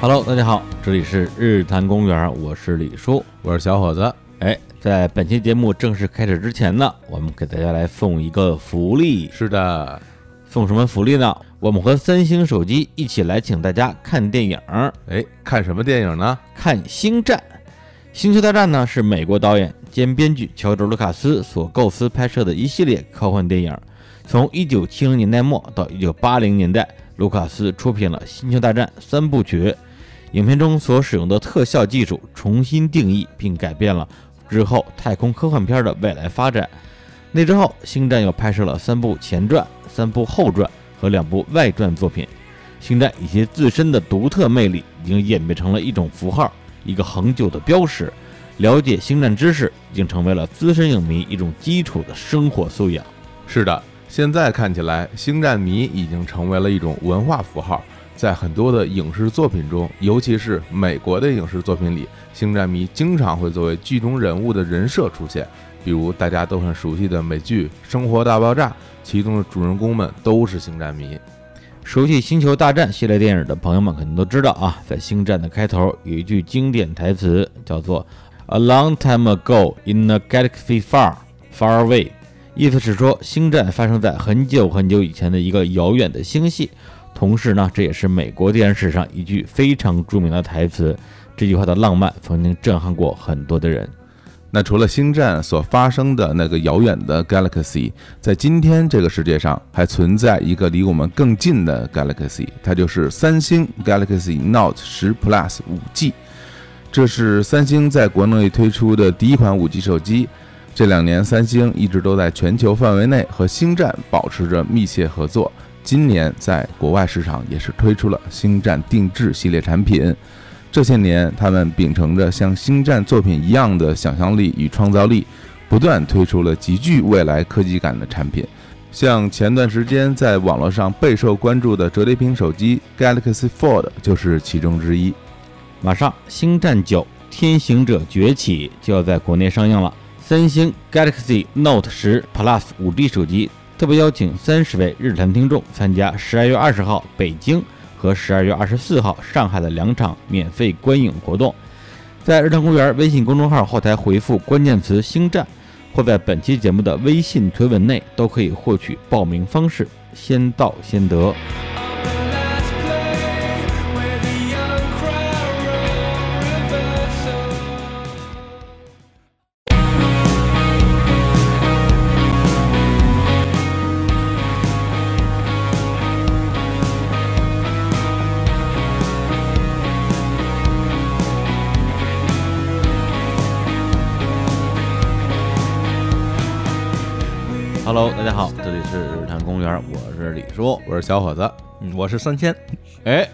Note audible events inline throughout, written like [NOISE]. Hello，大家好，这里是日坛公园，我是李叔。我是小伙子，哎，在本期节目正式开始之前呢，我们给大家来送一个福利，是的，送什么福利呢？我们和三星手机一起来请大家看电影，哎，看什么电影呢？看《星战》。《星球大战呢》是美国导演兼编剧乔治·卢卡斯所构思拍摄的一系列科幻电影。从1970年代末到1980年代，卢卡斯出品了《星球大战》三部曲。影片中所使用的特效技术重新定义并改变了之后太空科幻片的未来发展。那之后，《星战》又拍摄了三部前传、三部后传和两部外传作品。《星战》以其自身的独特魅力，已经演变成了一种符号，一个恒久的标识。了解星战知识，已经成为了资深影迷一种基础的生活素养。是的，现在看起来，星战迷已经成为了一种文化符号，在很多的影视作品中，尤其是美国的影视作品里，星战迷经常会作为剧中人物的人设出现。比如大家都很熟悉的美剧《生活大爆炸》，其中的主人公们都是星战迷。熟悉《星球大战》系列电影的朋友们肯定都知道啊，在《星战》的开头有一句经典台词，叫做 “A long time ago in a galaxy far, far away”，意思是说《星战》发生在很久很久以前的一个遥远的星系。同时呢，这也是美国电影史上一句非常著名的台词。这句话的浪漫曾经震撼过很多的人。那除了星战所发生的那个遥远的 galaxy，在今天这个世界上还存在一个离我们更近的 galaxy，它就是三星 Galaxy Note 10 Plus 5G。这是三星在国内推出的第一款 5G 手机。这两年，三星一直都在全球范围内和星战保持着密切合作。今年在国外市场也是推出了星战定制系列产品。这些年，他们秉承着像星战作品一样的想象力与创造力，不断推出了极具未来科技感的产品。像前段时间在网络上备受关注的折叠屏手机 Galaxy Fold 就是其中之一。马上，《星战九：天行者崛起》就要在国内上映了。三星 Galaxy Note 10 Plus 5G 手机特别邀请三十位日坛听众参加十二月二十号北京和十二月二十四号上海的两场免费观影活动。在日坛公园微信公众号后台回复关键词“星战”，或在本期节目的微信推文内都可以获取报名方式，先到先得。Hello，大家好，这里是日坛公园，我是李叔。我是小伙子，嗯，我是三千，哎，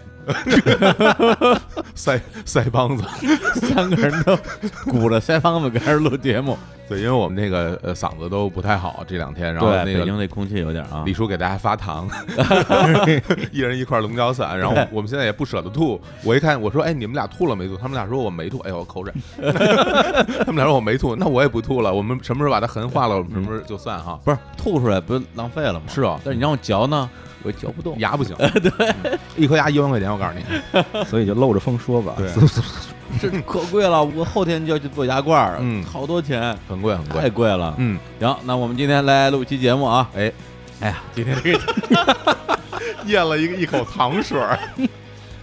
[LAUGHS] 腮腮帮子，三个人都鼓着腮帮子跟这录节目。对，因为我们那个呃嗓子都不太好这两天，然后对，那北个京那空气有点啊李。叔给大家发 [LAUGHS] 糖，一人一块龙角散，然后我们现在也不舍得吐。我一看，我说：“哎，你们俩吐了没吐？”他们俩说：“我没吐。”哎呦，我 [LAUGHS] 口水。他们俩说我没吐，那我也不吐了。我们什么时候把它痕化了，我们什么时候就算哈。不是吐出来不是浪费了吗？是啊但是你让我嚼呢，我嚼不动，牙不 [LAUGHS] 行，对，一颗牙一万块钱，我告诉你。所以就漏着风说吧。对，这可贵了。我后天就要去做牙冠儿，嗯好多钱，很贵很太贵。贵了。嗯，行，那我们今天来录期节目啊。哎，哎呀，今天这个咽了一个一口糖水儿。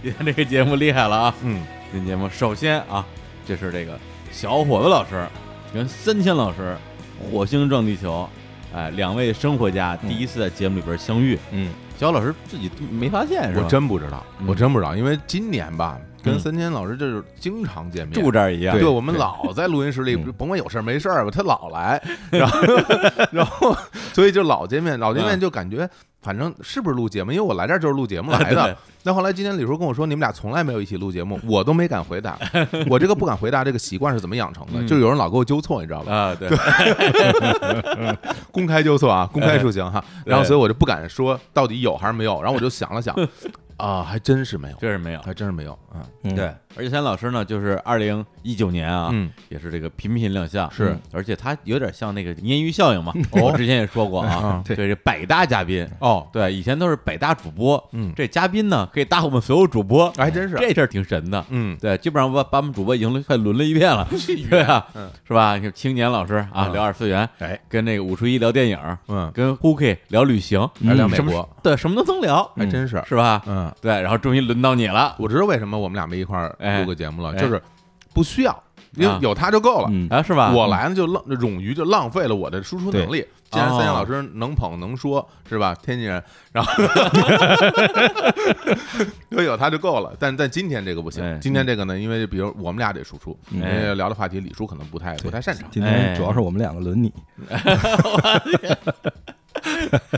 今天这个节目厉害了啊！ [LAUGHS] 嗯，今天节目首先啊，这是这个小伙子老师跟三千老师《火星撞地球》，哎，两位生活家第一次在节目里边相遇。嗯，小伙老师自己都没发现是吧？哎我真不知道，嗯我真不知道，因为今年吧，嗯跟三千老师就是经常见面。住这儿一样，对我们老在录音室里，嗯甭管有事儿没事儿吧，他老来，然后 [LAUGHS] 然后所以就老见面，老见嗯面就感觉反正是不是录节目，因为我来这儿就是录节目来啊对的。那后来今天李叔跟我说，你们俩从来没有一起录节目，我都没敢回答。我这个不敢回答这个习惯是怎么养成的？ [LAUGHS] 嗯就有人老给我纠错，你知道吧？啊，对，公哎开纠错啊，公开出行哈。然后对 [LAUGHS] 所以我就不敢说到底有还是没有。然后我就想了想，啊，还真是没有，这是没有。还真是没有啊。嗯对，，而且三老师呢，就是二零一九年啊，嗯也是这个频频亮相，嗯是，哦而且他有点像那个鲶鱼效应嘛，我之前也说过啊啊，对，这百大嘉宾，哦，对，以前都是百大主播，嗯这嘉宾呢可以搭我们所有主播，哎还真是，啊这事儿挺神的，嗯，哎对，基本上把把我们主播已经快轮了一遍了，对啊嗯，是吧？你看青年老师啊，嗯聊二次元，哎，跟那个武术一聊电影，嗯，跟 h o o k 聊旅行，还聊美什么国，对，什么都能聊，还哎真是，是吧？嗯，对，然后终于轮到你了，我知道为什么我们俩没一块儿录个节目了，哎就是不需要，因为有他就够了。嗯，啊，是吧？我来了就浪，冗余就浪费了我的输出能力。既然三哦阳老师能捧能说，是吧？天津人，然 [LAUGHS] 后因为有他就够了。但但今天这个不哎行，今天这个呢，因为比如我们俩得输出，嗯因为聊的话题李叔可能不太不太擅长。今哎天主要是我们两个轮你，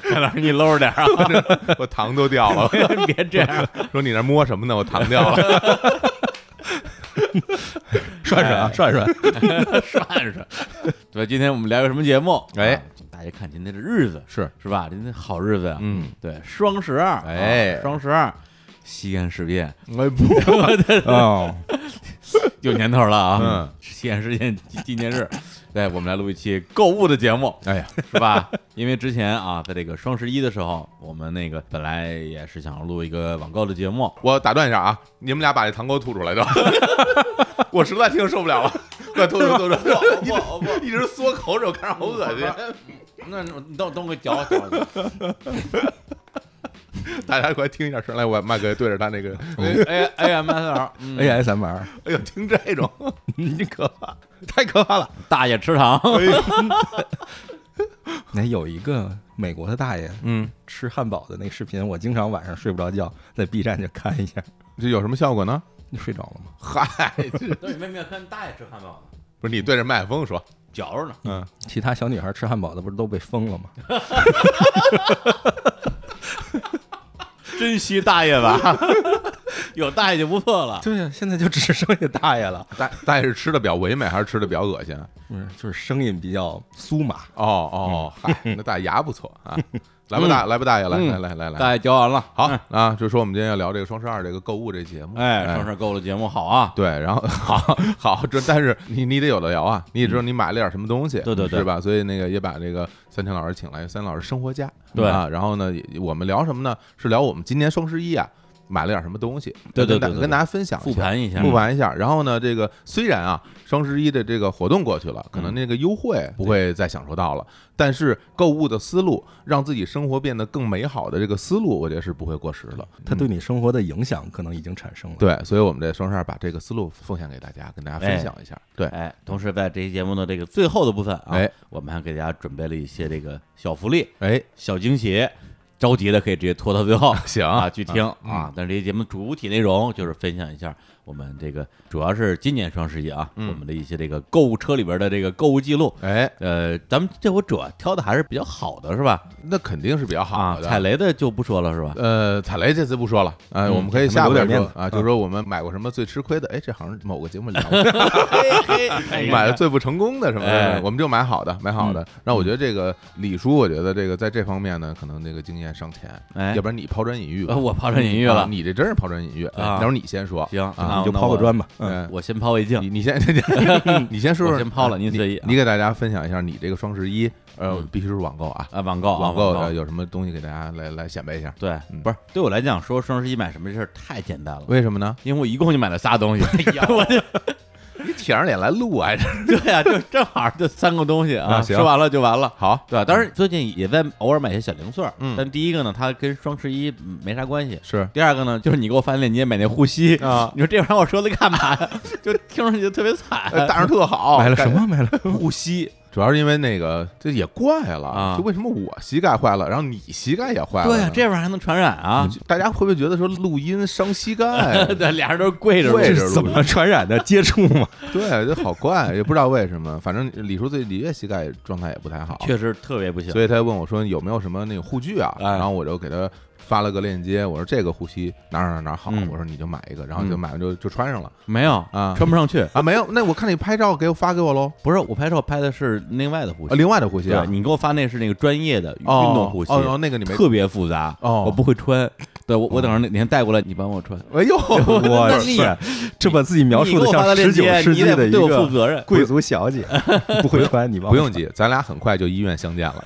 蔡老师，你搂着点儿啊， [LAUGHS] 我糖都掉了， [LAUGHS] 别这样，哎说你那摸什么呢？我糖掉 [LAUGHS] 了， [LAUGHS] 涮涮啊，涮涮，啊 [LAUGHS] 涮涮。对，今天我们聊个什么节目？哎啊，大家看今天这日子是，是吧？今天好日子呀，啊嗯，对，双十二，啊哎双十二，西安事变我也不， [LAUGHS] 哦，有年头了啊，嗯，西安事件纪纪念日，对，我们来录一期购物的节目，哎呀，是吧？因为之前啊，在这个双十一的时候，我们那个本来也是想录一个网购的节目，我打断一下啊，你们俩把这糖给我吐出来都， [LAUGHS] 我实在听着受不了了， [LAUGHS] 快吐出吐出，一直 [LAUGHS] 一直缩口水，我看着好恶 [LAUGHS] 心。那你等等我嚼嚼，大家快听一下声，来，我把麦克对着他那个， [LAUGHS] 哎哎呀，麦老师，嗯 ASMR，哎呦，听这 [LAUGHS] 种，你可怕，太可怕了。大爷吃糖，哎呦，那有一个美国的大爷嗯，吃汉堡的那个视频，我经常晚上睡不着觉，在 B 站就看一下。这有什么效果呢？你睡着了吗？嗨，这那你们没有看大爷吃汉堡呢？不是你对着麦克风说，嚼着呢，嗯，其他小女孩吃汉堡的不是都被封了吗？珍惜大爷吧， [LAUGHS] 有大爷就不错 [LAUGHS] 了。对呀、现在就只剩下大爷了。大大爷是吃的比较唯美，还是吃的比较恶心啊？不是，嗯就是声音比较酥麻。哦哦，嗨， [LAUGHS] 那大爷牙不错啊， [LAUGHS] 来吧大来吧大爷，来来来来来，大爷嚼完了，好啊，就说我们今天要聊这个双十二这个购物这节目，哎，双十二购物的节目好啊，对， [LAUGHS] 然后好好，这但是你你得有的聊啊，你也知道你买了点什么东西，嗯对对对是吧？所以那个也把这个三田老师请来，三田老师生活家，对啊，然后呢，也我们聊什么呢？是聊我们今年双十一啊买了点什么东西，对对对跟大对对跟大家分享一下复。盘一下，复盘一下，然后呢，这个虽然啊，双十一的这个活动过去嗯了，可能那个优惠不会再享受到了，但是购物的思路，让自己生活变得更美好的这个思路，我觉得是不会过时了。它对你生活的影响可能已经产生了。对，所以我们这双十二把这个思路奉献给大家，跟大家分享一下。对，哎，同时在这期节目的这个最后的部分啊，哎我们还给大家准备了一些这个小福利、哎，小惊喜，着急的可以直接拖到最 [LAUGHS] 后行啊去听啊。但是这期节目主体内容就是分享一下我们这个，主要是今年双十一啊，我们的一些这个购物车里边的这个购物记录。哎，呃，咱们这回主要挑的还是比较好的是吧？那肯定是比较好啊，的。踩雷嗯的就不说了是吧？呃，踩雷这次不说了，哎，我们可以下留回点说面子啊，就是说我们买过什么最吃亏的，哎，这好像某个节目 [LAUGHS] 聊过，买买的最不成功的什么的哎，嗯我们就买好的，买好的。那我觉得这个李叔，我觉得这个在这方面呢，可能这个经验尚浅，哎要不然你抛砖引玉吧呃，，我抛砖引玉了啊，你这真是抛砖引玉，哎啊要不然你先说，行啊，那你就那抛我个砖吧。嗯，嗯，我先抛为你敬。你先， [LAUGHS] 你先说我说，先抛了你您随意啊哎你给大家分享一下你这个双十一，呃，必须是网购啊，啊，网购啊，网购购呃有什么东西给大家来来显摆一下？对，嗯不是对我来讲，说双十一买什么这事儿太简单了，为什么呢？因为我一共就买了仨东西， [LAUGHS] 我就你舔着脸来录啊，这对啊，就正好就三个东西啊，啊行说完了就完了。 [LAUGHS] 好，对吧？当然，最近也在偶尔买一些小零碎儿，嗯但第一个呢，它跟双十一嗯没啥关系。是第二个呢，就是你给我发链接买那护膝啊 [LAUGHS] 你说这玩意儿我说了干嘛呀？就听上去就特别惨。呃大人特好，买了感什觉？么？买了护膝，主要是因为那个这也怪了啊就为什么我膝盖坏了，然后你膝盖也坏了呢？对呀、这玩意儿还能传染啊！大家会不会觉得说录音伤膝盖？ [LAUGHS] 啊对，俩人都是跪着嗯录跪这着是怎么传染的？接触嘛。对，就好怪，也不知道为什么。反正李叔最李月膝盖状态也不太好，确实特别不行。所以他问我说有没有什么那个护具啊？哎然后我就给他发了个链接，我说这个护膝哪儿哪儿哪儿好嗯，我说你就买一个，然后就买完就就穿上了没有啊穿不上去。啊。没有，那我看你拍照给我发给我喽，不是我拍照拍的是另外的护啊膝，另外的护膝啊对，你给我发那是那个专业的运哦动护膝，哦，哦那个你没特别复杂，哦我不会穿，对我我等着哪天带过来，你帮我穿。哎呦，我我的天天，这把自己描述你的给我发像的链十九接世纪的你得一对我负个责任。贵族小姐，不会穿你忘了不用急，咱俩很快就医院相见 [LAUGHS] 了。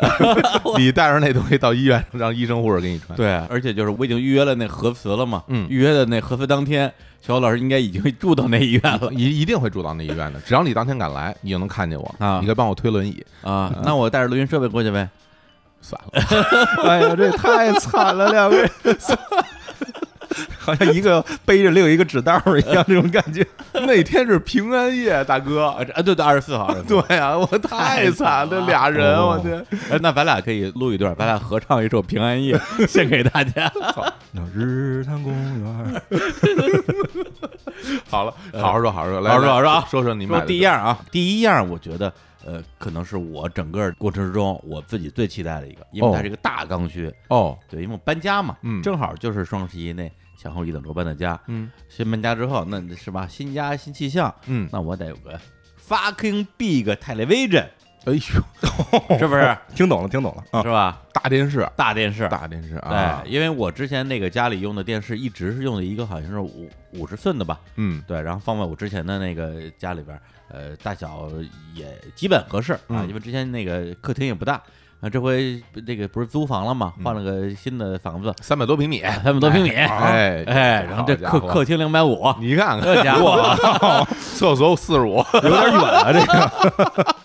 你带着那东西到医院，让医生护士给你穿。对，而且就是我已经预约了那核磁了嘛，嗯预约的那核磁当天，小欧老师应该已经住到那医院了一一定会住到那医院的，只要你当天敢来，你就能看见我啊你可以帮我推轮椅，啊。那我带着录音设备过去呗。算了，哎呀，这太惨了，两位， [LAUGHS] 好像一个背着另一个纸袋儿一样，这种感觉。 [LAUGHS] 那天是平安夜，大哥。啊，这啊对对，二十四 [LAUGHS] 号。24对啊，我太惨了，俩人，我天，哎，那咱俩可以录一段，咱俩合唱一首《平安夜》， [LAUGHS] 献给大家。日坛公园，好了，好好说，好好说，来，好好说来好好说啊说说你买说的第一样啊，第一样，我觉得呃，可能是我整个过程之中我自己最期待的一个，因为它哦是一个大刚需。哦，对，因为我搬家嘛，嗯正好就是双十一那前后一等多搬的家。嗯新搬家之后，那是吧？新家新气象，嗯，那我得有个 fucking big television，哎呦， [LAUGHS] 是不是？听懂了，听懂了啊！是吧？大电视，大电视。哎大电视啊对，，因为我之前那个家里用的电视一直是用的一个好像是五五十寸的吧，嗯对，然后放在我之前的那个家里边儿，呃，大小也基本合适啊，嗯因为之前那个客厅也不大，啊，这回那个不是租房了嘛，嗯换了个新的房子，三百多平米， [LAUGHS] 哎三百多平米，哎哎，然后这客客，厅两百五，你看看，这家伙， [LAUGHS] 厕所四十五，有点远啊，这个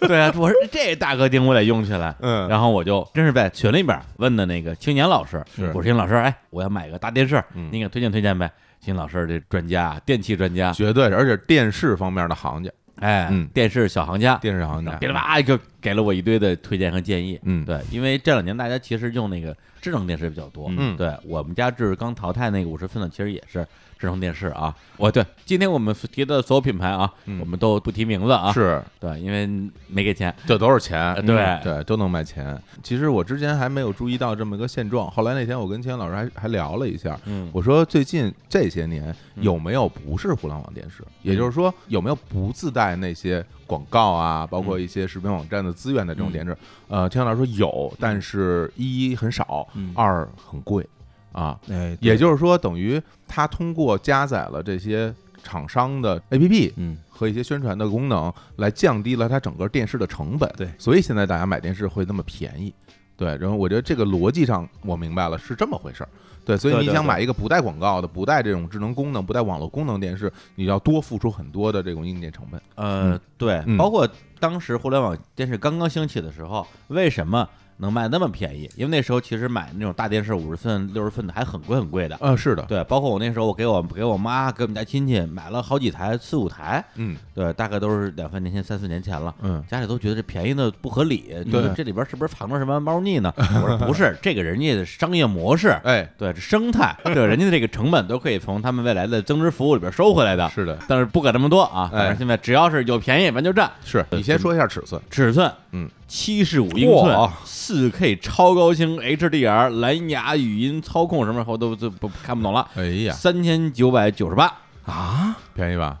对啊，我说这大客厅我得用起来。嗯，然后我就真是在群里边儿问的那个青年老师，是我说青年老师，哎，我要买个大电视，嗯您给推荐推荐呗。青年老师这专家，电器专家，绝对是，而且电视方面的行家，哎，嗯电视小行家，电视行家，噼里啪啦就给了我一堆的推荐和建议。嗯，对，因为这两年大家其实用那个智能电视比较多。嗯对我们家就是刚淘汰那个五十寸的，其实也是智能电视啊。我对今天我们提的所有品牌啊，哦嗯我们都不提名字啊。是，对，因为没给钱。这都是钱，呃对嗯对，都能卖钱。其实我之前还没有注意到这么一个现状，后来那天我跟千老师还还聊了一下，嗯，我说最近这些年有没有不是互联网电视，也嗯就是说有没有不自带那些广告啊，包嗯括一些视频网站的资源的这种电视？呃，千老师说嗯有，但是一很少，嗯二很贵啊，哎，也就是说等于他通过加载了这些厂商的 APP，嗯，和一些宣传的功能，来降低了它整个电视的成本。对所以现在大家买电视会那么便宜。对，然后我觉得这个逻辑上我明白了，是这么回事儿。对，所以对你对想对买一个不带广告的、不带这种智能功能、不带网络功能电视，你要多付出很多的这种硬件成本。呃，对嗯，包括当时互联网电视刚刚兴起的时候，为什么能卖那么便宜？因为那时候其实买那种大电视五十寸、六十寸的还很贵很贵的。呃，是的，对，包括我那时候，我给我给我妈给我们家亲戚买了好几台，四五台，嗯对，大概都是两三年前、三四年前了。嗯，家里都觉得这便宜的不合理，觉得这里边是不是藏着什么猫腻呢？我说不 [LAUGHS] 是，这个人家的商业模式，哎，对，这 [LAUGHS] 生态，对，人家的这个成本都可以从他们未来的增值服务里边收回来的。是的，但是不管那么多啊，哎反正现在只要是有便宜咱就占。是你先说一下尺寸，尺寸，嗯，七十五英寸哇，四 K 超高清 HDR 蓝牙语音操控什么我都都不看不懂了，哎呀，三千九百九十八，啊，便宜吧？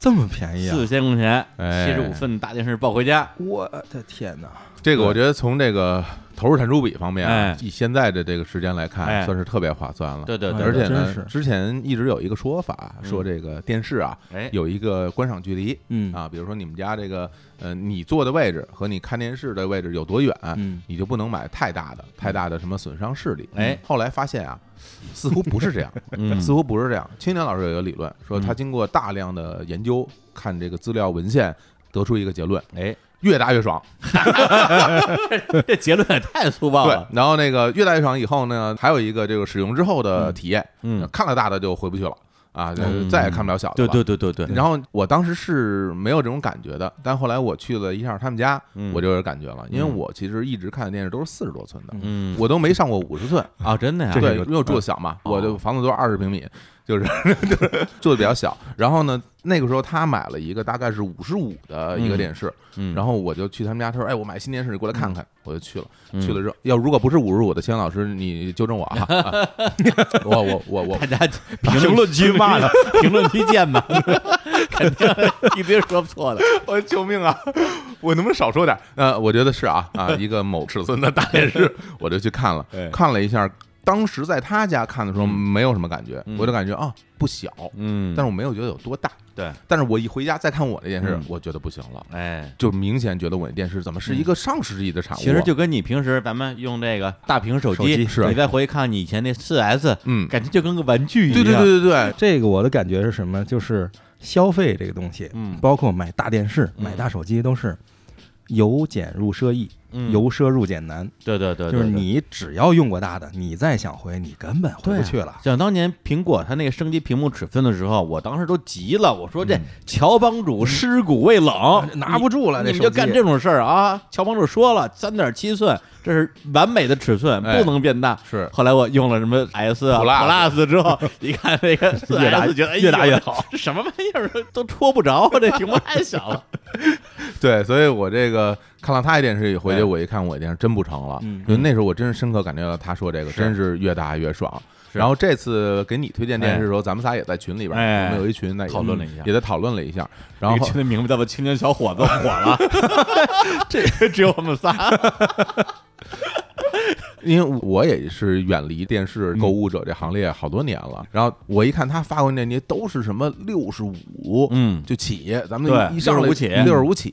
这么便宜啊！四千块钱，哎七十五寸大电视抱回家，我的天哪！这个我觉得从这个投入产出比方面啊哎，以现在的这个时间来看，哎算是特别划算了。对对哎对，而且真呢是，之前一直有一个说法，嗯说这个电视啊，哎，有一个观赏距离嗯，啊，比如说你们家这个呃，你坐的位置和你看电视的位置有多远，嗯，你就不能买太大的，太大的什么损伤视力。哎后来发现啊，似乎不是这样，嗯似乎不是这样。青年老师有一个理论，说他嗯经过大量的研究，看这个资料文献，得出一个结论：哎，越大越爽。 [LAUGHS] 这结论也太粗暴对了。，然后那个越大越爽以后呢，还有一个这个使用之后的体验，嗯，看了大的就回不去了啊，就嗯再也看不了小的了。对对对对对，然后我当时是没有这种感觉的，但后来我去了一下他们家，嗯我就有感觉了，因为嗯我其实一直看的电视都是四十多寸的，嗯，我都没上过五十寸。啊，真的呀，这个对，有因为我住的小嘛，嗯我的房子都是二十平米，就是 [LAUGHS] 就是住的比较小。然后呢，那个时候他买了一个大概是五十五的一个嗯电视，嗯，然后我就去他们家，他说：“哎，我买新电视，你过来看看。”我就去了，嗯去了之后，要如果不是五十五的，千老师你纠正我 [LAUGHS] 啊！啊我我我我大家评论区骂的，评论区见吧，肯定一堆说错的， [LAUGHS] 我救命啊！我能不能少说点 [LAUGHS] 儿？呃，我觉得是啊啊，一个某尺寸的大电视，我就去看了，看了一下。当时在他家看的时候嗯没有什么感觉，嗯我就感觉啊不小，嗯，但是我没有觉得有多大。对，但是我一回家再看我这电视嗯，我觉得不行了，哎，就明显觉得我这电视怎么是一个上世纪的产物啊？嗯其实就跟你平时咱们用这个大屏手手机是你再回看你以前那四 S，嗯，感觉就跟个玩具一对样。对对，对对对，这个我的感觉是什么？就是消费这个东西，嗯包括买大电视、嗯买大手机，都是由俭入奢易，嗯，由奢入俭难。对对对，对就是对你只要用过大的，你再想回，你根本回不去了。想当年苹果它那个升级屏幕尺寸的时候，我当时都急了，我说这乔帮主尸骨未冷，嗯拿不住了，你这你们啊手就机干这种事儿啊！乔帮主说了，三点七寸，这是完美的尺寸，哎不能变大。是后来我用了什么 S 啊 Plus Plus 之后，一看那个四越大 S，觉得哎越大越好，这什么玩意儿都戳不着，啊这屏幕太小了。 [LAUGHS] 对，所以我这个看了他一电视以回去，哎我一看我一电视真不成了嗯，就那时候我真是深刻感觉到他说这个是真是越大越爽。是然后这次给你推荐电视的时候，咱们仨也在群里边，哎我们有一群那也讨论了一下也在讨论了一下。然你后听的名字叫做“青年小伙子”火了，这只有我们仨。因为我也是远离电视嗯购物者这行列好多年了，然后我一看他发过那些都是什么六十五，嗯就起，咱们对一上来65起六十五起，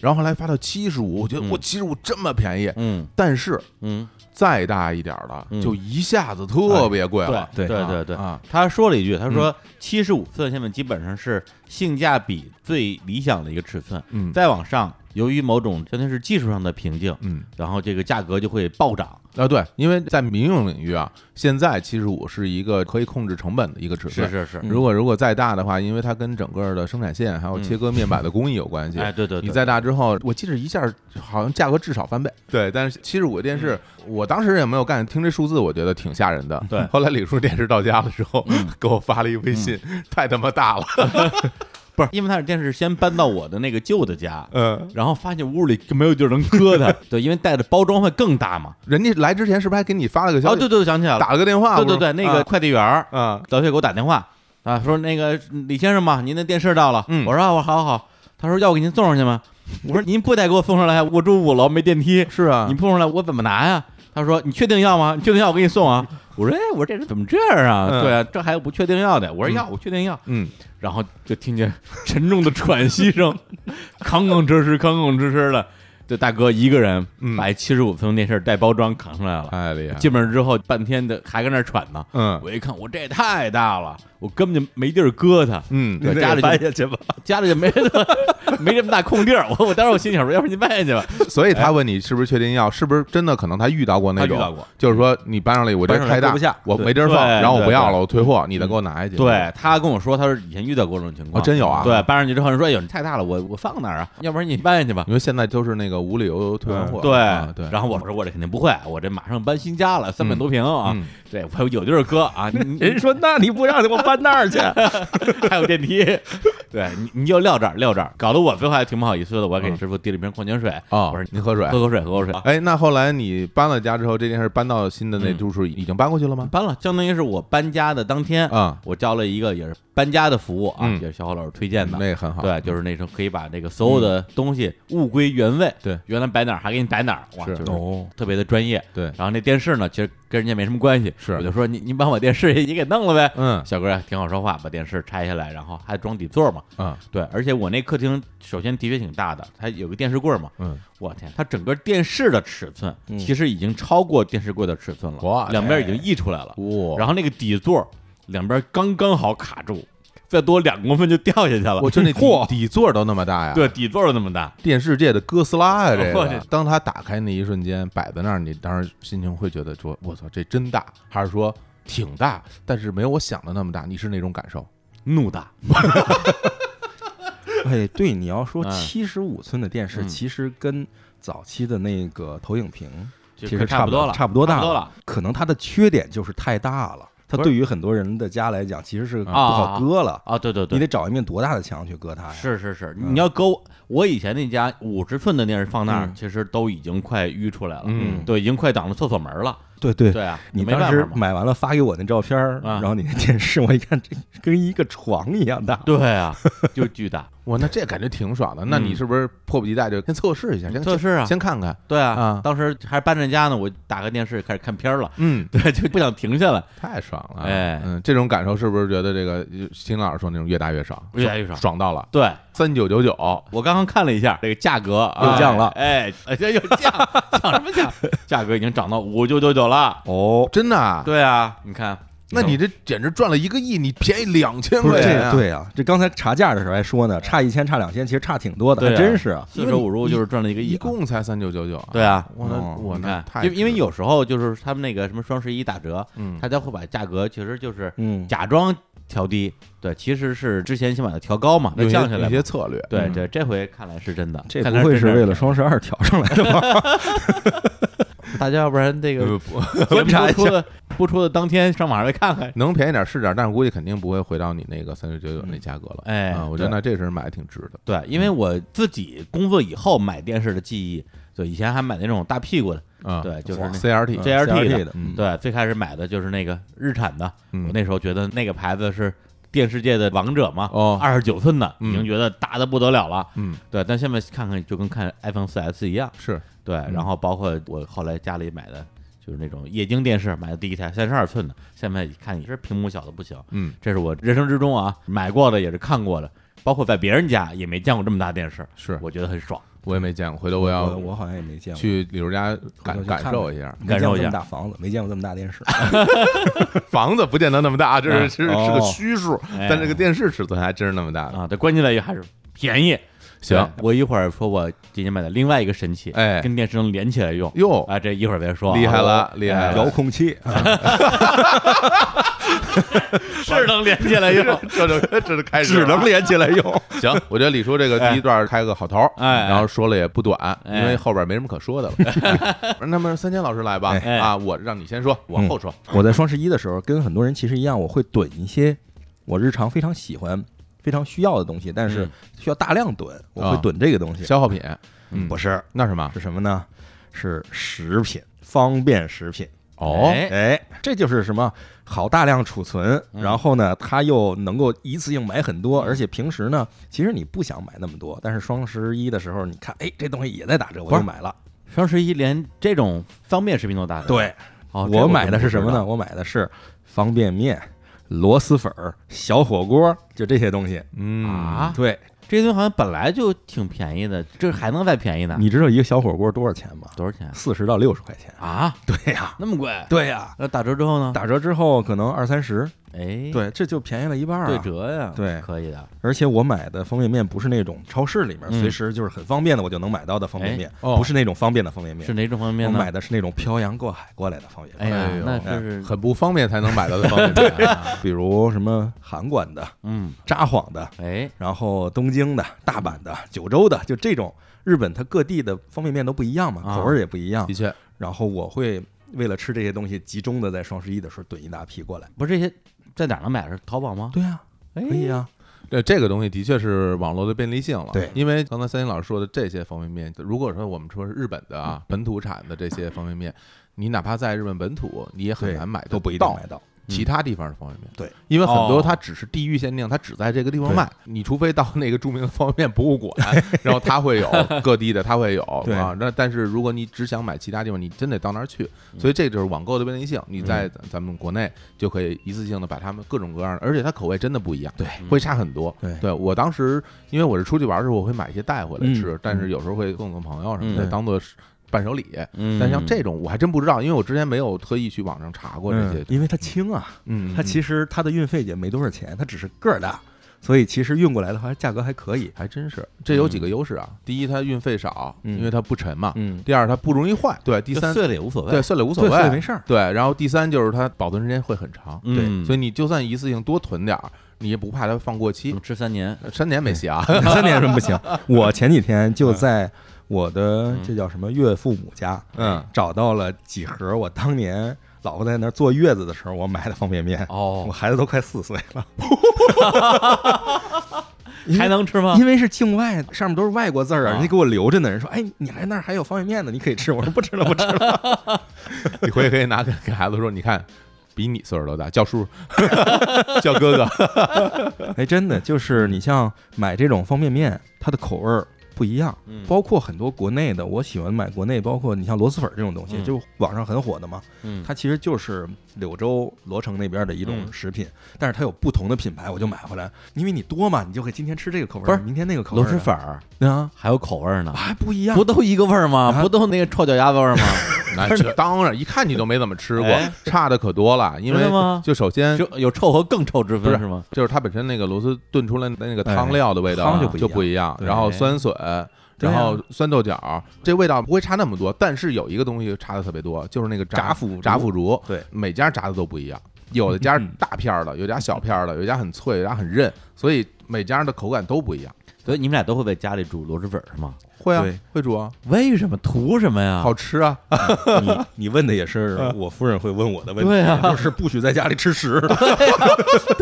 然后后来发到七十五，我觉得嗯我七十五这么便宜，嗯但是嗯，再大一点儿的嗯就一下子特别贵了，对对对啊对对啊，他说了一句，他说七十五寸现在基本上是性价比最理想的一个尺寸，嗯再往上，由于某种相当于是技术上的瓶颈，嗯然后这个价格就会暴涨。啊，对，因为在民用领域啊，现在七十五是一个可以控制成本的一个尺寸。是是，如果如果再大的话，因为它跟整个的生产线还有切割面板的工艺有关系。哎，对对，对你再大之后，我记得一下好像价格至少翻倍。嗯对，但是七十五电视，我当时也没有干，听这数字我觉得挺吓人的。对 [LAUGHS] 后来李叔电视到家的时候，给我发了一微信，太他妈大了。不是因为他的电视先搬到我的那个旧的家。嗯，然后发现屋里就没有地儿能搁它，对，因为带着包装会更大嘛。人家来之前是不是还给你发了个消哦，息？对对，我想起来了，打了个电话。对不对是对，那个快递员儿啊啊，老谢给我打电话啊，说那个李先生嘛，您的电视到了。嗯我说啊我好好好。他说要我给您送上去吗？我说您不得给我送上来，我住五楼没电梯，是啊，你不送上来我怎么拿呀？他说你确定要吗？你确定要我给你送啊？我说哎，我说这人怎么这样啊？嗯对啊，这还有不确定要的。我说嗯要，我确定要。嗯，然后就听见沉重的喘息声， [LAUGHS] 吭吭哧哧，吭吭哧哧的，这大哥一个人嗯把七十五寸电视带包装扛上来了。太厉害了。进门之后半天的还跟那儿喘呢，嗯我一看，我这也太大了，我根本就没地儿搁它，嗯，对家里就搬下去吧。家里就没没这么大空地儿。我我当时我心想说，要不然你搬下去吧。所以他问你是不是确定要，是不是真的可能他遇到过那他遇种，到过，就是说你搬上来我这搬上来太大搁不下我对没地儿放，对然后我不要对嗯了，我退货，你再给我拿下去。对他跟我说，他说以前遇到过这种情哦，况，真有啊。对，，搬上去之后人说，哎呦，你太大了，我我放哪儿啊？要不然你搬下去吧。因为现在都是那个无理由退换货。对、啊对，然后我说我这肯定不会，我这马上搬新家了，三百多平啊，嗯对我有地儿搁啊， [LAUGHS] 你你 [LAUGHS] 人说那你不让我搬那儿去，还有电梯，对你你就撂这儿撂这儿，搞得我最后还挺不好意思的，我还嗯给师傅递了一瓶矿泉水，啊我说，您喝水。喝口水喝口水，哎，那后来你搬了家之后，这件事搬到新的那嗯住处已经搬过去 [LAUGHS] 了吗？搬了，相当于是我搬家的当天，啊，我交了一个也是搬家的服务啊，嗯也是小侯老师推荐的。那也很好。嗯对，就是那时候可以把这个所有的东西物归原位，对，原来摆哪儿还给你摆哪儿，哇，是就是哦，特别的专业。对，然后那电视呢，其实跟人家没什么关系，是我就说你你把我电视也也给弄了呗。嗯小哥挺好说话，把电视拆下来，然后还装底座嘛。啊对，而且我那客厅首先的确挺大的，它有个电视柜嘛。嗯，我天，它整个电视的尺寸嗯其实已经超过电视柜的尺寸了，哇哎两边已经溢出来了。哇，然后那个底座两边刚刚好卡住，再多两公分就掉下去了。我就 [LAUGHS] 那底嚯，底座都那么大呀？对，，底座就那么大，电视界的哥斯拉哦呀，这我个去。当他打开那一瞬间，摆在那儿，你当时心情会觉得说：“我操，这真大，还是说挺大，但是没有我想的那么大。”你是那种感受？怒大，哎，对，你要说嗯七十五寸的电视，嗯其实跟早期的那个投影屏就其实差不多多了，差不不多大多了。了。可能它的缺点就是太大了，它不是对于很多人的家来讲，其实是不啊好搁了。啊，对对你对，得找一面多大的墙去搁它呀？是是是，嗯你要搁我我以前那家五十寸的电视放那儿，嗯其实都已经快淤出来了，嗯对，已经快挡着厕所门了。对对，对啊，你没办当法时嘛。买完了发给我那照片儿，啊然后你那电视我一看，这跟一个床一样大。对 [LAUGHS] 啊，就巨大哇，那这感觉挺爽的。那你嗯是不是迫不及待就先测试一下，先测试啊，先看看？对啊啊，当时还搬着家呢，我打开电视开始看片儿了，嗯，对，就不想停下来，太爽了。哎嗯，这种感受是不是觉得这个呃秦老师说那种越大越爽，越大越爽爽到哦了对，三九九九我刚刚看了一下这个价格，又哎降了哎，哎这又降， [LAUGHS] 降什么降？价格已经涨到五九九九了。哦，真的啊？对啊，你看，那你这简直赚了一个亿，你便宜两千不块是钱这啊，对啊，这刚才查价的时候还说呢，差一千差两千，其实差挺多的，啊对啊还真是啊。四舍五入就是赚了一个亿一啊，共才三九九九。对啊。我那哦我你那看太，因为因为值有时候就是他们那个什么双十一打折，嗯大家会把价格其实就是嗯，假装调低，对，其实是之前先把它调高嘛，再有降下些来有嘛些。策略，对嗯对，这回看来是真的，这看不来会真是的为了双十二调上来的吧？ [LAUGHS] 大家，要不然这个呃不 [LAUGHS] 节检查目一播出的播出的当天上网上来看看。能便宜点是点，但是估计肯定不会回到你那个三九九九那价格了。哎啊，我觉得对那这是买的挺值的。对，因为我自己工作以后买电视的记忆，对，以前还买那种大屁股的，啊，对，就是哇那 CRT，这 JRT 的 CRT 的，嗯对，最开始买的就是那个日产的，嗯我那时候觉得那个牌子是电视界的王者嘛，哦二十九寸的，已经嗯觉得大的不得了了。嗯对，但现在看看就跟看 iPhone 4 S 一样，是对，然后包括我后来家里买的就是那种液晶电视，买的第一台三十二寸的，现在一看也是屏幕小的不行，嗯这是我人生之中啊买过的也是看过的，包括在别人家也没见过这么大电视，是，我觉得很爽。我也没见过，回头我我要我好像也没见过，去李叔家回头感去感看受看一下。没感见受过一这么下大房子，没见过这么大电视。房子不见得那么大，这是是是哦个虚数，哎但这个电视尺寸还真是那么大的。啊，对，关键在于还是便宜。哎行，对，我一会儿说我今年买的另外一个神器，哎跟电视能连起来用。哟，啊，这一会儿别说啊，厉害了，厉害遥了，控器， [LAUGHS] 是能连起来用。 [LAUGHS] 这就这就开始了连起来用。 [LAUGHS] 行，我觉得李叔这个第一段开个好头，哎然后说了也不短，哎因为后边没什么可说的了。那么三千老师来吧，哎啊，我让你先说，我后说。我在双十一的时候，跟很多人其实一样，我会囤一些我日常非常喜欢、非常需要的东西，但是嗯需要大量囤，我啊会囤这个东西。消耗品，嗯不是，那什么？是什么呢？是食品，方便食品。哦，哎哎，这就是什么好大量储存，嗯然后呢，它又能够一次性买很多，而且平时呢，其实你不想买那么多，但是双十一的时候，你看，哎，这东西也在打折，我不就是买了。双十一连这种方便食品都打折。对，哦，这我买的是什么真呢？我买的是方便面、螺蛳粉儿、小火锅，就这些东西。不知道？嗯，啊，对，这些东西好像本来就挺便宜的，这还能再便宜呢？你知道一个小火锅多少钱吗？多少钱四十到六十块钱。啊？对呀，那么贵？对呀，那打折之后呢？打折之后可能二三十。哎，对，这就便宜了一半儿啊。对折呀，对可以的。而且我买的方便面不是那种超市里面嗯哎随时就是很方便的我就能买到的方便面，哦不是那种方便的方便面是。哪种方便我呢？买的是那种漂洋过海过来的方便哎面，呀哎，呦那是很不方便才能买到 [LAUGHS] 的方便面啊。哎比如什么韩馆的、嗯，札幌的，哎，然后东京的、大阪的、九州的，就这种日本它各地的方便面都不一样嘛，啊口味儿也不一样的。确，然后我会为了吃这些东西，集中的在双十一的时候囤一大批过来。不是这些在哪儿能买？是淘宝吗？对呀，哎可以啊呀，这这个东西的确是网络的便利性了。对因为刚才三星老师说的这些方便面，如果说我们说是日本的啊，本土产的这些方便面，你哪怕在日本本土，你也很对难买得都不一定到买到。其他地方的方便面。嗯对，因为很多哦它只是地域限定，它只在这个地方卖。你除非到那个著名的方便面博物 [LAUGHS] 馆，然后它会有各地的，它会有对啊。那但是如果你只想买其他地方，你真得到那儿去。嗯所以这就是网购的便利性。你在咱咱们国内就可以一次性的把它们各种各样的，而且它口味真的不一样，对会差很多。对我当时因为我是出去玩的时候，我会买一些带回来吃，嗯但是有时候会送送朋友什么的，嗯当做伴手礼。嗯，但像这种我还真不知道，因为我之前没有特意去网上查过这些嗯。因为它轻啊，嗯，它其实它的运费也没多少钱，它只是个儿大，所以其实运过来的话价格还可以。还真是，这嗯有几个优势啊。第一，它运费少，嗯因为它不沉嘛。嗯，第二，它不容易坏。对，第就三，碎了也无所谓对，。碎了无所谓，对碎了没事儿对，然后第三就是它保存时间会很长，嗯所以你就算一次性多囤点儿，你也不怕它放过期嗯。吃三年，呃三年没戏啊， [LAUGHS] 三年什么不行？我前几天嗯就在我的这叫什么岳父母家，嗯，找到了几盒我当年老婆在那儿坐月子的时候，我买的方便面。我 [LAUGHS] 哦，孩子都快四岁了，还能吃吗？因为是境外，上面都是外国字儿啊。啊人家给我留着呢，人说：“哎，你还那儿还有方便面呢，你可以吃。”我说：“不吃了，不吃了。你回去可以拿给给孩子说，你看，比你岁数都大，叫叔， [LAUGHS] 叫哥 [LAUGHS] 哥。”哎，真嗯的就是你像买这种方便面，它的口味儿不一样，嗯包括很多国内的，我喜欢买国内，包括你像螺蛳粉这种东西，嗯就网上很火的嘛，嗯它其实就是柳州罗城那边的一种嗯食品，但是它有不同的品牌，我就买回来，因为你多嘛，你就会今天吃这个口味儿，不是明天那个口味螺儿蛳的粉儿啊，还有口味儿呢，还不一样不。都一个味儿吗？啊不都那个臭脚丫子味儿吗？那这当然，一看你都没怎么吃过哎，差的可多了。因为真的吗就首先就有臭和更臭之不分是是吗？就是它本身那个螺丝炖出来的那个汤料的味道哎啊汤就不一样就不一样，对然后酸笋，对然啊后酸豆角，这味道不会差那么多。但是有一个东西差的特别多，就是那个炸炸腐炸腐竹，对，每家炸的都不一样，有的家是大片儿的，有家小片嗯儿的，有家很脆，有家很韧，所以每家的口感都不一样。所以你们俩都会在家里煮螺蛳粉儿是吗？会啊对，会煮啊，为什么？图什么呀？好吃啊，你你问的也是我夫人会问我的问题，啊对啊就是不许在家里吃屎。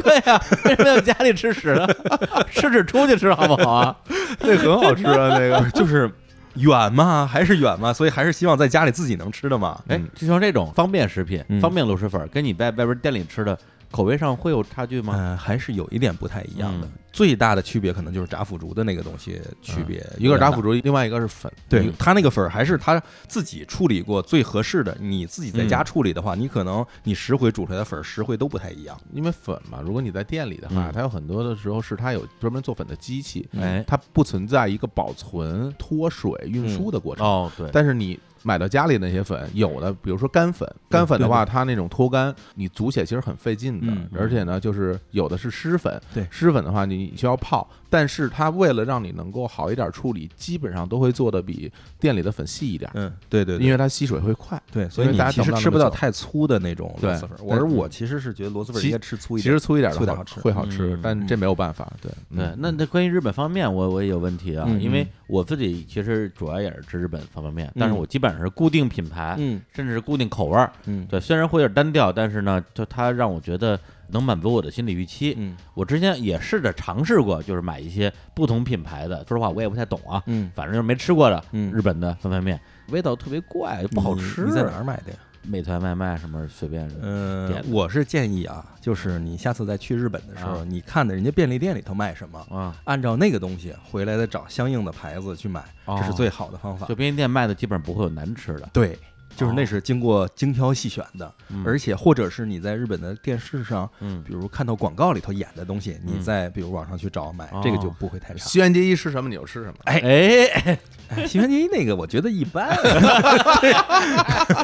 对呀、为什么要家里吃屎呢？ [LAUGHS] 吃屎出去吃好不好啊？ [LAUGHS] 那很好吃啊，那个 [LAUGHS] 就是远嘛，还是远嘛，所以还是希望在家里自己能吃的嘛。哎，就像这种方便食品、嗯方便螺蛳粉儿，跟你在外边店里吃的口味上会有差距吗？嗯、还是有一点不太一样的。嗯最大的区别可能就是炸腐竹的那个东西区别、一个是炸腐竹，竹，另外一个是粉，对它那个粉儿还是它自己处理过最合适的。你自己在家嗯处理的话，你可能你十回煮出来的粉儿十回都不太一样。因为粉嘛，如果你在店里的话，嗯它有很多的时候是它有专门做粉的机器，嗯哎，它不存在一个保存、脱水、运输的过程。哦，对，但是你买到家里那些粉，有的比如说干粉，干粉的话，它那种脱干，你煮起来其实很费劲的，嗯而且呢，就是有的是湿粉，对湿粉的话你需要泡，但是它为了让你能够好一点处理，基本上都会做的比店里的粉细一点，嗯，对对因为它吸水会快。对，所以因为你大家其等实不到那么吃不到久太粗的那种螺蛳粉儿。对我是但我其实是觉得螺蛳粉儿其应该吃粗一其点。实粗一点粗一的点好好吃会好吃嗯，但这没有办 [LAUGHS] 法。对对，那那关于日本方面，我我也有问题啊，嗯因为我自己其实主要也是吃日本方便面，但是嗯我基本上是固定品牌，嗯甚至是固定口味儿。嗯对，虽然会有点单调，但是呢，就它让我觉得能满足我的心理预期。嗯我之前也试着尝试过，就是买一些不同品牌的，说实话我也不太懂啊，嗯，反正就是没吃过的嗯日本的方便面，味道特别怪，不好吃。你在哪儿买的呀？美团外卖什么随便什么。嗯点，的我是建议啊，就是你下次再去日本的时候，啊你看的人家便利店里头卖什么，啊，按照那个东西回来再找相应的牌子去买，哦这是最好的方法。就便利店卖的基本上不会有难吃的，对，就是哦那是经过精挑细选的，嗯而且或者是你在日本的电视上，嗯，比如看到广告里头演的东西，嗯你在比如网上去找买，哦这个就不 [LAUGHS] 会太差。西园结衣吃什么你就吃什么。哎，哎新垣结衣那个我觉得一般，啊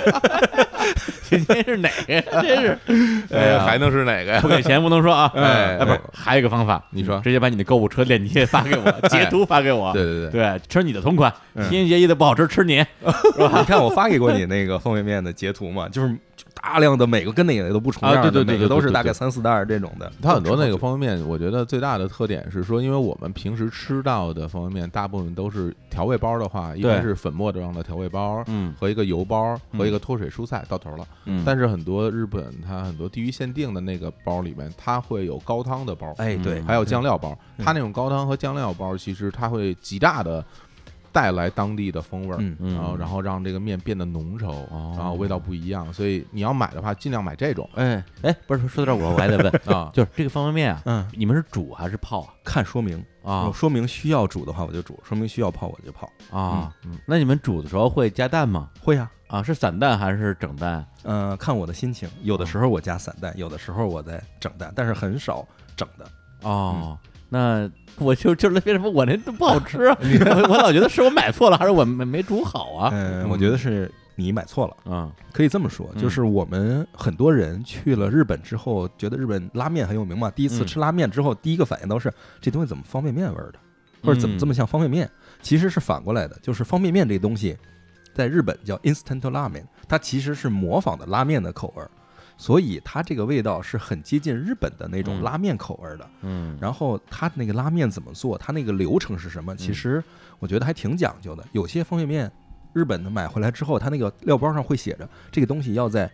[LAUGHS] 今天是哪个？真是 [LAUGHS] 哎呀，还能是哪个呀不？给钱不能说啊！ [LAUGHS] 哎不是对，还有一个方法，你说直接把你的购物车链接发给我，截图发给我，对对对，对，吃你的同款，新垣结衣的不好吃，吃你，你看我发给过你那个方便面的截图嘛，就是大量的每个跟哪个都不重样的，啊对对对每个都对对是对大概三四袋儿这种的。它哦很多那个方便面，我觉得最大的特点是说，因为我们平时吃到的方便面，大部分都是调味包的话，一般是粉末状的调味包。嗯和一个油包嗯和一个脱水蔬菜到头了，嗯但是很多日本它很多地域限定的那个包里面，它会有高汤的包，哎，嗯对，还有酱料包。它那种高汤和酱料包，其实它会极大的带来当地的风味儿。啊嗯嗯然后然后让这个面变得浓稠，哦然后味道不一样，所以你要买的话，尽量买这种哎哎，不是说到这儿，我我还得问，。啊 [LAUGHS] 就是这个方便面啊，嗯，哦你们是煮还是泡啊？看说明，啊说明需要煮的话我就煮，说明需要泡我就泡。啊，那你们煮的时候会加蛋吗？会呀、啊，是散蛋还是整蛋？嗯、看我的心情，有的时啊候我加散蛋，有的时候我在整蛋，但是很少整的。哦，那我就就是为什么我那都不好 [LAUGHS] 吃啊？我我老觉得是我买错了，还是我没没煮好哎啊？嗯、我觉得是你买错了，嗯可以这么说，嗯就是我们很多人去了日本之后，觉得日本拉面很有名嘛，第一次嗯吃拉面之后，第一个反应都是这东西怎么方便面味儿的，或者怎么嗯这么像方便面？其实是反过来的，就是方便面这东西，在日本叫 instant ramen，它其实是模仿的拉面的口味儿。所以它这个味道是很接近日本的那种嗯拉面口味儿的，嗯，然后它那个拉面怎么做，它那个流程是什么？嗯其实我觉得还挺讲究的。有些方便面，日本的买回来之后，它那个料包上会写着这个东西要在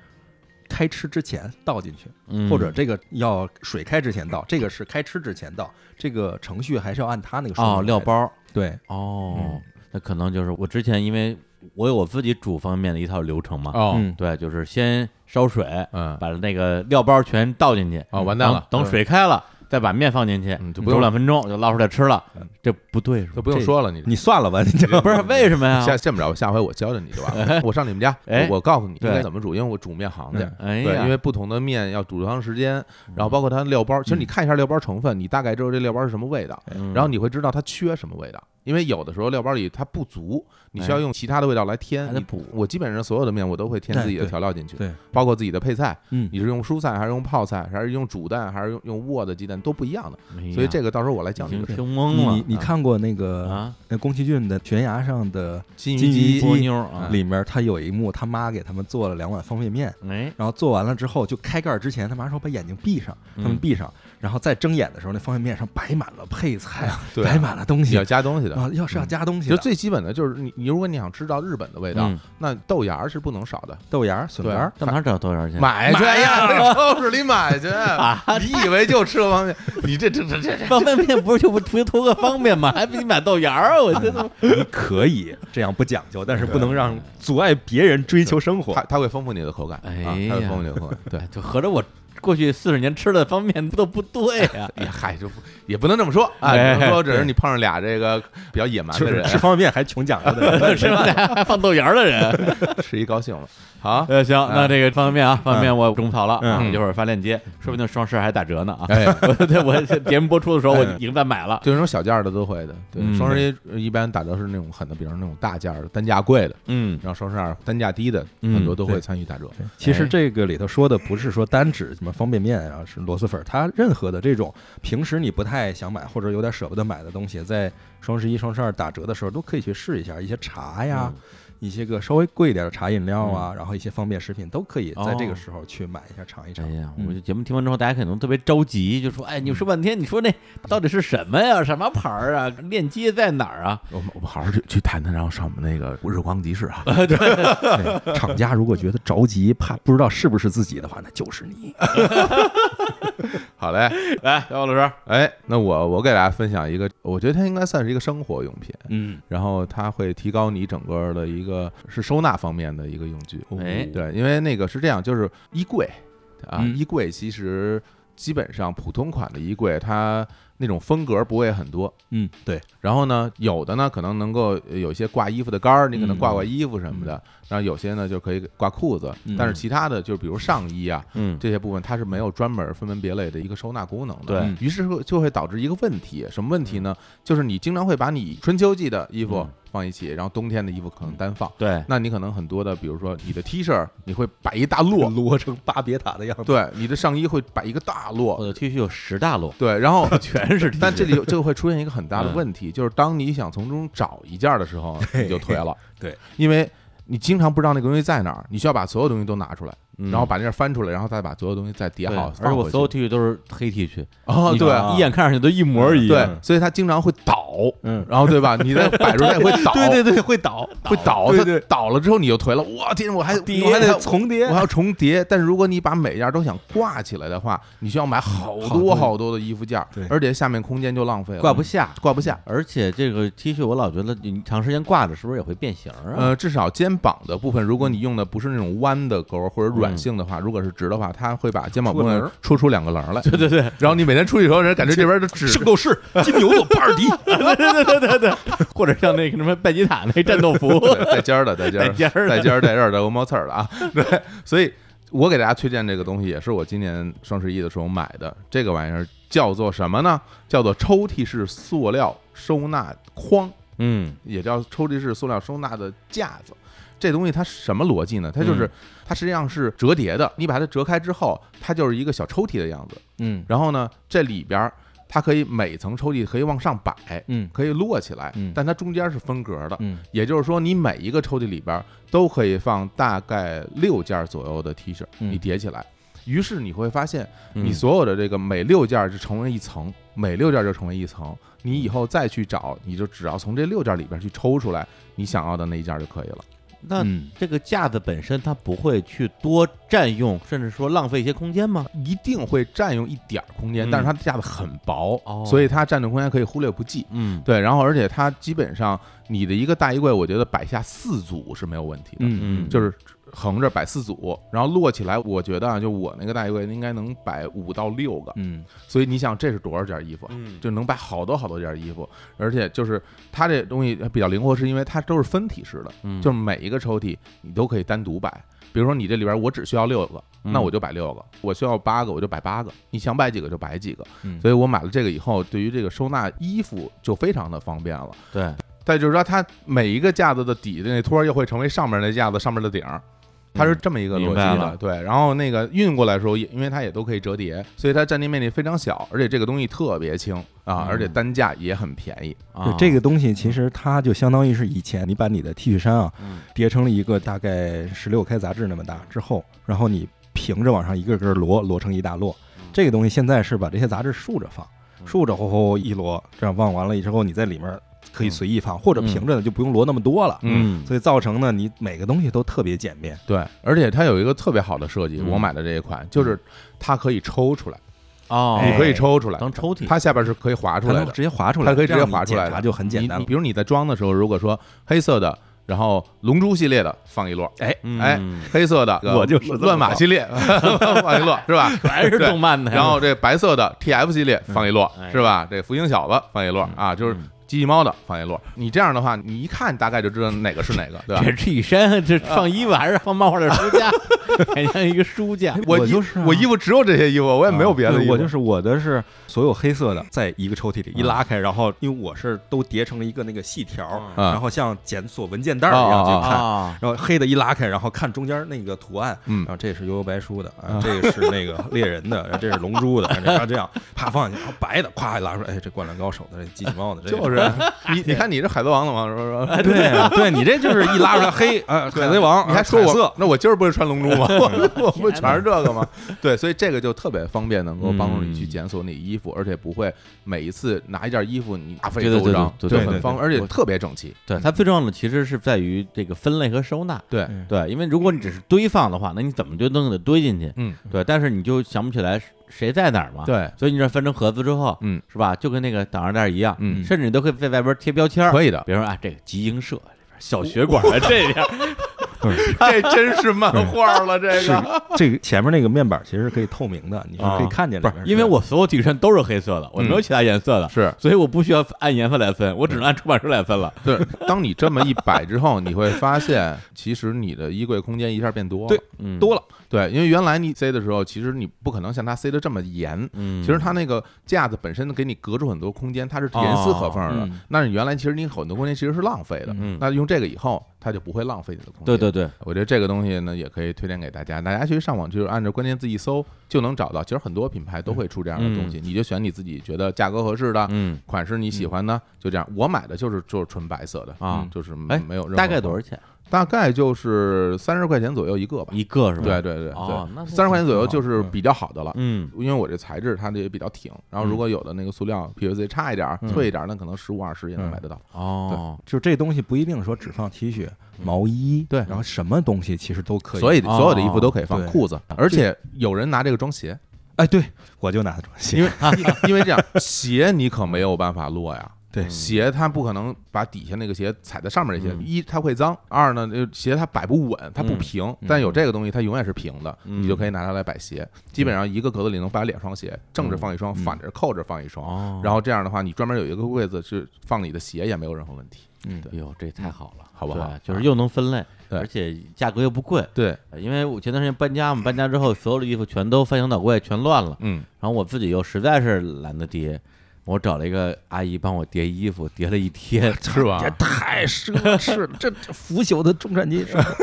开吃之前倒进去，嗯或者这个要水开之前倒，这个是开吃之前倒，这个程序还是要按它那个说明哦料来的包儿对嗯哦，那可能就是我之前因为我有我自己煮方便面的一套流程嘛，哦，嗯对，就是先烧水，嗯，把那个料包全倒进去，哦，完蛋了，等等水开了再把面放进去，嗯就不煮用两分钟就捞出来吃了，这不对是吧都？不用说了，你你算了吧，你就 [LAUGHS] 不是为什么呀？下见不着，下回我教教你就完 [LAUGHS] 了。我上你们家，哎我我告诉你应对该怎么煮，因为我煮面行家。哎对，呀，嗯因为不同的面要煮多长时间，然后包括它的料包，其实你看一下料包成分，你大概知道这料包是什么味道，嗯然后你会知道它缺什么味道，因为有的时候料包里它不足，你需要用其他的味道来添哎还。得你补我基本上所有的面我都会添对自己的对调料进去，对，包括自己的配菜，嗯你是用蔬菜还是用泡菜，还是用煮蛋，还是用用卧的鸡蛋都不一样的，哎呀所以这个到时候我来已讲你经们。听懵了，你你看过那个啊，那宫崎骏的《悬崖上的金金鱼鱼哎姬波妞儿啊，里面他有一幕，他妈给他们做了两碗方便面，哎，然后做完了之后，就开盖儿之前，他妈说把眼睛闭上，他们嗯闭上，然后再睁眼的时候，那方便面上摆满了配菜，对啊摆满了东你西要，加东 [LAUGHS] 西的，啊，要是要加东西就的，最基本的就是你，你如果你想吃到日本的味道，嗯那豆芽儿是不能少的，豆芽儿、笋对干儿，上哪儿找多少钱？买去呀，那 [LAUGHS] 超市里买去。你以为就吃个方便面？你这这这 [LAUGHS] 这这，方便面不是就不图图个方便吗？还不得买豆芽儿？啊我这都你可以这样不讲究，但是不能让阻碍别人追求生活它。它会丰富你的口感，哎呀啊，它会丰富你的口感。对， [LAUGHS] 哎就合着我过去四十年吃的方便面都不对啊呀。 [LAUGHS] 也哎嗨，就不也不能这么说啊，哎只能说只是你碰上俩这个比较野蛮就的啊是人，吃方便面还穷讲究的人，吃完还放豆芽儿的人， [LAUGHS] 吃一高兴了。啊 [LAUGHS] 好，呃，行，那这个方便面啊，方便面我种草了啊，嗯一会儿发链接，说不定双十二还打折呢啊！哎，我 [LAUGHS] 对我节目播出的时候我已经在买了，就那种小件儿的都会的。对，嗯双十一一般打折是那种狠的，比如那种大件儿的、单价贵的，嗯，然后双十二单价低的，嗯很多都会对参与打折。其实这个里头说的不是说单指什么方便面啊，是螺蛳粉儿，它任何的这种平时你不太想买或者有点舍不得买的东西，在双十一、双十二打折的时候都可以去试一下。一些茶呀，一些个稍微贵一点的茶饮料啊，然后一些方便食品都可以在这个时候去买一下尝一哎尝。呀，嗯我就节目听完之后，大家可能特别着急，就说：“哎，你说半天，你说那到底是什么呀？什么牌儿啊？链接在哪儿啊我们我们好好去去谈谈，然后上我们那个日光集市啊，对厂家如果觉得着急，怕不知道是不是自己的话，那就是你。好嘞，？”来，小宝老师，哎，那我我给大家分享一个，我觉得它应该算是一个生活用品， [LAUGHS] 嗯，然后它会提高你整个的一个是收纳方面的一个用具。哦哎对，因为那个是这样，就是衣柜啊，嗯衣柜其实基本上普通款的衣柜，它那种风格不会很多。嗯，对，然后呢，有的呢可能能够呃有一些挂衣服的杆儿，你嗯可能挂挂衣服什么的，然后有些呢就可以挂裤子，嗯但是其他的就比如上衣啊，嗯，这些部分它是没有专门分门别类的一个收纳功能的。对于是会就会导致一个问题，什么问题呢？就是你经常会把你春秋季的衣服嗯放一起，然后冬天的衣服可能单放。对，那你可能很多的，比如说你的 T 恤，你会摆一大摞，摞成巴别塔的样子。对，你的上衣会摆一个大我摞，的 T 恤有十大摞，。对，然后 [LAUGHS] 全是 T 恤，但这里有 [LAUGHS] 就会出现一个很大嗯的问题，就是当你想从中找一件的时候，你就颓了。对，因为你经常不知道那个东西在哪儿，你需要把所有东西都拿出来，嗯然后把那件翻出来，然后再把所有东西再叠对好。而且放我回所有去 T 恤都是黑 T 恤，哦，你啊嗯对，看一眼看上去都一模一样。对，所以它经常会倒，嗯然后对吧？你再摆出来 [LAUGHS] 会倒，对对对，会倒，会倒，对它对倒了之后你就颓了，我天，我还我 [LAUGHS] 还得得重叠我还要重叠。但如果你把每件都想挂起来的话，你需要买好好多多好多的衣服件儿对，而且下面空间就浪费了，挂不下，挂不下。而且这个 T 恤我老觉得你长时间挂着是不是也会变形啊？呃，至少肩膀的部分，如果你用的不是那种弯的钩儿或者软性的话，如果是直的话，它会把肩膀部戳棱分儿戳出两个棱儿来。 [LAUGHS] 对对对，然后你每天出去的时候，人感觉这边的纸 [LAUGHS] 圣斗士、金牛座、巴尔迪，对对对对对， [LAUGHS] 或者像那个什么拜吉塔那战斗服， [LAUGHS] 对带尖儿的，带尖儿 [LAUGHS] 的，带尖儿的带尖儿带刃儿的鹅毛刺儿的啊。 [LAUGHS] 对，所以我给大家推荐这个东西，也是我今年双十一的时候买的。这个玩意儿叫做什么呢？叫做抽屉式塑料收纳筐，嗯，也叫抽屉式塑料收纳的架子。这东西它什么逻辑呢？它就是、嗯它实际上是折叠的，你把它折开之后，它就是一个小抽屉的样子。嗯然后呢，这里边儿它可以每层抽屉可以往上摆，嗯可以摞起来，嗯但它中间是分格的。嗯也就是说，你每一个抽屉里边都可以放大概六件左右的 T 恤，嗯你叠起来。于是你会发现，嗯你所有的这个每六件就成为一层，每六件就成为一层。你以后再去找，你就只要从这六件里边去抽出来你想要的那一件就可以了。那嗯，这个架子本身它不会去多占用，甚至说浪费一些空间吗？一定会占用一点儿空间，嗯但是它架子很薄，哦所以它占用空间可以忽略不计。嗯对，然后而且它基本上你的一个大衣柜，我觉得摆下四组是没有问题的，嗯嗯就是横着摆四组，然后摞起来，我觉得啊，就我那个大衣柜应该能摆五到六个，嗯所以你想这是多少件衣服啊？嗯就能摆好多好多件衣服，而且就是它这东西比较灵活，是因为它都是分体式的，嗯就是每一个抽屉你都可以单独摆。比如说你这里边我只需要六个，嗯那我就摆六个；我需要八个，我就摆八个。你想摆几个就摆几个。嗯所以我买了这个以后，对于这个收纳衣服就非常的方便了。对，再就是说，它每一个架子的底的那托儿又会成为上面那架子上面的顶儿，它是这么一个逻嗯明辑白的。了对，然后那个运过来的时候，也因为它也都可以折叠，所以它占地面积非常小，而且这个东西特别轻啊嗯，而且单价也很便宜。啊这个东西其实它就相当于是以前你把你的 T 恤衫啊嗯叠成了一个大概十六开杂志那么大之后，然后你平着往上一个个摞摞成一大摞。嗯这个东西现在是把这些杂志竖着放，嗯竖着吼吼一摞，这样放完了之后，你在里面可以随意放，或者嗯平着的就不用摞那么多了。嗯所以造成呢，你每个东西都特别简便。对，而且它有一个特别好的设计，嗯我买的这一款嗯就是它可以抽出来，哦，你可以抽出来，当抽屉，它下边是可以划出哎它来能的，直接划出来，它可以直接这样你划出来的检查就很简单你了你。比如你在装的时候，如果说黑色的，然后龙珠系列的放一摞，哎嗯哎，黑色的， [LAUGHS] 我就是这么乱码搞系列 [LAUGHS] 放一摞是 [LAUGHS] 吧？全是动漫的，然后这白色的 TF 系列放一摞嗯哎是吧？这福星小子放一摞啊，就是嗯机器猫的放一摞。你这样的话，你一看大概就知道哪个是哪个，对吧？这 T 衫，这放衣玩意儿，放漫画的书架， [LAUGHS] 很像一个书架。我我衣就是啊我衣服只有这些衣服，我也没有别的啊对衣服。我就是我的是所有黑色的，在一个抽屉里一拉开，然后因为我是都叠成了一个那个细条，嗯然后像检索文件袋儿一哦哦样哦去看。啊，然后黑的一拉开，然后看中间那个图案，嗯然后这是悠悠白书的，啊，这个是那个猎人的，然 [LAUGHS] 后这是龙珠的，然后这样啪放进去，然后白的咵一拉出来，哎，这灌篮高手的，这机器猫的，这哎就是啊你你看你是海贼王了吗？啊是吧？对对，你这就是一拉出来黑， [LAUGHS] 呃，海贼王，啊你还说彩色我，那我今儿不是穿龙珠吗？我我不全是这个吗？对，所以这个就特别方便，能够帮助你去嗯检索你衣服，而且不会每一次拿一件衣服你大费对对周对章，对就对很对方，对而且我特别整齐。对，它最重要的其实是在于这个分类和收纳。对嗯对，因为如果你只是堆放的话，那你怎么就都得堆进去？嗯，对，但是你就想不起来谁在哪儿嘛。，对，所以你这分成盒子之后，嗯，是吧？就跟那个档案袋一样，嗯甚至你都可以在外边贴标签儿，可以的。比如说啊，这个集英社里边小学馆啊，这 [LAUGHS] 样，嗯这真是漫画了，这是这个前面那个面板其实是可以透明的，你是啊可以看见里不面是的，因为我所有体育衫都是黑色的，我没嗯有其他颜色的，是所以我不需要按颜色来分，我只能按出版社来分了。对。当你这么一摆之后，你会发现，其实你的衣柜空间一下变多了。对嗯，多了，对，因为原来你塞的时候，其实你不可能像它塞的这么严。嗯，其实它那个架子本身给你隔出很多空间，它是严丝合缝的哦嗯。那你原来其实你很多空间其实是浪费的嗯，那用这个以后，它就不会浪费你的空间。对对对，我觉得这个东西呢，也可以推荐给大家。大家去上网就是按照关键字一搜，就能找到。其实很多品牌都会出这样的东西，你就选你自己觉得价格合适的，嗯款式你喜欢的，就这样。我买的就是就是纯白色的啊嗯就是哎没有任何大概多少？钱大概就是三十块钱左右一个吧。一个是吧？对对对对，哦，那三十块钱左右就是挺好比较好的了。嗯因为我这材质它的也比较挺，然后如果有的那个塑料 PVC 差一点儿、嗯脆一点儿，那可能十五二十也能买得到。哦，就这东西不一定说只放 T 恤、毛衣，对然后什么东西其实都可以。所以哦啊所有的衣服都可以放对裤子，而且有人拿这个装鞋，哎，对我就拿它装鞋，因为 [LAUGHS] 因为这样鞋你可没有办法落呀。嗯对鞋它不可能把底下那个鞋踩在上面那些，嗯一它会脏，二呢就鞋它摆不稳，它不平。但有这个东西，它永远是平的，嗯你就可以拿它来摆鞋。基本上一个格子里能摆两双鞋，正着放一双，嗯反着扣着放一双。哦，然后这样的话，你专门有一个柜子是放你的鞋，也没有任何问题。嗯，哎呦，这太好了，好不好对就是又能分类，对而且价格又不贵。对，因为我前段时间搬家嘛，搬家之后所有的衣服全都翻箱倒柜，全乱了。嗯，然后我自己又实在是懒得叠，我找了一个阿姨帮我叠衣服，叠了一天， [LAUGHS] 是吧？ [LAUGHS] 太奢侈 [LAUGHS] 了，这这腐朽的中产阶级 [LAUGHS]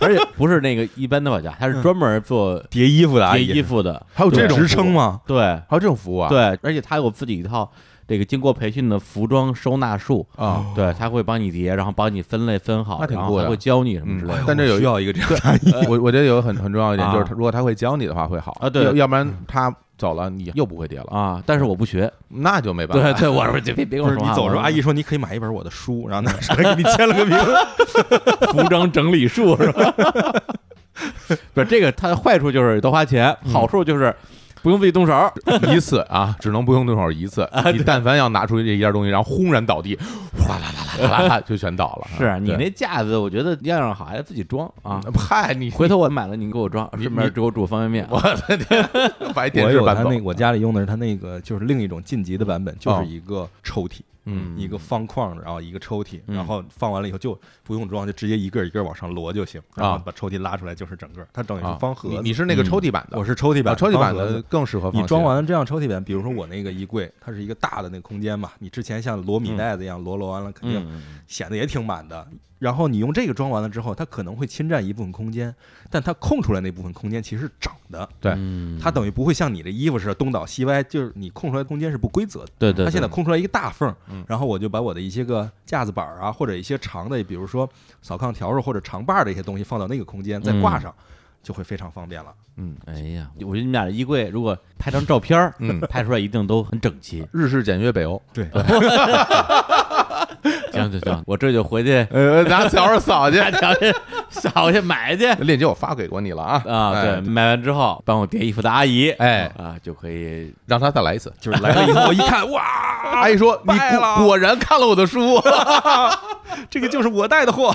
而且不是那个一般的保家，她嗯是专门做叠衣服的阿叠姨，衣服的。还有这种支服撑务，吗？对还有这种服务啊？对，而且她有自己一套这个经过培训的服装收纳术，啊，对，她会帮你叠，然后帮你分类分好，那挺然后酷还的会教你什么之类哎的呦。但这有 [LAUGHS] 我需要一个这样的阿姨，我我觉得有很很重要一点，啊就是他如果他会教你的话会好啊对要要不然他走了，你又不会跌了，啊，但是我不学，那就没办 [LAUGHS] 对法。对，我说别别别跟不我是说你话，走的时候，哎阿姨说你可以买一本我的书，然后拿出来给你签了个名。服装整理术是吧？不是这个，它的坏处就是多花钱，好处就是不用自己动手儿。嗯一次啊，只能不用动手一次。你但凡要拿出这一件东西，然后轰然倒地，哗啦啦啦啦啦啦，就全倒了。是你 [LAUGHS] 对那架子，我觉得样样好，还得自己装啊。嗨，你回头我买了，你给我装，你顺便你给我煮方便面。啊我的天，把电 [LAUGHS] 我视有他搬走那，个，我家里用的是他那个，就是另一种晋级的版本，就是一个抽屉，嗯一个方框，然后一个抽屉，嗯然后放完了以后就不用装，就直接一个一个往上摞就行，然后把抽屉拉出来就是整个，它等于是啊方盒你子。你是那个抽屉版的，我是抽屉啊版，抽屉版方盒的子。更适合放你鞋。装完了这样抽屉版，比如说我那个衣柜，它是一个大的那个空间嘛，你之前像摞米袋子一样摞摞完了，肯定 [LAUGHS] 嗯，显得也挺满的。然后你用这个装完了之后，它可能会侵占一部分空间，但它空出来那部分空间其实是长的，对嗯它等于不会像你的衣服似的东倒西歪，就是你空出来的空间是不规则的。对对，它现在对空出来一个大缝儿嗯，然后我就把我的一些个架子板儿啊，或者一些长的，比如说扫炕笤帚或者长把儿的一些东西放到那个空间，嗯再挂上，就会非常方便了。哎呀，我觉得你们俩的衣柜如果拍张照片儿，嗯拍出来一定都很整齐。 [LAUGHS] 日式简约北欧，行行行，我这就回 [LAUGHS] 去呃，拿笤帚扫去。 [LAUGHS] 大条去扫去买去链接我发给过你了啊啊。对，哎买完之后帮我叠衣服的阿姨，哎啊，就可以让他再来一次。就是来了以后，我一看， [LAUGHS] 哇，阿姨说：“你败了果果然看了我的书。 [LAUGHS] 这个就是我带的货。”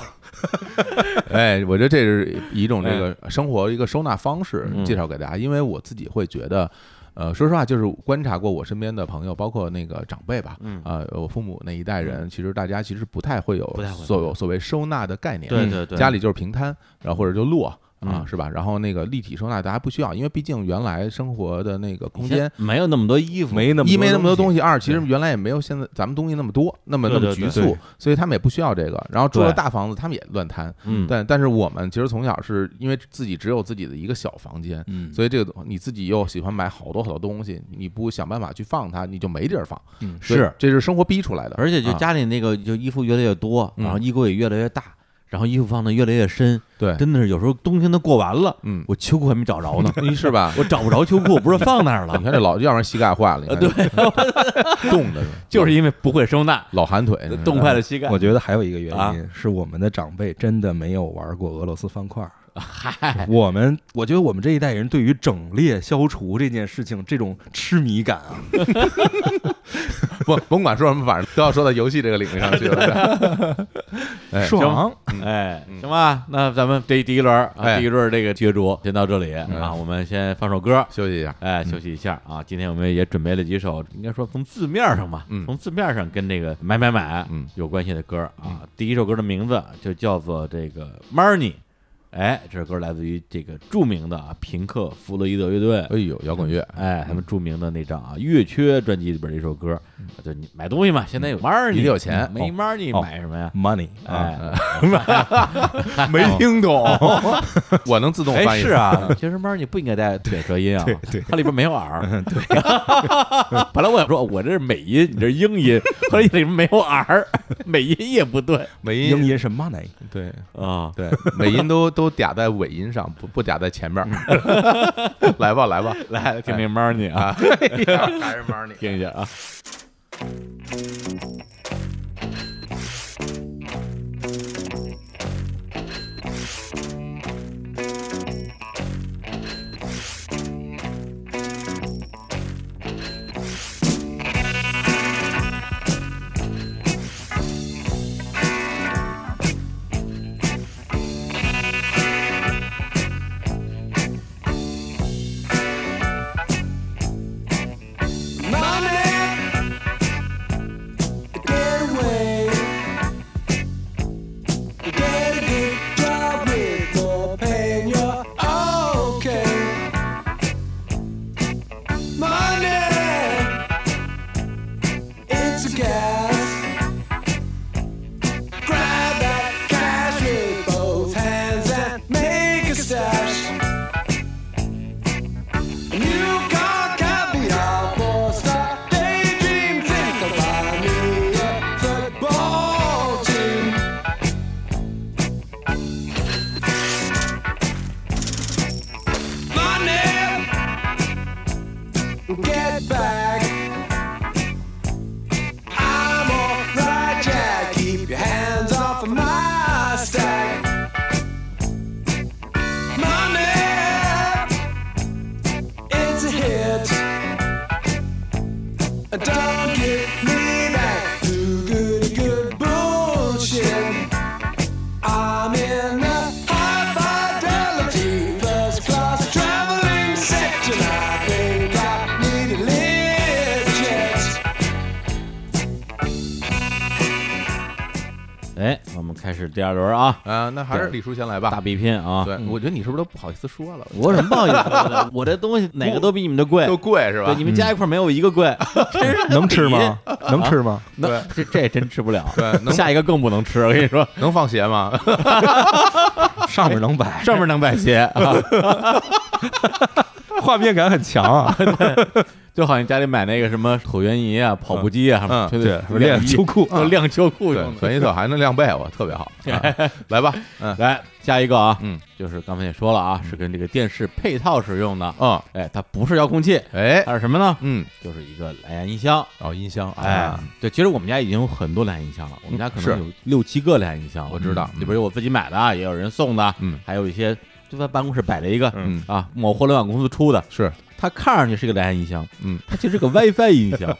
[LAUGHS] 哎，我觉得这是一种这哎个生活一个收纳方式，嗯介绍给大家。因为我自己会觉得，呃，说实话，就是观察过我身边的朋友，包括那个长辈吧，嗯啊，我父母那一代人，其实大家其实不太会有不太会所有所谓收纳的概念。对对对家里就是平摊，然后或者就摞。啊嗯，是吧？然后那个立体收纳大家不需要，因为毕竟原来生活的那个空间没有那么多衣服，没那么一没那么多东西，西，二其实原来也没有现在咱们东西那么多，那么对那对么局对促对，所以他们也不需要这个。然后住了对大房子，他们也乱摊。嗯，但但是我们其实从小是因为自己只有自己的一个小房间，嗯，所以这个你自己又喜欢买好多好多东西，你不想办法去放它，你就没地儿放。嗯所以是这是生活逼出来的。而且就啊家里那个就衣服越来越多，嗯然后衣柜也越来越大，然后衣服放的越来越深，对，真的是有时候冬天都过完了，嗯，我秋裤还没找 [LAUGHS] 着呢，是吧？我找不着秋裤，不是放那儿了 [LAUGHS] 你，看这老，要不然膝盖坏了，呃你看对，冻的就是因为不会收纳，老寒腿，冻坏了膝盖嗯我。觉得还有一个原因啊是我们的长辈真的没有玩过俄罗斯方 [LAUGHS] 块。嗨，我们我觉得我们这一代人对于整列消除这件事情这种痴迷感啊，不甭管说什么，反正都要说到游戏这个领域上去 [LAUGHS] 了。哎爽！哎，行吧，那咱们这第一轮儿啊，嗯哎嗯第一轮儿这个角逐先到这里啊，我们先放首歌。休息一下，哎，休息一下啊！今天我们也准备了几首，应该说从字面上吧，嗯从字面上跟这个买买买嗯有关系的歌啊。第一首歌的名字就叫做这个 Money，哎，这首歌来自于这个著名的啊平克·弗洛伊德乐队，哎呦，摇滚 [LAUGHS] 乐，哎，他们著名的那张啊《月缺》专辑里边的一首歌，就你买东西嘛，现在有 Money，嗯你得有钱没哦 Money 哦嗯买什么呀？ money 哦啊，哎，没听懂，我能自动哎翻译是，啊，其实 Money 不应该带卷舌音啊，对对它里边 [LAUGHS] 没有嗯 r，对。本来我想说我这是美音，你这是英音，后来里边没有 r，美音也不对美英音音是 [LAUGHS] money，对啊。对，美音都都嗲在尾音上，不不嗲在前面。嗯 [LAUGHS] 来吧 [LAUGHS] 来吧，来听听 Money 啊，哎还是 money。听一下啊。 Money, it 哎，我们开始第二轮啊，啊，那还是对李叔先来大吧。比拼啊！对，嗯我觉得你是不是都不好意思说了？我有什么不好意思说 [LAUGHS] 的？我这东西哪个都比你们的贵，都贵是吧对，？你们加一块儿没有一个贵，真是能吃吗？能吃吗？那这这真吃不了，对， [LAUGHS] 能下一个更不能吃。我跟 [LAUGHS] 你说，能放鞋吗？啊上面能 [LAUGHS] 摆，上面能摆鞋啊，画面感很 [LAUGHS] 强啊！就好像家里买那个什么椭圆仪啊、跑步机啊，嗯什么对对，练 [LAUGHS] 秋裤啊晾秋裤对用，的。穿一特还能晾被窝，特别 [LAUGHS] 好。啊来吧，嗯来下一个啊，嗯就是刚才也说了啊，是跟这个电视配套使用的。嗯，哎，它不是遥控器，哎，它是什么呢？嗯，就是一个蓝牙音箱。哦，音箱，哎啊，，对，其实我们家已经有很多蓝牙音箱了，我们家可是能有六七个蓝牙音箱了，我知道嗯里边有我自己买的啊，也有人送的，嗯，还有一些就在办公室摆了一个嗯，啊，某互联网公司出的，是，它看上去是个蓝牙音箱，嗯，它其实是个 WiFi [LAUGHS] 音箱，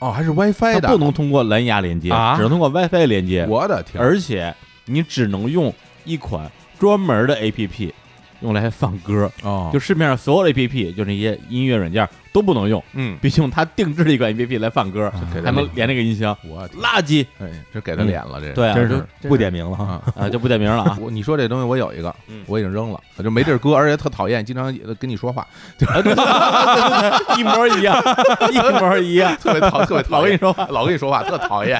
哦，还是 WiFi 它的，不能通过蓝牙连接，啊只能通过 WiFi 连接，我的天，而且你只能用一款专门的 APP 用来放歌，哦，就市面上所有的 APP，就那些音乐软件都不能用，嗯，必须用它定制的一款 APP 来放歌，这给还他能连那个音箱，我的天，垃圾。哎，这给他脸了，这对啊，真就是不点名了哈。啊。啊，就不点名了 [LAUGHS]。啊我你说这东西我有一个嗯，我已经扔了，我就没地儿搁，而且特讨厌，经常跟你说话，啊一模一样，一模一样。 [LAUGHS] 特别讨，特别讨厌，老跟你说话，老跟你说话，特讨 [LAUGHS] 厌。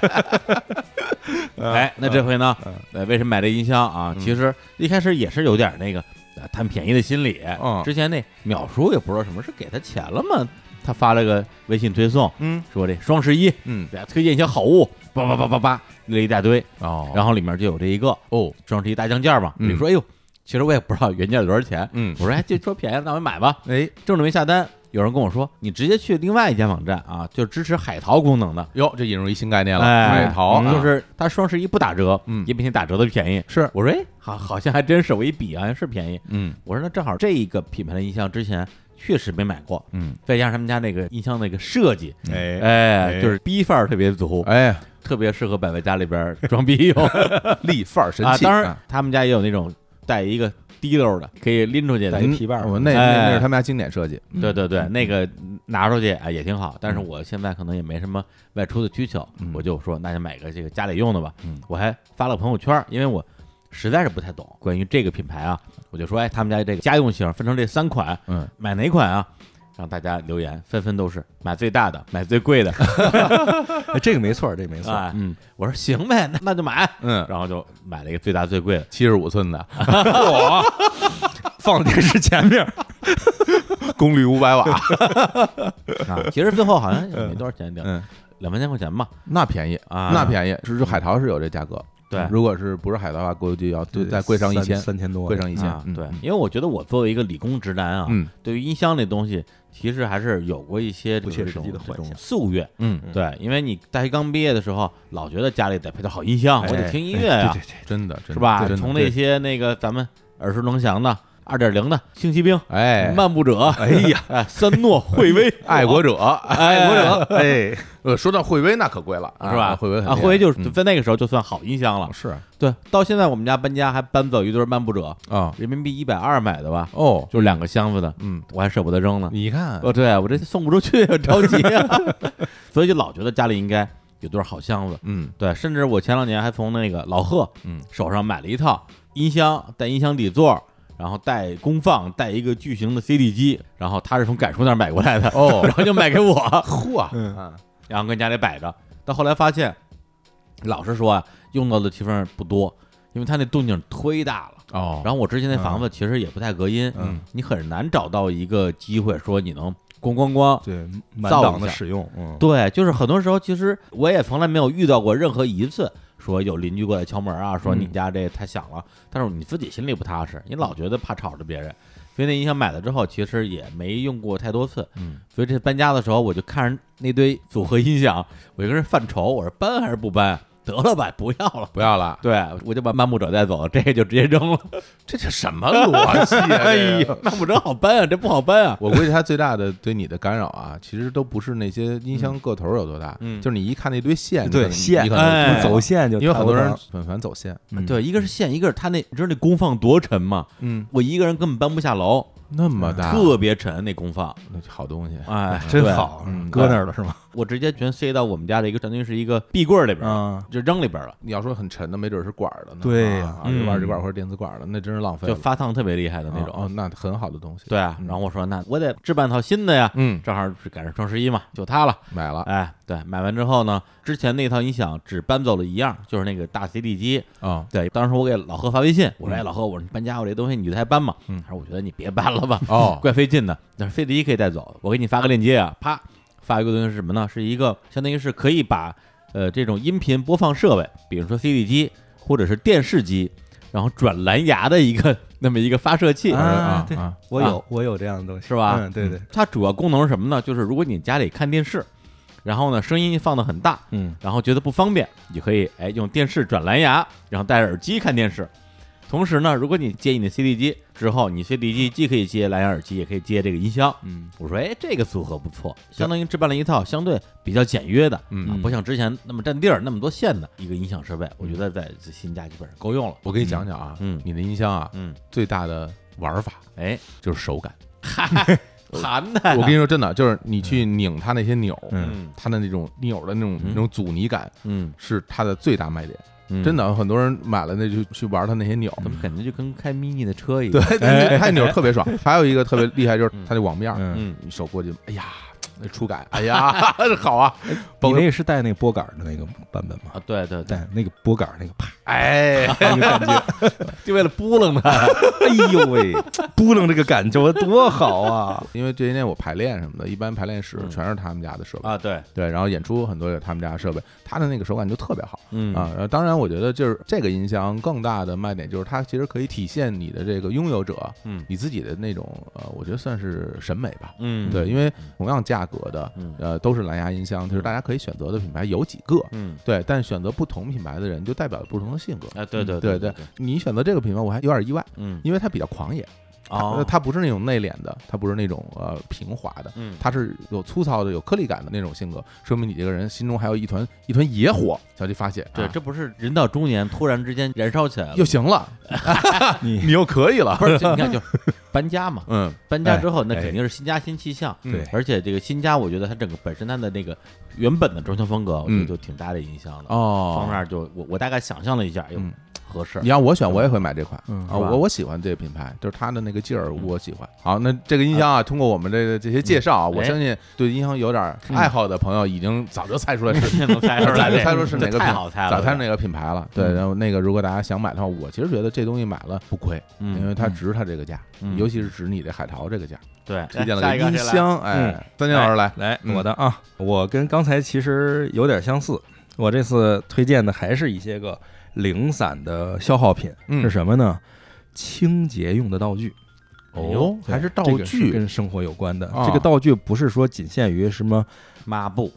哎，那这回呢？呃，为什么买这音箱啊？嗯其实一开始也是有点那个呃贪便宜的心理。嗯之前那淼叔也不知道什么是给他钱了吗？他发了个微信推送，嗯说这双十一嗯，给大家推荐一些好物，叭叭叭叭叭列一大堆，哦，然后里面就有这一个哦，双十一大降价嘛。嗯你说，哎呦，其实我也不知道原价多少钱，嗯我说哎，就说便宜了，那我就买吧。哎，正准备下单，有人跟我说，你直接去另外一家网站啊，就支持海淘功能的，哟，这引入一新概念了，哎，海淘嗯就啊是它双十一不打折，嗯也比你打折的便宜。是，我说，哎，好，好像还真是，我一比好像是便宜。嗯我说，那正好这一个品牌的音箱之前确实没买过，嗯，再加上他们家那个音箱那个设计，哎哎，就是逼范儿特别足，哎，特别适合摆在家里边儿 [LAUGHS] 装逼用立范儿神啊。器，当然，他们家也有那种带一个滴溜的，可以拎出去的带。一皮瓣儿我那哎那那是他们家经典设计，对对对，那个拿出去啊也挺好，但是我现在可能也没什么外出的需求，嗯我就说那就买个这个家里用的吧。嗯我还发了朋友圈儿，因为我实在是不太懂关于这个品牌啊，我就说哎，他们家这个家用型分成这三款，嗯，买哪款啊？让大家留言，纷纷都是买最大的，买最贵的。哎这个没错儿，这个没错儿。哎，嗯我说行呗，那那就买。嗯，然后就买了一个最大最贵的， [LAUGHS] 七十五寸的， [LAUGHS] 啊我 [LAUGHS] 放在电视前面儿，功率五百瓦，啊，其实最后好像也没多少钱，两嗯两三千块钱吧。那便宜啊那便宜，只是海淘是有这价格，嗯对如果是不是海淘的话，估计要就再贵上一三千，三千多，贵上一千啊，，嗯对，因为我觉得我作为一个理工直男啊，嗯对于音箱这东西，其实还是有过一些不这切个实际这的种幻这种想夙愿。嗯，嗯对，因为你大学刚毕业的时候，老觉得家里得配套好音箱，我得哎听音哎乐呀、对对对，真的，真的是吧？真的从那些那个咱们耳熟能详的二点零的星骑兵、哎，漫步者， [LAUGHS] 哎呀，三诺、惠威、爱 [LAUGHS] 国者，爱国者哎，呃，说到惠威那可贵了，是吧？惠威很啊，厉惠威害就是嗯在那个时候就算好音箱了。是啊对，到现在我们家搬家还搬走一对漫步者，啊人民币一百二买的吧，哦，就两个箱子的，嗯，我还舍不得扔呢。你看哦，对我这送不出去，着急啊， [LAUGHS] 所以就老觉得家里应该有对好箱子。嗯对，甚至我前两年还从那个老贺嗯手上买了一套音箱，带音箱底座，然后带功放，带一个巨型的 CD 机，然后他是从改叔那儿买过来的，哦然后就卖给我， [LAUGHS] 嚯嗯啊然后跟家里摆着。但后来发现，老实说啊，用到的地方不多，因为他那动静忒大了。哦，然后我之前那房子其实也不太隔音，嗯，你很难找到一个机会说你能咣咣咣对，满造档一的下使用，嗯，对，就是很多时候，其实我也从来没有遇到过任何一次说有邻居过来敲门啊，说你嗯家这太响了，但是你自己心里不踏实，你老觉得怕吵着别人，所以那音箱买了之后，其实也没用过太多次。嗯，所以这搬家的时候，我就看着那堆组合音响，我就跟人犯愁，我说搬还是不搬？得了吧，不要了。不要了，对，我就把漫步者带走了，这个就直接扔了。这这什么逻辑啊？哎呀，漫步者好搬啊，这不好搬啊。我估计他最大的对你的干扰啊，其实都不是那些音箱个头有多大，嗯就是你一看那堆线，你可对能线你可能哎就走，线就因为很多人看不很烦走线，到，嗯，对，一个是线，一个是他那，你知道那功放多沉吗？嗯，我一个人根本搬不下楼，那么大，特别沉那功放。那好东西，哎，真对，好嗯，搁那儿了是吗？我直接全塞到我们家的一个相当于是一个壁柜里边儿，啊，就扔里边儿了，你要说很沉的，没准是管儿的呢。对呀啊，二十瓦嗯这管儿或者电子管儿的，那真是浪费就了。发烫特别厉害的那种。哦，哦那很好的东西。，对啊，嗯然后我说那我得置办套新的呀，嗯，正好是赶上双十一嘛，就它了。买了哎，对，买完之后呢，之前那套音响只搬走了一样，就是那个大 CD 机。啊，对，当时我给老何发微信，我嗯说：“哎，老何，我说你搬家，我这东西你就还搬吗？”嗯他说：“我觉得你别搬了吧，哦怪费劲的。但是 CD 机可以带走，我给你发个链接啊，啪，发一个东西是什么呢？是一个相当于是可以把呃这种音频播放设备，比如说 CD 机或者是电视机，然后转蓝牙的一个那么一个发射器。啊啊对啊，我有我有这样的东西，是吧嗯，对对，它主要功能是什么呢？就是如果你家里看电视，然后呢声音放的很大，嗯，然后觉得不方便，你就可以哎用电视转蓝牙，然后戴着耳机看电视。同时呢，如果你接你的 CD 机之后，你 CD 机既可以接蓝牙耳机，也可以接这个音箱。嗯我说，哎，这个组合不错，相当于置办了一套相对比较简约的，嗯啊，不像之前那么占地儿、那么多线的一个音响设备，我觉得在新家基本上够用了。我给你讲讲啊，嗯你的音箱啊，嗯，最大的玩法哎，就是手感。弹的，我跟你说真的，就是你去拧它那些钮儿，嗯它的那种钮儿的那种嗯那种阻尼感嗯是它的最大卖点。嗯，真的，很多人买了那就去玩它那些钮儿，怎么感觉就跟开 mini 的车一样？ [LAUGHS] 对，那开钮儿特别爽。还有一个特别厉害就是它那网面儿，嗯，哎嗯，你手过去，哎呀，那触感，哎呀， [LAUGHS] 好啊，你包那个是带那个拨杆儿的那个版本吗？啊，对对对，带那个拨杆儿那个啪，哎，那个感觉， [LAUGHS] 就为了拨楞它。哎呦喂，扑棱这个感觉多好 [LAUGHS] 啊！因为这些年我排练什么的，一般排练室嗯全是他们家的设备，啊，对，对，然后演出很多有他们家的设备，他的那个手感就特别好嗯啊。然后当然，我觉得就是这个音箱更大的卖点就是它其实可以体现你的这个拥有者，嗯你自己的那种呃，我觉得算是审美吧。嗯，对，因为同样价格的，嗯呃，都是蓝牙音箱，就是大家可以选择的品牌有几个，嗯对，但选择不同品牌的人就代表不同的性格。啊，对对对对，你选择这个品牌，我还有点意外，嗯，因为它比较狂野，它哦，它不是那种内敛的，它不是那种呃平滑的，嗯，它是有粗糙的、有颗粒感的那种性格，说明你这个人心中还有一团一团野火想去发泄。对，啊这不是人到中年突然之间燃烧起来又了。行了，你你又可以了。不是，就你看，就是搬家嘛，嗯，搬家哎之后那哎肯定是新家新气象，嗯对而且这个新家，我觉得它整个本身它的那个原本的装修风格，我觉得嗯就挺大的影响的。方哦，面就我我大概想象了一下，哎呦嗯，合适你。让我选，我也会买这款嗯啊，是吧嗯我我喜欢这个品牌，就是它的那个劲儿，我喜欢。好，那这个音箱啊，通过我们这个这些介绍啊，我哎相信对音箱有点爱好的朋友已经早就猜出来是 [LAUGHS] 能猜出咱来，就猜出是哪这个品太好猜了，早餐那个品牌了，对，嗯然后那个如果大家想买的话，我其实觉得这东西买了不亏，嗯，因为它值它这个价，嗯尤其是值你这海淘这个价。对，推荐了下一个音谁来，箱，哎，三金老师来，来，嗯我的啊，我跟刚才其实有点相似，我这次推荐的还是一些个零散的消耗品，嗯是什么呢？清洁用的道具，哎哦呦，还是道这个是具，跟生活有关的。啊这个道具不是说仅限于什么，抹 [LAUGHS] 布。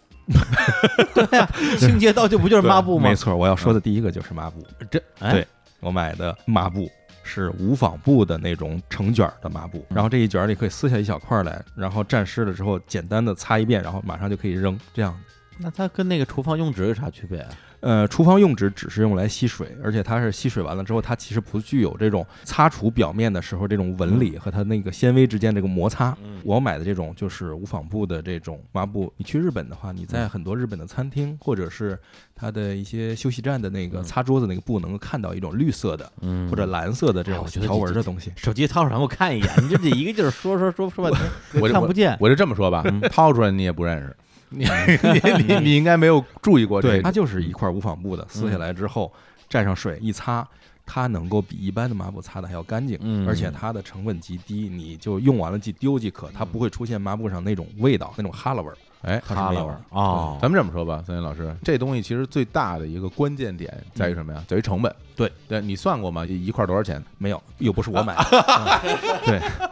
对呀，清洁道具不就是抹布吗没？错，我要说的第一个就是抹布。这哎对我买的抹布是无纺布的那种成卷儿的抹嗯布，然后这一卷儿你可以撕下一小块儿来，然后蘸湿了之后简单的擦一遍，然后马上就可以扔，这样那它跟那个厨房用纸有啥区别啊？呃，厨房用纸只是用来吸水，而且它是吸水完了之后，它其实不具有这种擦除表面的时候这种纹理和它那个纤维之间这个摩擦。嗯我买的这种就是无纺布的这种抹布，你去日本的话，你嗯在很多日本的餐厅或者是它的一些休息站的那个嗯擦桌子那个布，能够看到一种绿色的嗯或者蓝色的这哎种我觉得条这纹这的东西。手机掏出来给我看一眼， [LAUGHS] 你这这一个劲儿说说说说半天，我看不见。我就这么说吧嗯， [LAUGHS] 掏出来你也不认识，你你你你应该没有注意过这对，个它，就是一块无纺布的，撕嗯下来之后蘸上水一擦，它能够比一般的抹布擦的还要干净，嗯而且它的成本极低，你就用完了即丢即可，它不会出现抹布上那种味道，那种哈喇味儿，哎。它是没有味儿的。哦，咱们这么说吧，三金老师，这东西其实最大的一个关键点在于什嗯么呀？在于成本。对，对你算过吗？一一块多少钱？没有，又不是我买 [LAUGHS] 的，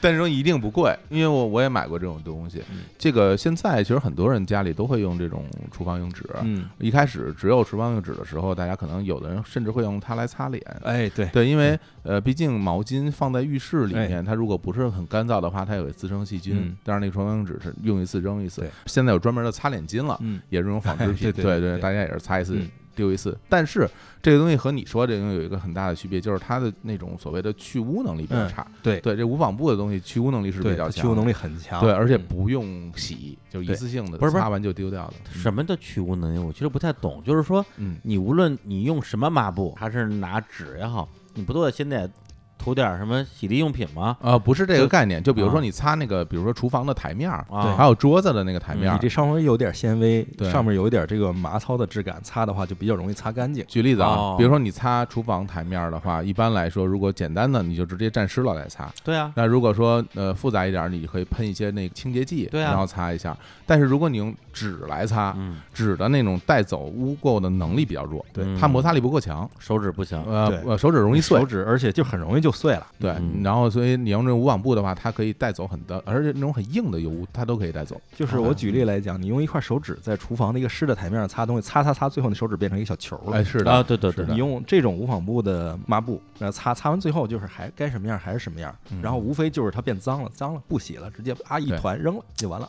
但是说一定不贵，因为我我也买过这种东西。嗯这个现在其实很多人家里都会用这种厨房用纸。嗯，一开始只有厨房用纸的时候，大家可能有的人甚至会用它来擦脸。哎，对，对，因为呃，毕竟毛巾放在浴室哎里面，它如果不是很干燥的话，它也会滋生细菌嗯。但是那个厨房用纸是用一次扔一次对，现在有专门的擦脸巾了，嗯， [LAUGHS] 也是用纺织品。对对对对对，大家也是擦一次嗯。丢一次。但是这个东西和你说这个东西有一个很大的区别，就是它的那种所谓的去污能力比较嗯差。对对，这无纺布的东西去污能力是比对，较它强的，去污能力很强，对，而且嗯不用洗，就一对次性的，不是不是擦完就丢掉的。什么叫去污能力？我其实不太懂，就是说嗯，你无论你用什么抹布，还是拿纸也好，你不都得先得涂点什么洗涤用品吗？呃，不是这个就概念，就比如说啊你擦那个，比如说厨房的台面儿，啊嗯还有桌子的那个台面你儿。这稍微有点纤维，对上面有一点这个麻糙的质感，擦的话就比较容易擦干净。举例子啊哦，比如说你擦厨房台面儿的话，一般来说，如果简单的你就直接蘸湿了来擦。对啊，那如果说呃复杂一点儿，你可以喷一些那个清洁剂，对啊然后擦一下。但是如果你用纸来擦，嗯，纸的那种带走污垢的能力比较弱，对它摩擦力不够强，手指不行，呃对呃手指容易碎手。指，而且就很容易就碎了。对，嗯然后所以你用这种无纺布的话，它可以带走很多，而且那种很硬的油污它都可以带走。就是我举例来讲，你用一块手指在厨房的一个湿的台面上擦东西，擦擦擦，最后那手指变成一个小球哎，了。是的，啊，对对是对的，你用这种无纺布的抹布，那擦擦完最后就是还该什么样还是什么样，然后无非就是它变脏了，脏了不洗了，直接啊一对团扔了就完了。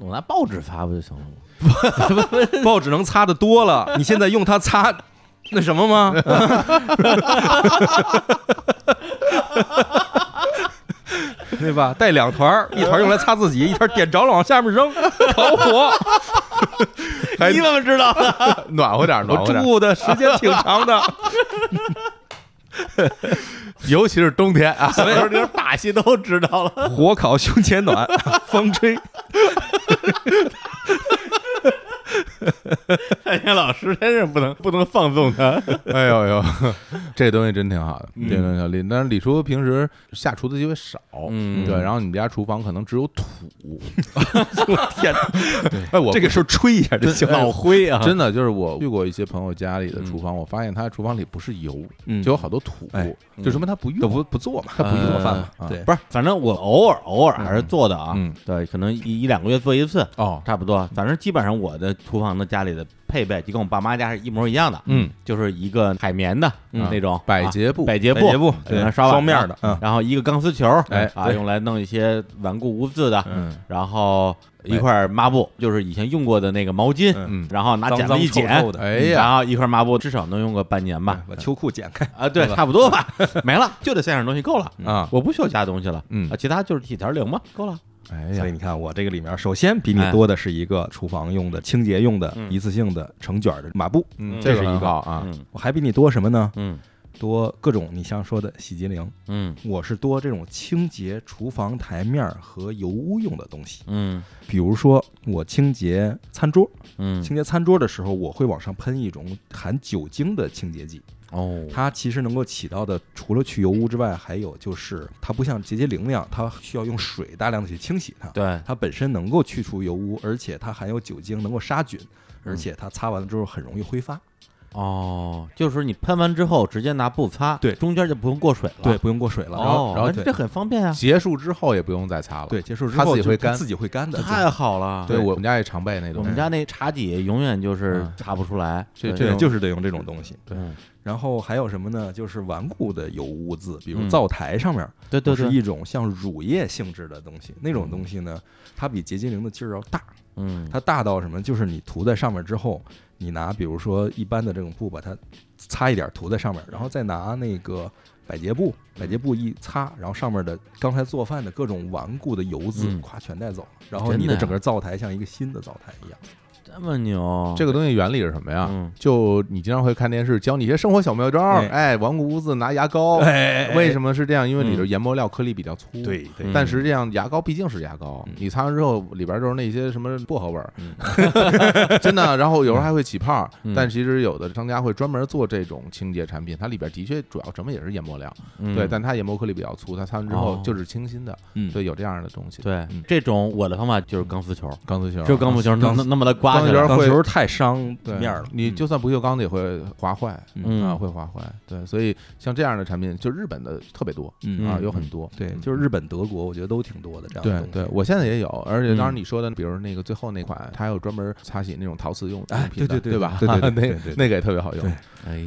我拿报纸擦不就行了吗？报纸能擦的多了，你现在用它擦那什么吗？ [LAUGHS] 对吧？带两团儿，一团儿用来擦自己，一团儿点着了往下面扔，烤火。哎你怎么知 [LAUGHS] 道的？暖和点儿，我暖和点儿，住的时间挺长的，尤其是冬天啊， [LAUGHS] 所以这把戏都知道 [LAUGHS] 了。火烤胸前暖，风吹。蔡天哎老师真是不能不能放纵 [LAUGHS] 他。 [LAUGHS] 哎呦呦，这东西真挺好的，嗯这东西挺好李，但是李叔平时下厨的机会少，嗯对，然后你们家厨房可能只有土， [LAUGHS] 天哪，哎，我这个时候吹一下就行了。老灰啊，哎真的就是我去过一些朋友家里的厨房，我发现他厨房里不是油，嗯就有好多土哎，就说明他不都用，不不做嘛，他不嗯用做饭嘛啊，对不是，反正我偶尔偶尔还是做的啊，嗯嗯对，可能一一两个月做一次，哦，差不嗯多。反正基本上我的厨房的家里的配备就跟我爸妈家是一模一样的，嗯，就是一个海绵的、嗯那种百洁布啊百洁布，百洁布用来哦对刷碗啊双面的嗯然后一个钢丝球，哎啊，用来弄一些顽固污渍的，嗯然后一块抹布，就是以前用过的那个毛巾，哎嗯嗯，然后拿剪子脏一臭剪，嗯臭的，哎呀，然后一块抹布至少能用个半年吧，嗯把秋裤剪开，啊，对，差不多吧， [LAUGHS] 没了，就这三样东西够了。嗯啊，我不需要加东西了，嗯啊，其他就是几条零嘛，够了。哎所以呀，你看，我这个里面首先比你哎多的是一个厨房用的、清洁用的、嗯一次性的成卷儿的抹布，嗯，嗯这这是很一个好啊，嗯我还比你多什么呢？嗯多各种你像说的洗洁灵，嗯我是多这种清洁厨房台面儿和油污用的东西。嗯比如说，我清洁餐桌，嗯，清洁餐桌的时候，我会往上喷一种含酒精的清洁剂，哦，它其实能够起到的，除了去油污之外，还有就是它不像洁洁灵那样，它需要用水大量的去清洗它。对，它本身能够去除油污，而且它含有酒精，能够杀菌，嗯而且它擦完了之后很容易挥发。哦，就是你喷完之后直接拿布擦，对中间就不用过水了。对，，不用过水了。然后哦，然后哎对这很方便啊，结束之后也不用再擦了，嗯对，结束之它自后己就会干自己会干的。太好了。对，我们家也常备那我东们西，家那茶几永远就是嗯擦不出来。这对这对，种就是得用这种东西。嗯然后还有什么呢？就是顽固的油污渍，比如嗯灶台上面，对对嗯是对，一种像乳液性质的东西。那种东西呢，它比洁精灵的劲儿要大，嗯它大到什么？就是你涂在上面之后，你拿比如说一般的这种布把它擦一点涂在上面，然后再拿那个百洁布，百洁布一擦，然后上面的刚才做饭的各种顽固的油渍，嗯咵全带走了，然后真你的啊的呀整个灶台像一个新的灶台一样。这么嗯牛，这个啊东西原理是什么呀？嗯就你经常会看电视，教你一些生活小妙招儿，哎，顽固污渍拿牙膏，哎为什么是这样？因为里头研磨料颗粒比较粗，对对嗯但实际上牙膏毕竟是牙膏，你擦完之后里边就是那些什么薄荷味儿， [LAUGHS] [LAUGHS] 真的。然后有时候还会起泡儿，嗯但其实有的商家会专门做这种清洁产品，它里边的确主要成分也是研磨料，嗯对，但它研磨颗粒比较粗，它擦完之后哦就是清新的，嗯对，有这样的东西。，对嗯这种我的方法就是钢丝球，钢丝球，只有钢丝球能能能把它刮钢起丝球来。当会时太伤对面儿了，嗯你就算不锈钢的也会划坏，嗯啊，会划坏。对，所以像这样的产品，就日本的特别多，嗯啊，嗯有很多。对，就是日本、德国，我觉得都挺多的这样的对东西。对，我现在也有，而且当然嗯你说的，比如那个最后那款，它还有专门擦洗那种陶瓷用哎用品的，对对对吧？对对对 [LAUGHS] 那对对那个也特别好用。对哎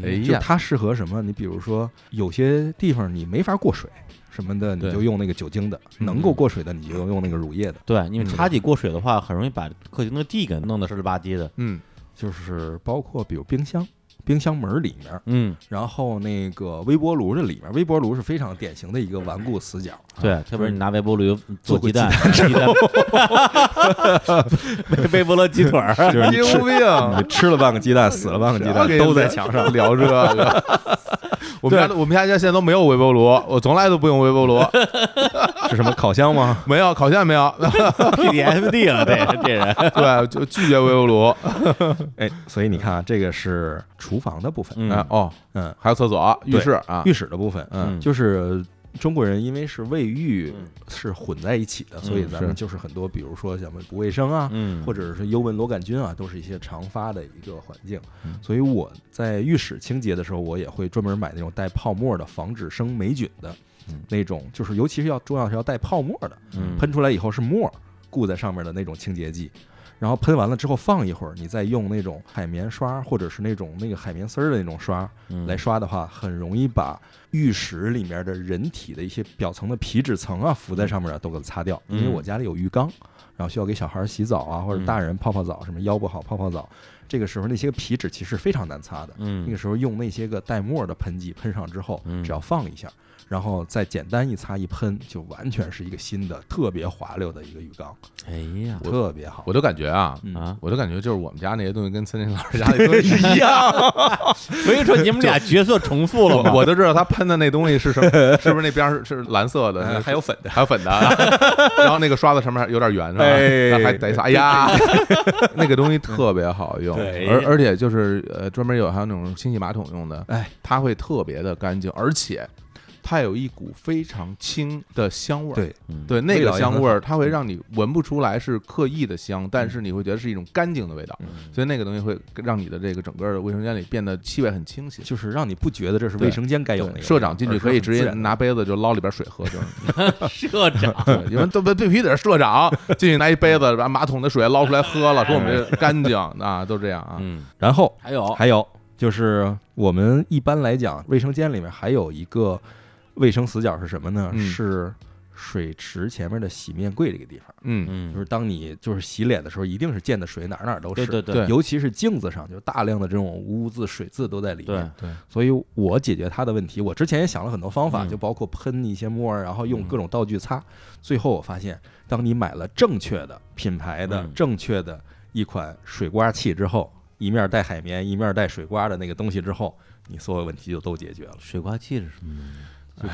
哎呀，就呀，它适合什么？你比如说，有些地方你没法过水什么的，你对就用那个酒精的；嗯能够过水的，你就用那个乳液的。对，因为嗯茶几过水的话，很容易把客厅的地给弄得湿了吧唧的。嗯，就是包括比如冰箱，冰箱门里面，嗯，然后那个微波炉这里面，微波炉是非常典型的一个顽固死角。啊对，特别是你拿微波炉做做过鸡蛋，鸡 [LAUGHS] 蛋，微微波炉鸡腿 [LAUGHS] 儿，就是你有吃病你，吃了半个鸡蛋，死了半个鸡蛋，都在墙 [LAUGHS] 上。上聊这个。 [LAUGHS] 我们家我们家家现在都没有微波炉，我从来都不用微 [LAUGHS] 波炉，是什么烤箱吗？没有烤箱没有， [LAUGHS] PTSD 了， [LAUGHS] 这这人，对，就拒绝微波炉。哎，所以你看啊，这个是厨房的部分，哎嗯哦，嗯，还有厕所、浴室啊，浴室的部分，嗯就是中国人因为是卫浴嗯是混在一起的，所以嗯咱们是就是很多，比如说像不卫生啊，嗯，或者者是幽门螺杆菌啊，都是一些常发的一个环境嗯。所以我在浴室清洁的时候，我也会专门买那种带泡沫的，防止生霉菌的嗯那种，就是尤其是要重要是要带泡沫的，嗯喷出来以后是沫儿固在上面的那种清洁剂。然后喷完了之后放一会儿，你再用那种海绵刷或者是那种那个海绵丝儿的那种刷嗯嗯来刷的话，很容易把浴室里面的人体的一些表层的皮脂层啊浮在上面的都给擦掉。因为嗯我家里有浴缸，然后需要给小孩儿洗澡啊，或者嗯大人泡泡澡，什么腰不好泡泡澡，这个时候那些皮脂其实非常难擦的。那嗯个时候用那些个带沫的喷剂喷上之后嗯，只要放一下，然后再简单一擦一喷，就完全是一个新的、特别滑溜的一个浴缸，哎呀特别好。我都感觉啊，嗯啊，我都感觉就是我们家那些东西跟森林老师家里东西是一样。所以说你们俩角色重复了我嘛， [LAUGHS] 我都知道他喷的那东西是什么，是不是那边儿是是蓝色的，那哎是 [LAUGHS] 还有粉的，还有粉的啊， [LAUGHS] 然后那个刷子上面有点圆是吧？哎那还得擦哎 [LAUGHS] 呀，那个东西特别好用，对而而且就是呃专门有还有那种清洗马桶用的，哎，它会特别的干净，而且它有一股非常轻的香味儿。对嗯对，那味道个也香很味儿好嗯它会让你闻不出来是刻意的香，但是你会觉得是一种干净的味嗯道，所以那个东西会让你的这个整个的卫生间里变得气味很清新。就是让你不觉得这是对卫生间该有的对那个味道。社长进去 [LAUGHS] 而是可以很直自接然的拿杯子就捞里边水喝，就是社长，对你们都必必须得是社长进去拿一杯子把马桶的水捞出来喝 [LAUGHS] 哎了，说我们这干净啊，都这样啊。嗯，然后还有还有就是我们一般来讲，卫生间里面还有一个卫生死角是什么呢？嗯是水池前面的洗面柜这个地方。嗯，嗯就是当你就是洗脸的时候，一定是溅的水哪儿哪儿都对是，对对尤其是镜子上，就是大量的这种污渍、水渍都在里对面。，所以我解决它的问题，我之前也想了很多方法，嗯就包括喷一些沫儿，然后用嗯各种道具擦。最后我发现，当你买了正确的品牌的、嗯正确的一款水刮器之后，一面带海绵，一面带水刮的那个东西之后，你所有问题就都解决了。水刮器是什么东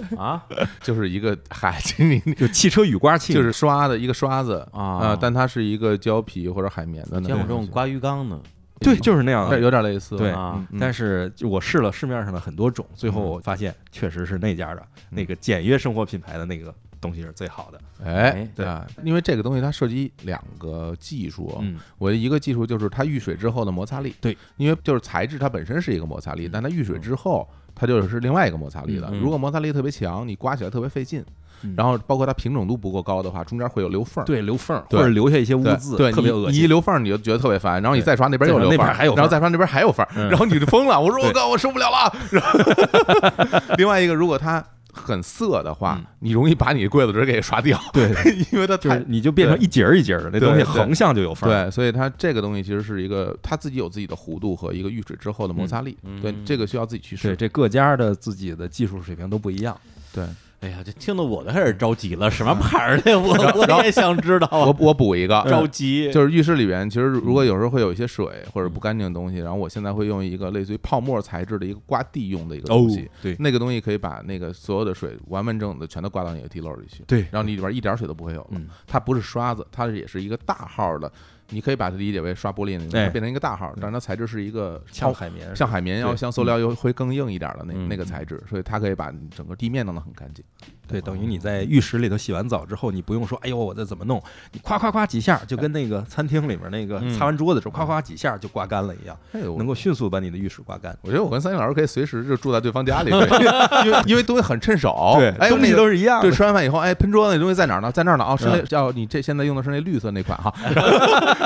西？啊就是一个海，你 [LAUGHS] 就汽车雨刮器，就是刷的一个刷子啊但它是一个胶皮或者海绵的那见种过东这西，种刮浴缸的对，就是那样对的。有点类似，对啊，嗯但是就我试了市面上的很多种，最后我发现确实是那家的那个简约生活品牌的那个东西是最好的。哎哎，对，因为这个东西它涉及两个技术，嗯，我的一个技术就是它遇水之后的摩擦力，对，因为就是材质它本身是一个摩擦力，但它遇水之后它就是另外一个摩擦力了。嗯如果摩擦力特别强，你刮起来特别费劲，嗯然后包括它平整度不够高的话，中间会有留缝儿。对，留缝儿或对者留下一些污对渍，对，特别你恶你心一。留缝儿你就觉得特别烦，然后你对再刷那边再又刷留那缝儿，边还有然后缝再刷那边还有缝儿，嗯然后你就疯了。我说我对靠，我受不了了。然 [LAUGHS] 后另外一个，如果它很涩的话嗯，你容易把你柜子直接给刷掉，对， [LAUGHS] 因为它就太是你就变成一节儿一节儿的，那东西对对横向就有缝儿。对，所以它这个东西其实是一个，它自己有自己的弧度和一个遇水之后的摩擦力。嗯对，嗯这个需要自己去对，试。这各家的自己的技术水平都不一样。对，哎呀，这听得我都开始着急了，什么牌儿的？我嗯我也想知道啊我，我补一个，着急，就是浴室里边，其实如果有时候会有一些水嗯或者不干净的东西，然后我现在会用一个类似于泡沫材质的一个刮地用的一个东西，哦对那个东西可以把那个所有的水完完整整的全都刮到你的地漏里去，对然后你里边一点水都不会有了。嗯它不是刷子，它也是一个大号的，你可以把它理解为刷玻璃那种，哎它变成一个大号，但是它材质是一个像海绵，像海绵要对像塑料又会更硬一点的那嗯那个材质，所以它可以把整个地面弄得很干净。对，等于你在浴室里头洗完澡之后，你不用说，哎呦，我再怎么弄，你夸夸夸几下，就跟那个餐厅里面那个嗯擦完桌子之后夸夸几下就刮干了一样，哎呦，能够迅速把你的浴室刮干。我觉得我跟三星老师可以随时就住在对方 [LAUGHS] 家里，对因为因为东西很趁手，哎，东那西个都是一样对，的。[LAUGHS] 嗯吃完饭以后，哎，喷桌子那东西在哪儿呢？在那儿呢。哦，是那叫你这现在用的是那绿色那款哈，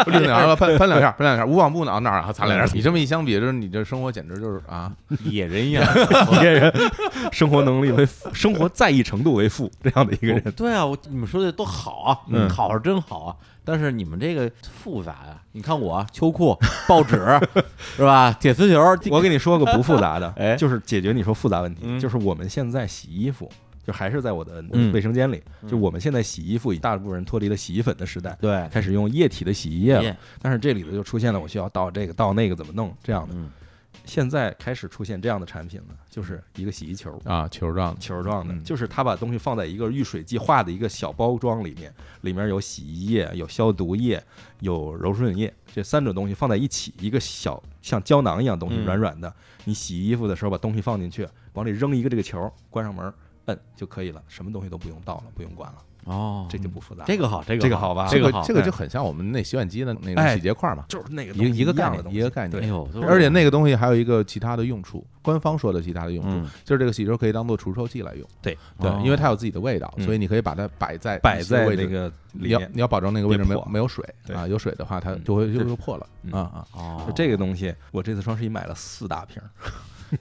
抡两下，喷喷两下，喷两下，无往不挠那儿啊，擦两嗯下。你这么一相比，就是你这生活简直就是啊，野人一 [LAUGHS] 样。一个 [LAUGHS] 人生活能力为负，生活在意程度为负这样的一个人，对啊，我你们说的都好啊，嗯好是真好啊，但是你们这个复杂呀、你看我啊秋裤、 [LAUGHS] 报纸是吧？铁丝球，我跟你说个不复杂的， [LAUGHS] 哎就是解决你说复杂问题，嗯就是我们现在洗衣服，就还是在我的嗯卫生间里，嗯就我们现在洗衣服，已大部分人脱离了洗衣粉的时代，对，开始用液体的洗衣液了。耶但是这里头就出现了我需要倒这个倒那个怎么弄这样的，嗯，现在开始出现这样的产品了，就是一个洗衣球。啊，球状的，球状的，嗯就是他把东西放在一个遇水计划的一个小包装里面，里面有洗衣液、有消毒液、有柔顺液，这三种东西放在一起，一个小像胶囊一样东西，嗯软软的。你洗衣服的时候把东西放进去，往里扔一个这个球，关上门，摁就可以了，什么东西都不用倒了，不用管了，哦，嗯这就不复杂了。这个好，这个这个好吧这这个个好，这个个就很像我们那洗碗机的那个哎洗洁块嘛，就是那个一个一个概样的东念，一西个概念哎。呦，都而且那个东西还有一个其他的用处，官方说的其他的用处，嗯就是这个洗衣球可以当做除臭剂来用。对对，哦因为它有自己的味道，嗯所以你可以把它摆在摆一些在位那置。个你里要面。你要保证那个位置没有别破没有水对啊，有水的话它嗯就会就对就破了嗯啊啊！哦就，这个东西，我这次双十一买了四大瓶儿，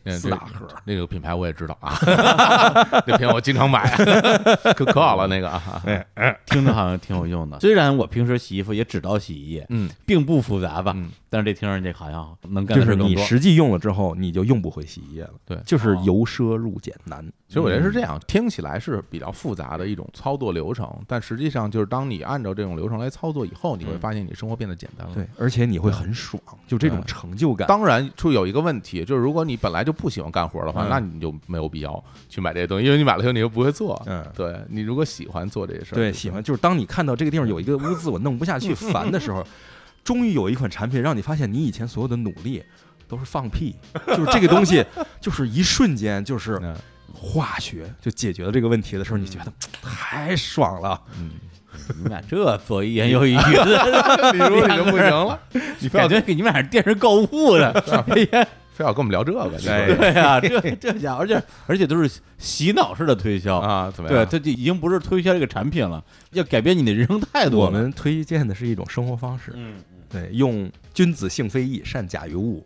嗯四这大盒儿。那个品牌我也知道啊， [LAUGHS] 那品我经常买， [LAUGHS] 可可好了那个啊，哎听着好像挺有用的。虽然我平时洗衣服也只倒洗衣液，嗯并不复杂吧，嗯，但是这听上去好像能干的就是事更你多。实际用了之后，你就用不回洗衣液了。对就是哦由奢入俭难。其实我嗯觉得是这样，听起来是比较复杂的一种操作流程，但实际上就是当你按照这种流程来操作以后，你会嗯发现你生活变得简单了。对，而且你会很爽，就这种对成就感。嗯当然，就有一个问题，就是如果你本来就不喜欢干活的话，嗯那你就没有必要去买这些东西，因为你买了以后你又不会做。嗯，对你如果喜欢做这些事儿，对，就是喜欢就是当你看到这个地方有一个污渍，我弄 [LAUGHS] 不下去烦的时候，终于有一款产品让你发现你以前所有的努力都是放屁，就是这个 [LAUGHS] 东西就是一瞬间就是嗯化学就解决了这个问题的时候，你觉得太爽了。嗯，你们俩这左一言 [LAUGHS] 右一语的，比如你就不行 [LAUGHS] 了，你非要感觉给你们俩是电视购物 [LAUGHS] 的。哎呀，非要跟我们聊这个，你哎说对呀、这这家伙，而且而且都是洗脑式的推销，啊，怎么对，样？它就已经不是推销这个产品了，要改变你的人生态度了。我们推荐的是一种生活方式，嗯，对，用君子性非异，善假于物。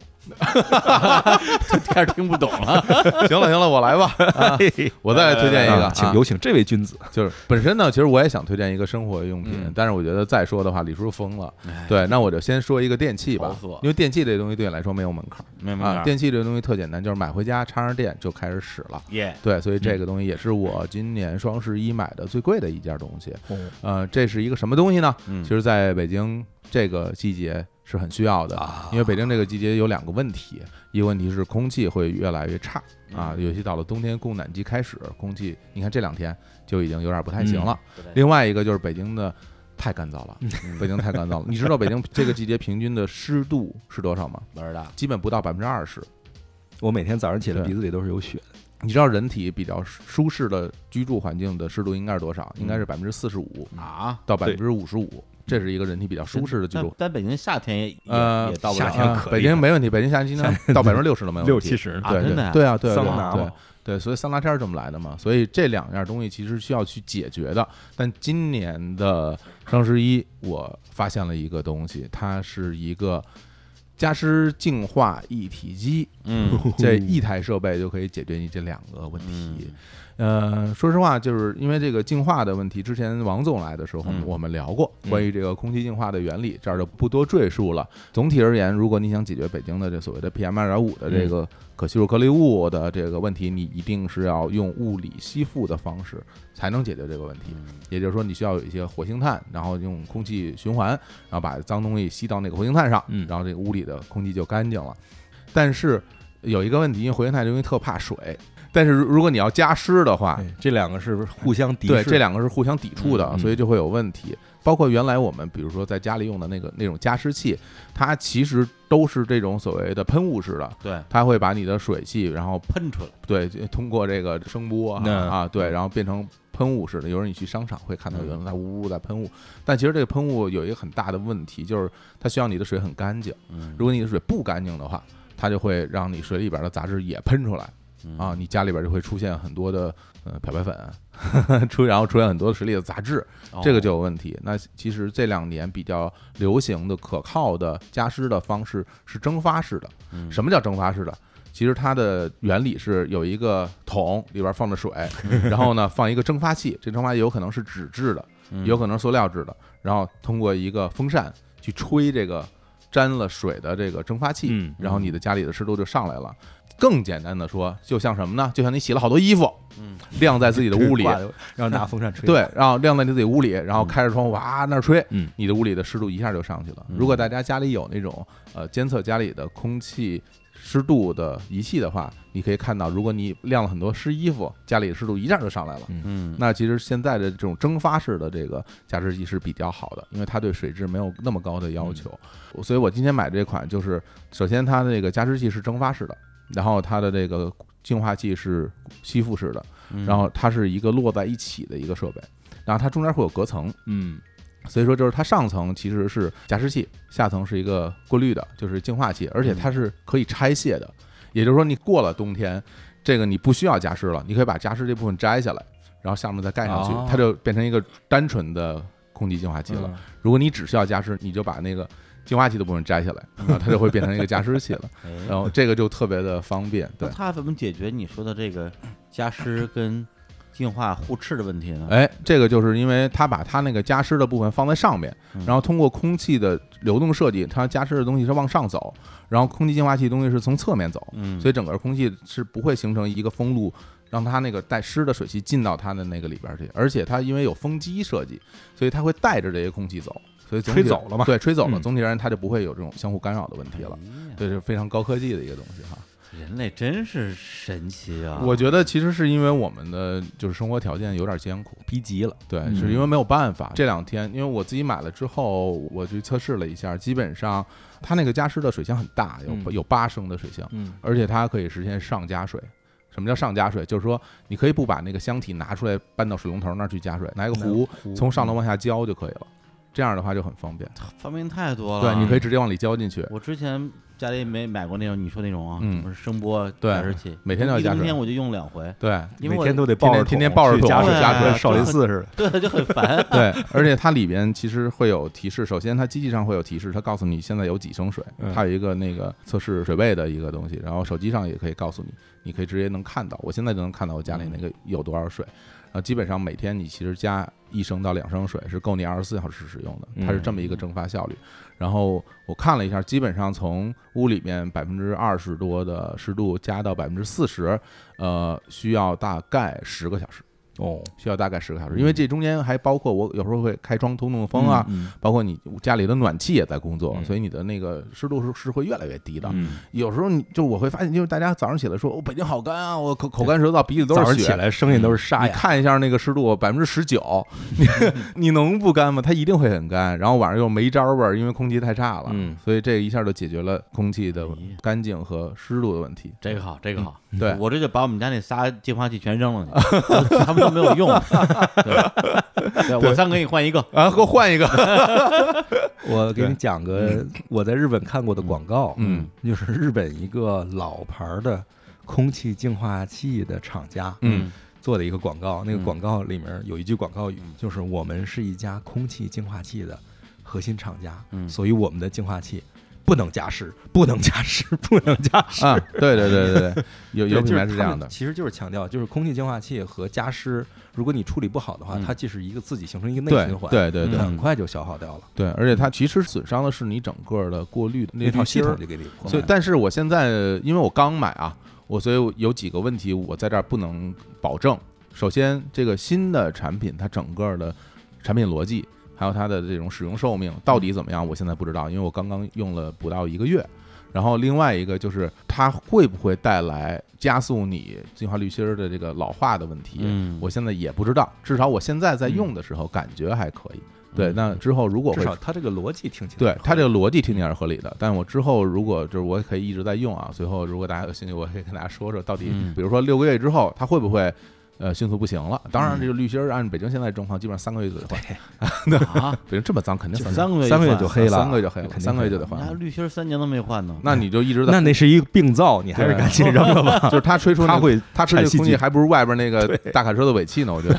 开始听不懂了。行了行了，我来吧，啊我再来推荐一个啊，请啊有请这位君子。 [LAUGHS] 就是本身呢，其实我也想推荐一个生活用品，嗯但是我觉得再说的话，李叔疯了。对，那我就先说一个电器愁吧死我，因为电器这东西对你来说没有门槛儿没啊。电器这东西特简单，就是买回家插上电就开始使了。耶，对，所以这个东西也是我今年双十一买的最贵的一件东西。呃，这是一个什么东西呢？嗯其实在北京这个季节是很需要的，因为北京这个季节有两个问题，一个问题是空气会越来越差啊，尤其到了冬天供暖季开始，空气你看这两天就已经有点嗯不太行嗯了。另外一个就是北京的太干燥了，北京太干燥了。你知道北京这个季节平均的湿度是多少吗？不知道，基本不到百分之二十。我每天早上起来对鼻子里都是有血的。你知道人体比较舒适的居住环境的湿度应该是多少？应该是百分之四十五啊，到百对分之五十五，这是一个人体比较舒适的居住。但但北京夏天也呃也也到不夏了天啊可北厉京害没问题，北京夏季呢到百分之六十都没有问题。十啊对真的呀对对啊，对啊桑对啊拿对嘛对，所以桑拿天儿这么来的嘛，所以这两样东西其实需要去解决的。但今年的双十一，我发现了一个东西，它是一个加湿净化一体机，嗯这一台设备就可以解决你这两个问题。嗯呃，说实话，就是因为这个净化的问题，之前王总来的时候，嗯我们聊过嗯关于这个空气净化的原理，这儿就不多赘述了。总体而言，如果你想解决北京的这所谓的 PM 二点五的这个嗯可吸入颗粒物的这个问题，你一定是要用物理吸附的方式才能解决这个问题。嗯也就是说，你需要有一些活性炭，然后用空气循环，然后把脏东西吸到那个活性炭上，嗯然后这个屋里的空气就干净了。但是有一个问题，因为活性炭这东西特怕水，但是如如果你要加湿的话，对，这两个是不是互相敌视？对，这两个是互相抵触的，嗯嗯所以就会有问题。包括原来我们比如说在家里用的那个那种加湿器，它其实都是这种所谓的喷雾式的，对，它会把你的水汽，然后喷出来，对，就通过这个声波啊那嗯啊，对，然后变成喷雾似的。有时候你去商场会看到有人在呜呜在喷雾，但其实这个喷雾有一个很大的问题，就是它需要你的水很干净。嗯如果你的水不干净的话，它就会让你水里边的杂质也喷出来。啊，你家里边就会出现很多的呃漂白粉， [LAUGHS] 出然后出现很多实力的杂质，哦这个就有问题。那其实这两年比较流行的可靠的加湿的方式是蒸发式的。嗯什么叫蒸发式的？其实它的原理是有一个桶里边放着 [LAUGHS] 水，然后呢放一个蒸发器，这蒸发器有可能是纸质的，嗯有可能是塑料制的，然后通过一个风扇去吹这个沾了水的这个蒸发器，嗯然后你的家里的湿度就上来了。更简单的说，就像什么呢？就像你洗了好多衣服，嗯，晾在自己的 [LAUGHS] 屋里，然后拿风扇 [LAUGHS] 吹，对，然后晾在你自己屋里，然后开着窗户哇那儿吹，嗯，你的屋里的湿度一下就上去了。嗯如果大家家里有那种呃监测家里的空气湿度的仪器的话，你可以看到，如果你晾了很多湿衣服，家里的湿度一下就上来了。嗯那其实现在的这种蒸发式的这个加湿器是比较好的，因为它对水质没有那么高的嗯要求。所以我今天买这款就是，首先它的这个加湿器是蒸发式的，然后它的这个净化器是吸附式的，嗯然后它是一个摞在一起的一个设备，然后它中间会有隔层，嗯所以说就是它上层其实是加湿器，下层是一个过滤的，就是净化器，嗯而且它是可以拆卸的，也就是说你过了冬天，这个你不需要加湿了，你可以把加湿这部分摘下来，然后下面再盖上去，哦它就变成一个单纯的空气净化器了。嗯如果你只需要加湿，你就把那个净化器的部分摘下 [LAUGHS] 来，然后它就会变成一个加湿器了，然后这个就特别的方便，对那。它怎么解决你说的这个加湿跟净化互斥的问题呢？嗯哎，这个就是因为它把它那个加湿的部分放在上面嗯，然后通过空气的流动设计，它加湿的东西是往上走，然后空气净化器的东西是从侧面走，嗯，所以整个空气是不会形成一个风路，让它那个带湿的水汽进到它的那个里边去。而且它因为有风机设计，所以它会带着这些空气走，所以总体吹走了嘛对，吹走了，嗯总体而言它就不会有这种相互干扰的问题了。哎呀对，是非常高科技的一个东西哈。人类真是神奇啊！我觉得其实是因为我们的就是生活条件有点艰苦，逼急了，对，嗯是因为没有办法。这两天，因为我自己买了之后，我去测试了一下，基本上它那个加湿的水箱很大，有、嗯有八升的水箱，嗯而且它可以实现上加水。什么叫上加水？就是说你可以不把那个箱体拿出来搬到水龙头那儿去加水，拿一个壶从嗯上头往下浇就可以了。这样的话就很方便，发明太多了。对，你可以。直接往里浇进去。我之前家里没买过那种你说那种啊，嗯什么声波对加湿器，每天都要一加冬水天我就用两回，对因为每我天都得抱着天天抱着去桶。加水对加水，啊跟少林寺似的。对就很烦 [LAUGHS] 对，而且它里边其实会有提示，首先它机器上会有提示，它告诉你现在有几升水，嗯它有一个那个测试水位的一个东西，然后手机上也可以告诉你，你可以直接能看到，我现在就能看到我家里那个有多少水，啊，基本上每天你其实加一升到两升水是够你二十四小时使用的，它是这么一个蒸发效率。然后我看了一下，基本上从屋里面百分之二十多的湿度加到百分之四十，呃，需要大概十个小时。哦，需要大概十个小时，因为这中间还包括我有时候会开窗通通风啊，嗯包括你家里的暖气也在工作，嗯所以你的那个湿度是是会越来越低的。嗯，有时候你就我会发现，就是大家早上起来说，哦，北京好干啊，我口口干舌燥，鼻子都早是上血。嗯起来声音都是沙你哑，看一下那个湿度百分之十 [LAUGHS] 九，你你能不干吗？它一定会很干。然后晚上又没招味儿，因为空气太差了，嗯所以这一下就解决了空气的哎呀干净和湿度的问题。这个好，这个好。对，我这就把我们家那仨净化器全扔了去，他们都没有用。对，对我三个给你换一个。啊，给我换一个，我给你讲个我在日本看过的广告，嗯，就是日本一个老牌儿的空气净化器的厂家，嗯，做的一个广告。那个嗯广告里面有一句广告语嗯，就是我们是一家空气净化器的核心厂家，嗯所以我们的净化器不能加湿，不能加湿，不能加湿。啊，对对对对对，有 [LAUGHS] 有 [LAUGHS] 对品就牌是是这样他们的，其实就是强调，就是空气净化器和加湿，如果你处理不好的话，嗯它既是一个自己形成一个内对循环，对对对嗯。很快就消耗掉了，对，而且它其实损伤的是你整个的过滤的那套滤系芯儿统就给你破坏了。所以，但是我现在因为我刚买啊，我所以我有几个问题我在这儿不能保证。首先，这个新的产品它整个的产品逻辑，还有它的这种使用寿命到底怎么样，我现在不知道，因为我刚刚用了不到一个月。然后另外一个就是它会不会带来加速你净化滤芯儿的这个老化的问题，嗯我现在也不知道。至少我现在在用的时候感觉还可以。对，嗯那之后如果至会少它这个逻辑听起来对合它理这个逻辑听起来是合理的，但我之后如果就是我可以一直在用啊，随后如果大家有兴趣，我可以跟大家说说到底，嗯比如说六个月之后，它会不会呃，迅速不行了。当然，这个滤芯儿按北京现在状况，基本上三个月就得换。 [LAUGHS] 啊，北京这么脏，肯定就三三个月三就个月换就黑了，三三个个月月就就黑黑了了，三个月就得换那了。滤芯儿三年都没换呢。那你就一直在那那是一个病灶，你还是对赶紧扔了吧。就是他吹出那它会他吹那产细空气，菌还不如外边那个大卡车的尾气呢。我觉得，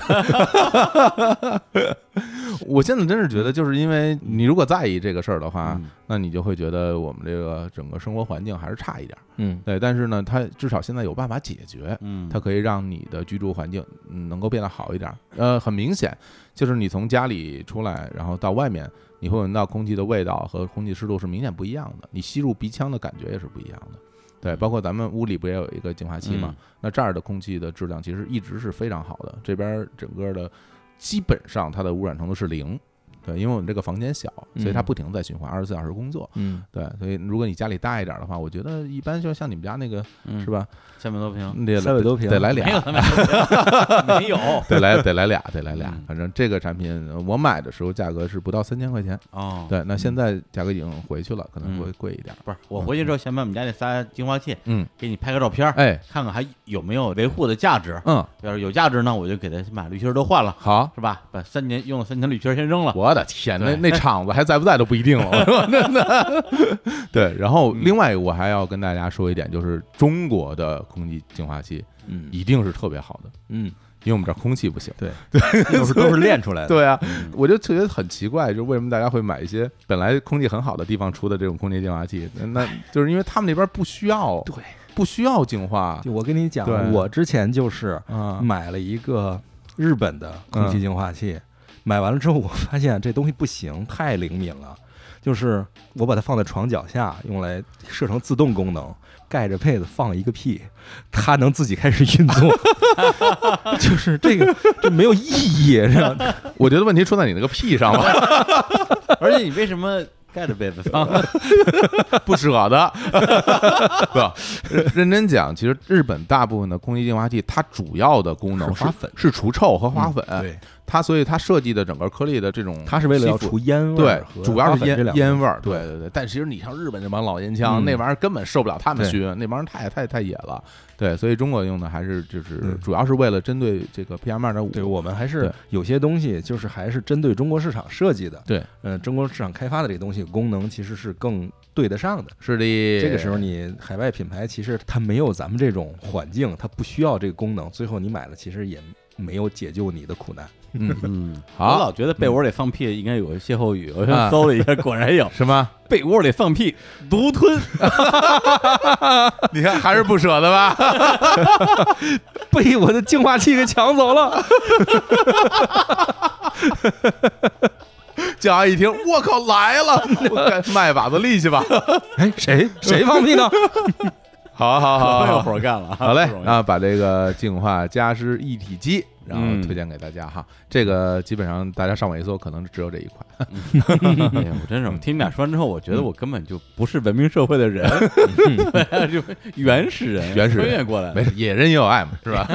[LAUGHS] 我现在真是觉得，就是因为你如果在意这个事儿的话，嗯那你就会觉得我们这个整个生活环境还是差一点儿。嗯，对，但是呢，它至少现在有办法解决，嗯，它可以让你的居住环境嗯能够变得好一点儿。呃，很明显，就是你从家里出来，然后到外面，你会闻到空气的味道和空气湿度是明显不一样的，你吸入鼻腔的感觉也是不一样的。嗯对，包括咱们屋里不也有一个净化器嘛？那这儿的空气的质量其实一直是非常好的，这边儿整个的基本上它的污染程度是零。对，因为我们这个房间小，所以它嗯不停地在循环，二十四小时工作。嗯，对，所以如果你家里大一点的话，我觉得一般就像你们家那个嗯是吧，下面多平，你得三百嗯多平得 [LAUGHS] 来没有俩，他妈没有 [LAUGHS] 得来得来俩，得来俩嗯。反正这个产品呃我买的时候价格是不到三千块钱，哦。对，那现在价格已经回去了，可能嗯会贵一点。不是，我回去之后先把我们家那仨净化器嗯，给你拍个照片儿，哎，看看还有没有维护的价值。嗯，要是有价值呢，我就给他把滤芯儿都换了，好。是吧？把三年用了三年的滤芯儿先扔了。我的天，那对那厂子还在不在都不一定了，我说真的。 [LAUGHS] 对，然后嗯另外我还要跟大家说一点，就是中国的空气净化器嗯一定是特别好的，嗯，因为我们这儿空气不行。都是都是练出来的。对啊，嗯我就觉得很奇怪，就是为什么大家会买一些本来空气很好的地方出的这种空气净化器？那那就是因为他们那边不需要，哎对，不需要净化就我跟你讲对，我之前就是啊。买了一个日本的空气净化器，买完了之后我发现这东西不行，太灵敏了。就是我把它放在床脚下，用来设成自动功能，盖着被子放一个屁，它能自己开始运作， [LAUGHS] 就是这个这没有意义，是吧？我觉得问题出在你那个屁上了， [LAUGHS] 而且你为什么盖着被子放？不舍得。 [LAUGHS] 不，认认真讲，其实日本大部分的空气净化器，它主要的功能是是花粉嗯是除臭和花粉。对，它所以它设计的整个颗粒的这种吸附，它是为了要除烟味对儿和，主要花是粉这烟两烟味儿。对对对对，但其实你像日本这帮老烟枪，嗯那玩意儿根本受不了他们对熏，那帮人太太太野了。对，所以中国用的还是就是嗯主要是为了针对这个 PM 二点对五。我们还是对有些东西，就是还是针对中国市场设计的。对，呃，中国市场开发的这个东西功能其实是更对得上的。是的，这个时候你海外品牌其实它没有咱们这种环境，它不需要这个功能，最后你买了其实也没有解救你的苦难。嗯，嗯，我好老觉得被窝里放屁应该有个歇后语，我啊搜了一下，果然 [LAUGHS] 有什么？被窝里放屁独吞。 [LAUGHS] 你看还是不舍得 [LAUGHS] 吧？ [LAUGHS] 被我的净化器给抢走了，叫阿姨一听，我靠来 [LAUGHS] 了，我该卖把子力气吧。 [LAUGHS] 哎，谁谁放 [LAUGHS] 屁呢？好好好 [LAUGHS] 好好，活干了，好嘞不容，易那把这个净化加湿一体机，然嗯后推荐给大家哈。这个基本上大家上网一搜，可能只有这一款。 [LAUGHS] 哎呀，我真是，我听你俩说完之后，我觉得我根本就不是文明社会的人， [LAUGHS] 对，啊就原始人，原始人穿越过来。没事，野人也有爱嘛，是 [LAUGHS] 吧？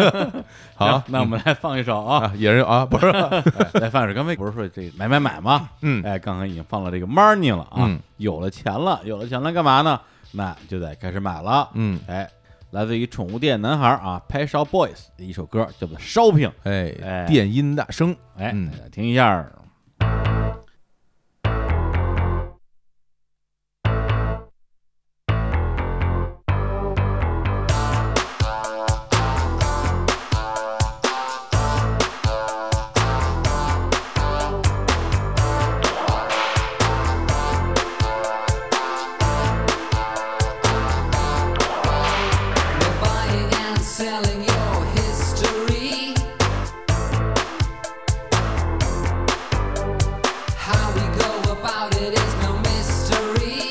好嗯行，，那我们来放一首啊，啊，野人啊，不是，哎 [LAUGHS] 来放一首。刚才不是说这买买买吗？嗯，哎，刚刚已经放了这个 money 了啊嗯，有了钱了，有了钱了，干嘛呢？那就得开始买了。嗯，哎，来自于宠物店男孩啊 p a s h o Boys 的一首歌叫做《Shopping》，哎哎，电音大声，哎，嗯大家听一下。 You're buying and selling your history. How we go about it is no mystery.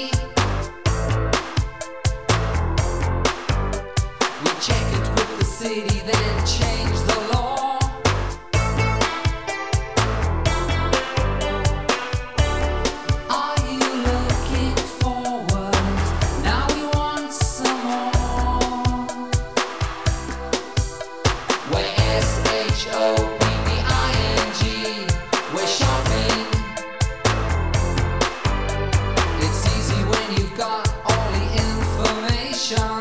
We check it with the city, then change the law. Are you looking forward? Now we want some more. We're S-H-O-P-P-I-N-G. We're shopping. It's easy when you've got all the information.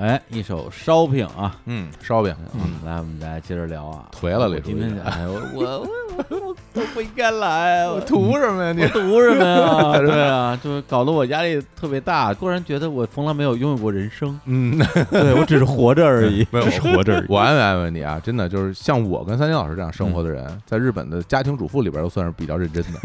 哎，一手烧饼啊，嗯，烧饼，嗯，嗯，来，我们大家接着聊啊。颓了我李今书记天，哎，我我我我都不应该来，我图什么呀你我？ [LAUGHS] 读什么呀？对啊，就是搞得我压力特别大，突然觉得我从来没有拥有过人生，嗯，对我只是活着而 [LAUGHS] 已。没有，我 [LAUGHS] 活着而已。我安慰安慰你啊，真的就是像我跟三金老师这样生活的人，在日本的家庭主妇里边都算是比较认真的，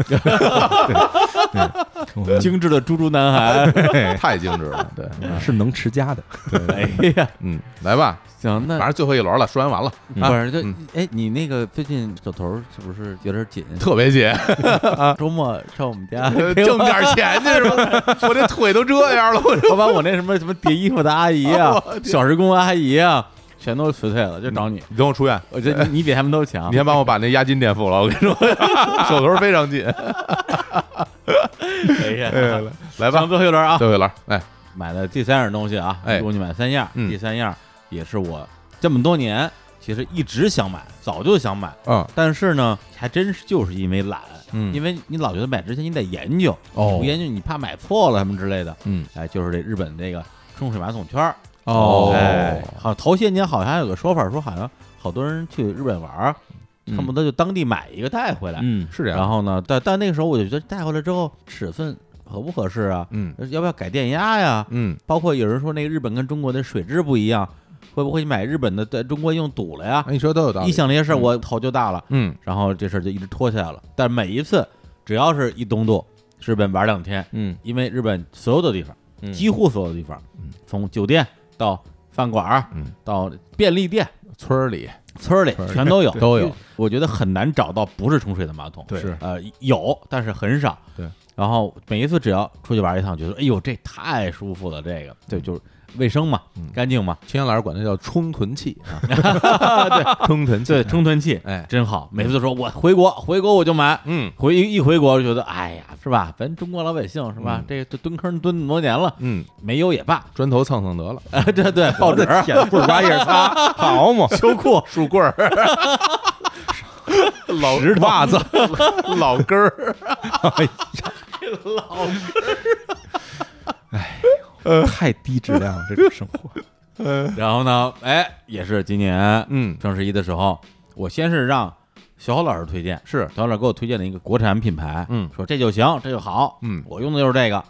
精致的猪猪男孩，哎太精致了。对，啊是能持家 [LAUGHS] 的， [LAUGHS] 哎呀，嗯，来吧，行，那反正最后一轮了，说完完了，不是就嗯哎，你那个最近手头儿是不是有点紧？特别 [LAUGHS] 紧，周末上我们家挣给我点钱去是吧？ [LAUGHS] 我这腿都这样了，我这 [LAUGHS] 我把我那什么什么叠衣服的阿姨 [LAUGHS] 啊我、天小时工阿姨啊，全都辞退了，就找你。你等我出院，我觉得你嗯呃你比他们都强 [LAUGHS] 你。先帮我把那押金垫付了，我跟你说， [LAUGHS] 手头非常紧。哎呀，来吧上，最后一轮啊，最后一轮，哎，买的第三样东西啊，哎一共就买三样，嗯第三样也是我这么多年其实一直想买，早就想买，嗯但是呢，还真是就是因为懒。嗯因为你老觉得买之前你得研究，哦你不研究你怕买错了什么之类的，嗯，哎，就是这日本那个冲水马桶圈儿，哦哎，好，头些年好像还有个说法，说好像好多人去日本玩儿，嗯恨不得就当地买一个带回来。嗯，是这样，然后呢，但但那个时候我就觉得带回来之后尺寸合不合适啊？嗯要不要改电压呀？嗯，包括有人说那个日本跟中国的水质不一样，会不会买日本的在中国用堵了呀？哎你说都有道一理，想这些事儿，我头就大了。嗯然后这事儿就一直拖下来了。但每一次只要是一东渡，日本玩两天，嗯，因为日本所有的地方，嗯几乎所有的地方，从酒店到饭馆儿，嗯到便利店、村儿里村儿里全都有，都有。我觉得很难找到不是冲水的马桶，对是呃有，但是很少。对，然后每一次只要出去玩一趟，觉得哎呦这太舒服了，嗯这个对，就是卫生嘛，干净嘛，秦阳老师管那叫冲臀器啊， [LAUGHS] 对，冲臀器，对，冲臀器，哎真好。每次都说我回国，回国我就买，嗯回一一回国我就觉得，哎呀，是吧？咱中国老百姓是吧？这这蹲坑蹲那么多年了，嗯，没有也罢。 [LAUGHS] 砖头蹭蹭得了，哎，对 [LAUGHS] 对，报纸、不是挖叶擦，好 [LAUGHS] 嘛，秋裤，树棍儿，老石头袜子， [LAUGHS] 老根儿，太低质量了，这种生活。然后呢，哎，也是今年嗯双十一的时候，我先是让小侯老师推荐，是小侯老师给我推荐了一个国产品牌，嗯说这就行，这就好，嗯我用的就是这个。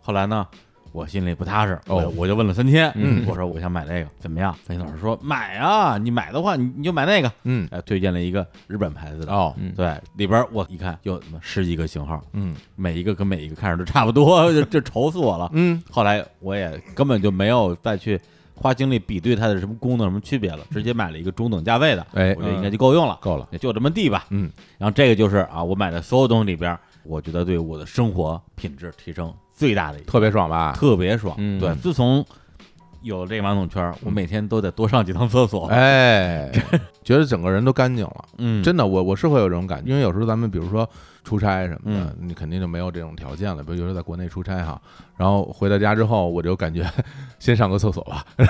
后来呢，我心里不踏实，哦我我就问了三千，嗯我说我想买这个，怎么样？三千老师说买啊，你买的话你你就买那个，嗯哎，推荐了一个日本牌子的，哦嗯对，里边我一看有什么十几个型号，嗯每一个跟每一个看着都差不多， [LAUGHS] 就就愁死我了。嗯后来我也根本就没有再去花精力比对它的什么功能、什么区别了，直接买了一个中等价位的，哎我觉得应该就够用了，够了，也就这么地吧。嗯然后这个就是啊，我买的所有东西里边，我觉得对我的生活品质提升最大的一个，特别爽吧？特别爽。嗯对，自从有了这个马桶圈儿，我每天都得多上几趟厕所。 [LAUGHS] 哎，觉得整个人都干净了。嗯，真的，我我是会有这种感觉，因为有时候咱们比如说出差什么的，你肯定就没有这种条件了。比如有时候在国内出差哈，然后回到家之后，我就感觉 [LAUGHS] 先上个厕所吧，然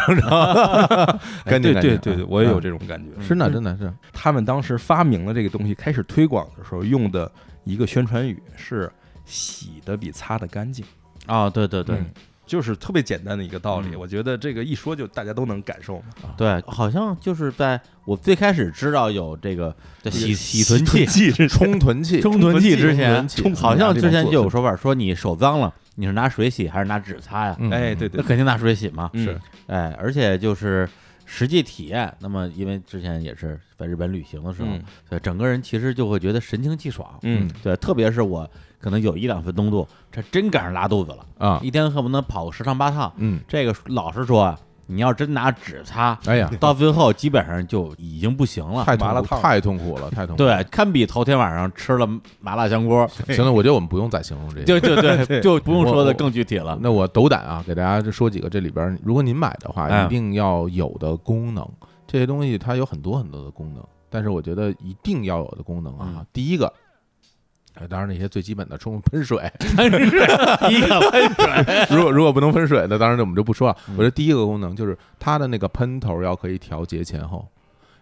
后哎干净对干净。啊对对对，我也有这种感觉。嗯，真的真的是，他们当时发明了这个东西，开始推广的时候用的一个宣传语是“洗的比擦的干净啊，对对对。嗯”，就是特别简单的一个道理。嗯我觉得这个一说就大家都能感受嘛。对，好像就是在我最开始知道有这个叫洗洗臀器、器是冲臀器，冲臀器之前冲臀，器好像之前就有说法说你手脏了，你是拿水洗还是拿纸擦呀？嗯哎，对那对，肯定拿水洗嘛。嗯是哎，而且就是实际体验，那么因为之前也是在日本旅行的时候嗯，对整个人其实就会觉得神清气爽。嗯，对，特别是我可能有一两次东渡，这真赶上拉肚子了，啊，一天恨不得跑个十趟八趟。嗯，这个老实说啊，你要真拿纸擦，哎呀，到最后基本上就已经不行了。太麻痛辣苦，烫太痛苦了，太痛苦。对，堪比头天晚上吃了麻辣香锅，行了，我觉得我们不用再形容这些。就就对，就不用说的更具体了。那我斗胆啊，给大家就说几个这里边儿，如果您买的话，嗯一定要有的功能。这些东西它有很多很多的功能，但是我觉得一定要有的功能啊，嗯第一个。呃当然，那些最基本的冲喷水，一个喷水，如果如果不能喷水的，当然我们就不说了。啊我觉得第一个功能就是它的那个喷头要可以调节前后，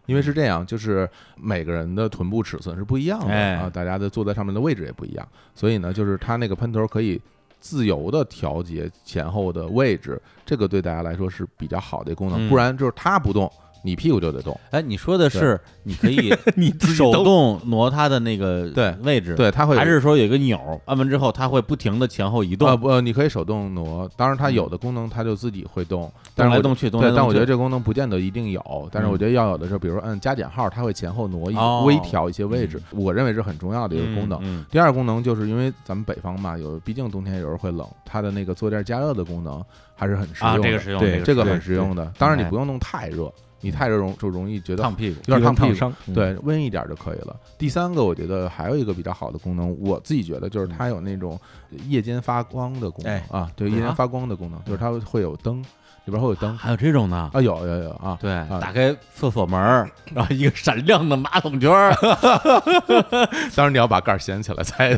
因为是这样，就是每个人的臀部尺寸是不一样的哎啊，大家的坐在上面的位置也不一样，所以呢，就是它那个喷头可以自由的调节前后的位置，这个对大家来说是比较好的功能。嗯不然就是它不动，你屁股就得动。哎，你说的是你可以你手动挪它的那个对位置，，对，它会还是说有一个钮儿按完之后，它会不停的前后移啊动，不，呃你可以手动挪。当然，它有的功能它就自己会动，但动是来我动去，动来对，但动我觉得去。这功能不见得一定有，但是我觉得要有的时候，比如说按加减号，它会前后挪一嗯哦微调一些位置，我认为是很重要的一个功能。嗯，第二功能就是因为咱们北方嘛，有毕竟冬天有时候会冷，它的那个坐垫加热的功能还是很实用啊，的。这个实用，对这这个个实用很实用的。当然你哎不用弄太热，你太热容就容易觉得嗯烫屁股，有点烫屁股。伤，嗯对，温一点就可以了。第三个，我觉得还有一个比较好的功能，我自己觉得就是嗯它有那种夜间发光的功能、哎啊，对，夜间发光的功能，嗯就是它会有灯，里边会有灯还有这种呢？啊，有有有啊，对，啊打开厕所门儿，然后一个闪亮的马桶圈儿，当然你要把盖儿掀起来才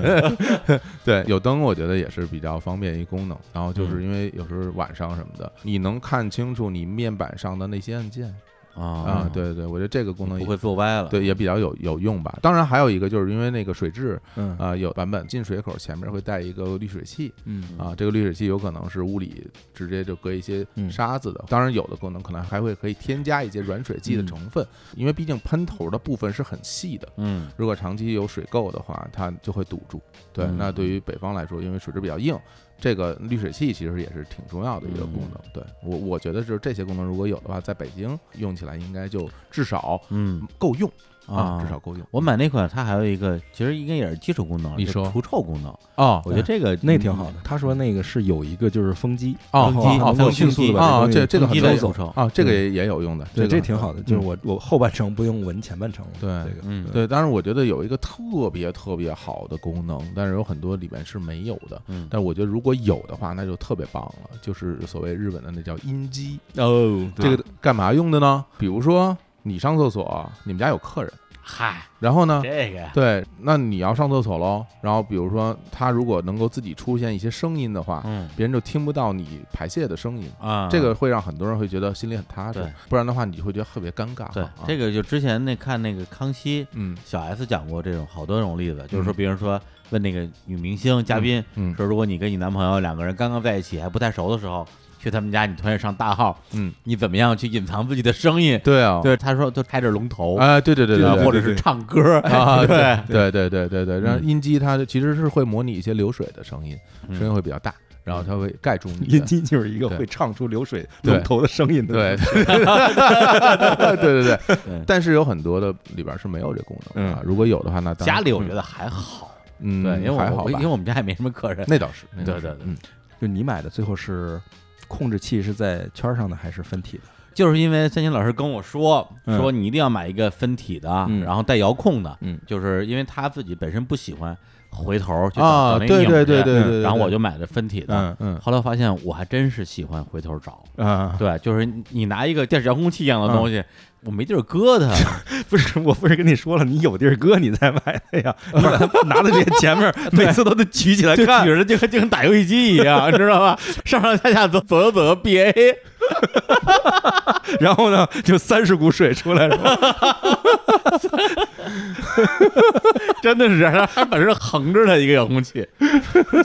[LAUGHS] 对，有灯我觉得也是比较方便一功能。然后就是因为有时候晚上什么的，你能看清楚你面板上的那些按键啊啊，对对，我觉得这个功能不也会坐歪了。对也比较有有用吧。当然还有一个就是因为那个水质嗯啊、有版本进水口前面会带一个滤水器。嗯啊，这个滤水器有可能是屋里直接就搁一些嗯沙子的，当然有的功能可能还会可以添加一些软水剂的嗯成分，因为毕竟喷头的部分是很细的，嗯，如果长期有水垢的话，它就会堵住。对，嗯那对于北方来说，因为水质比较硬，这个滤水器其实也是挺重要的一个功嗯能。对我，我觉得就是这些功能如果有的话，在北京用起来应该就至少嗯够用啊，至少够用。我买那款，它还有一个，其实应该也是基础功能，你就说除臭功能，哦我觉得这个那挺好的。他说那个是有一个就是风机，哦然后风机它哦能迅速风的机把哦东西这这个一很楼有走臭。啊，这个也也有用的，嗯对，这个挺好的，嗯就是我我后半程不用闻前半程。对这个 [LAUGHS] 嗯对，当然我觉得有一个特别特别好的功能，但是有很多里面是没有的。嗯，但我觉得如果有的话，那就特别棒了，就是所谓日本的那叫音机。哦，这个干嘛用的呢？比如说你上厕所，你们家有客人，嗨，然后呢，这个呀对，那你要上厕所喽。然后比如说他如果能够自己出现一些声音的话，嗯别人就听不到你排泄的声音。啊，这个会让很多人会觉得心里很踏实对，不然的话你会觉得特别尴尬。对啊、这个就之前那看那个康熙嗯小 S 讲过这种好多种例子，就是说别人说问那个女明星嘉宾嗯说，如果你跟你男朋友两个人刚刚在一起还不太熟的时候，去他们家你突然上大号，嗯，你怎么样去隐藏自己的声音？对啊，对，他说就开着龙头哎，对对对对，啊对或者是唱歌啊，对对对对对对，然后嗯音机它其实是会模拟一些流水的声音，嗯声音会比较大，然后它会盖住你的。音机就是一个对会唱出流水对龙头的声音的。对，，对 [LAUGHS] 对对对对嗯但是有很多的里边是没有这功能啊。如果有的话，那当然家里我觉得还好，嗯，对，因为我还好我因吧为，我们家也没什么客人，那倒是，那对倒是对对嗯就你买的最后是控制器是在圈上的还是分体的？就是因为三星老师跟我说嗯说你一定要买一个分体的，嗯然后带遥控的，嗯就是因为他自己本身不喜欢回头去找啊，找那个对影对对子对对对，嗯然后我对就买的分体的。嗯后来我发现我还真是喜欢回头 [LAUGHS] 找，啊，对，就是你你拿一个电视遥控器一样的东西，嗯我没地儿 [LAUGHS] 搁它， [LAUGHS] 不是，我不是跟你说了，你有地儿搁你再买的 [LAUGHS] 呀，你把它拿在这个前 [LAUGHS] 面，每次都得举起来就看举。着就跟就跟打游戏机一样，你知 [LAUGHS] 道吧？上上下下左左右左右 B A，然后呢，就三十股水出来 [LAUGHS] 了。真的是它本身横着的一个遥 [LAUGHS] 控器，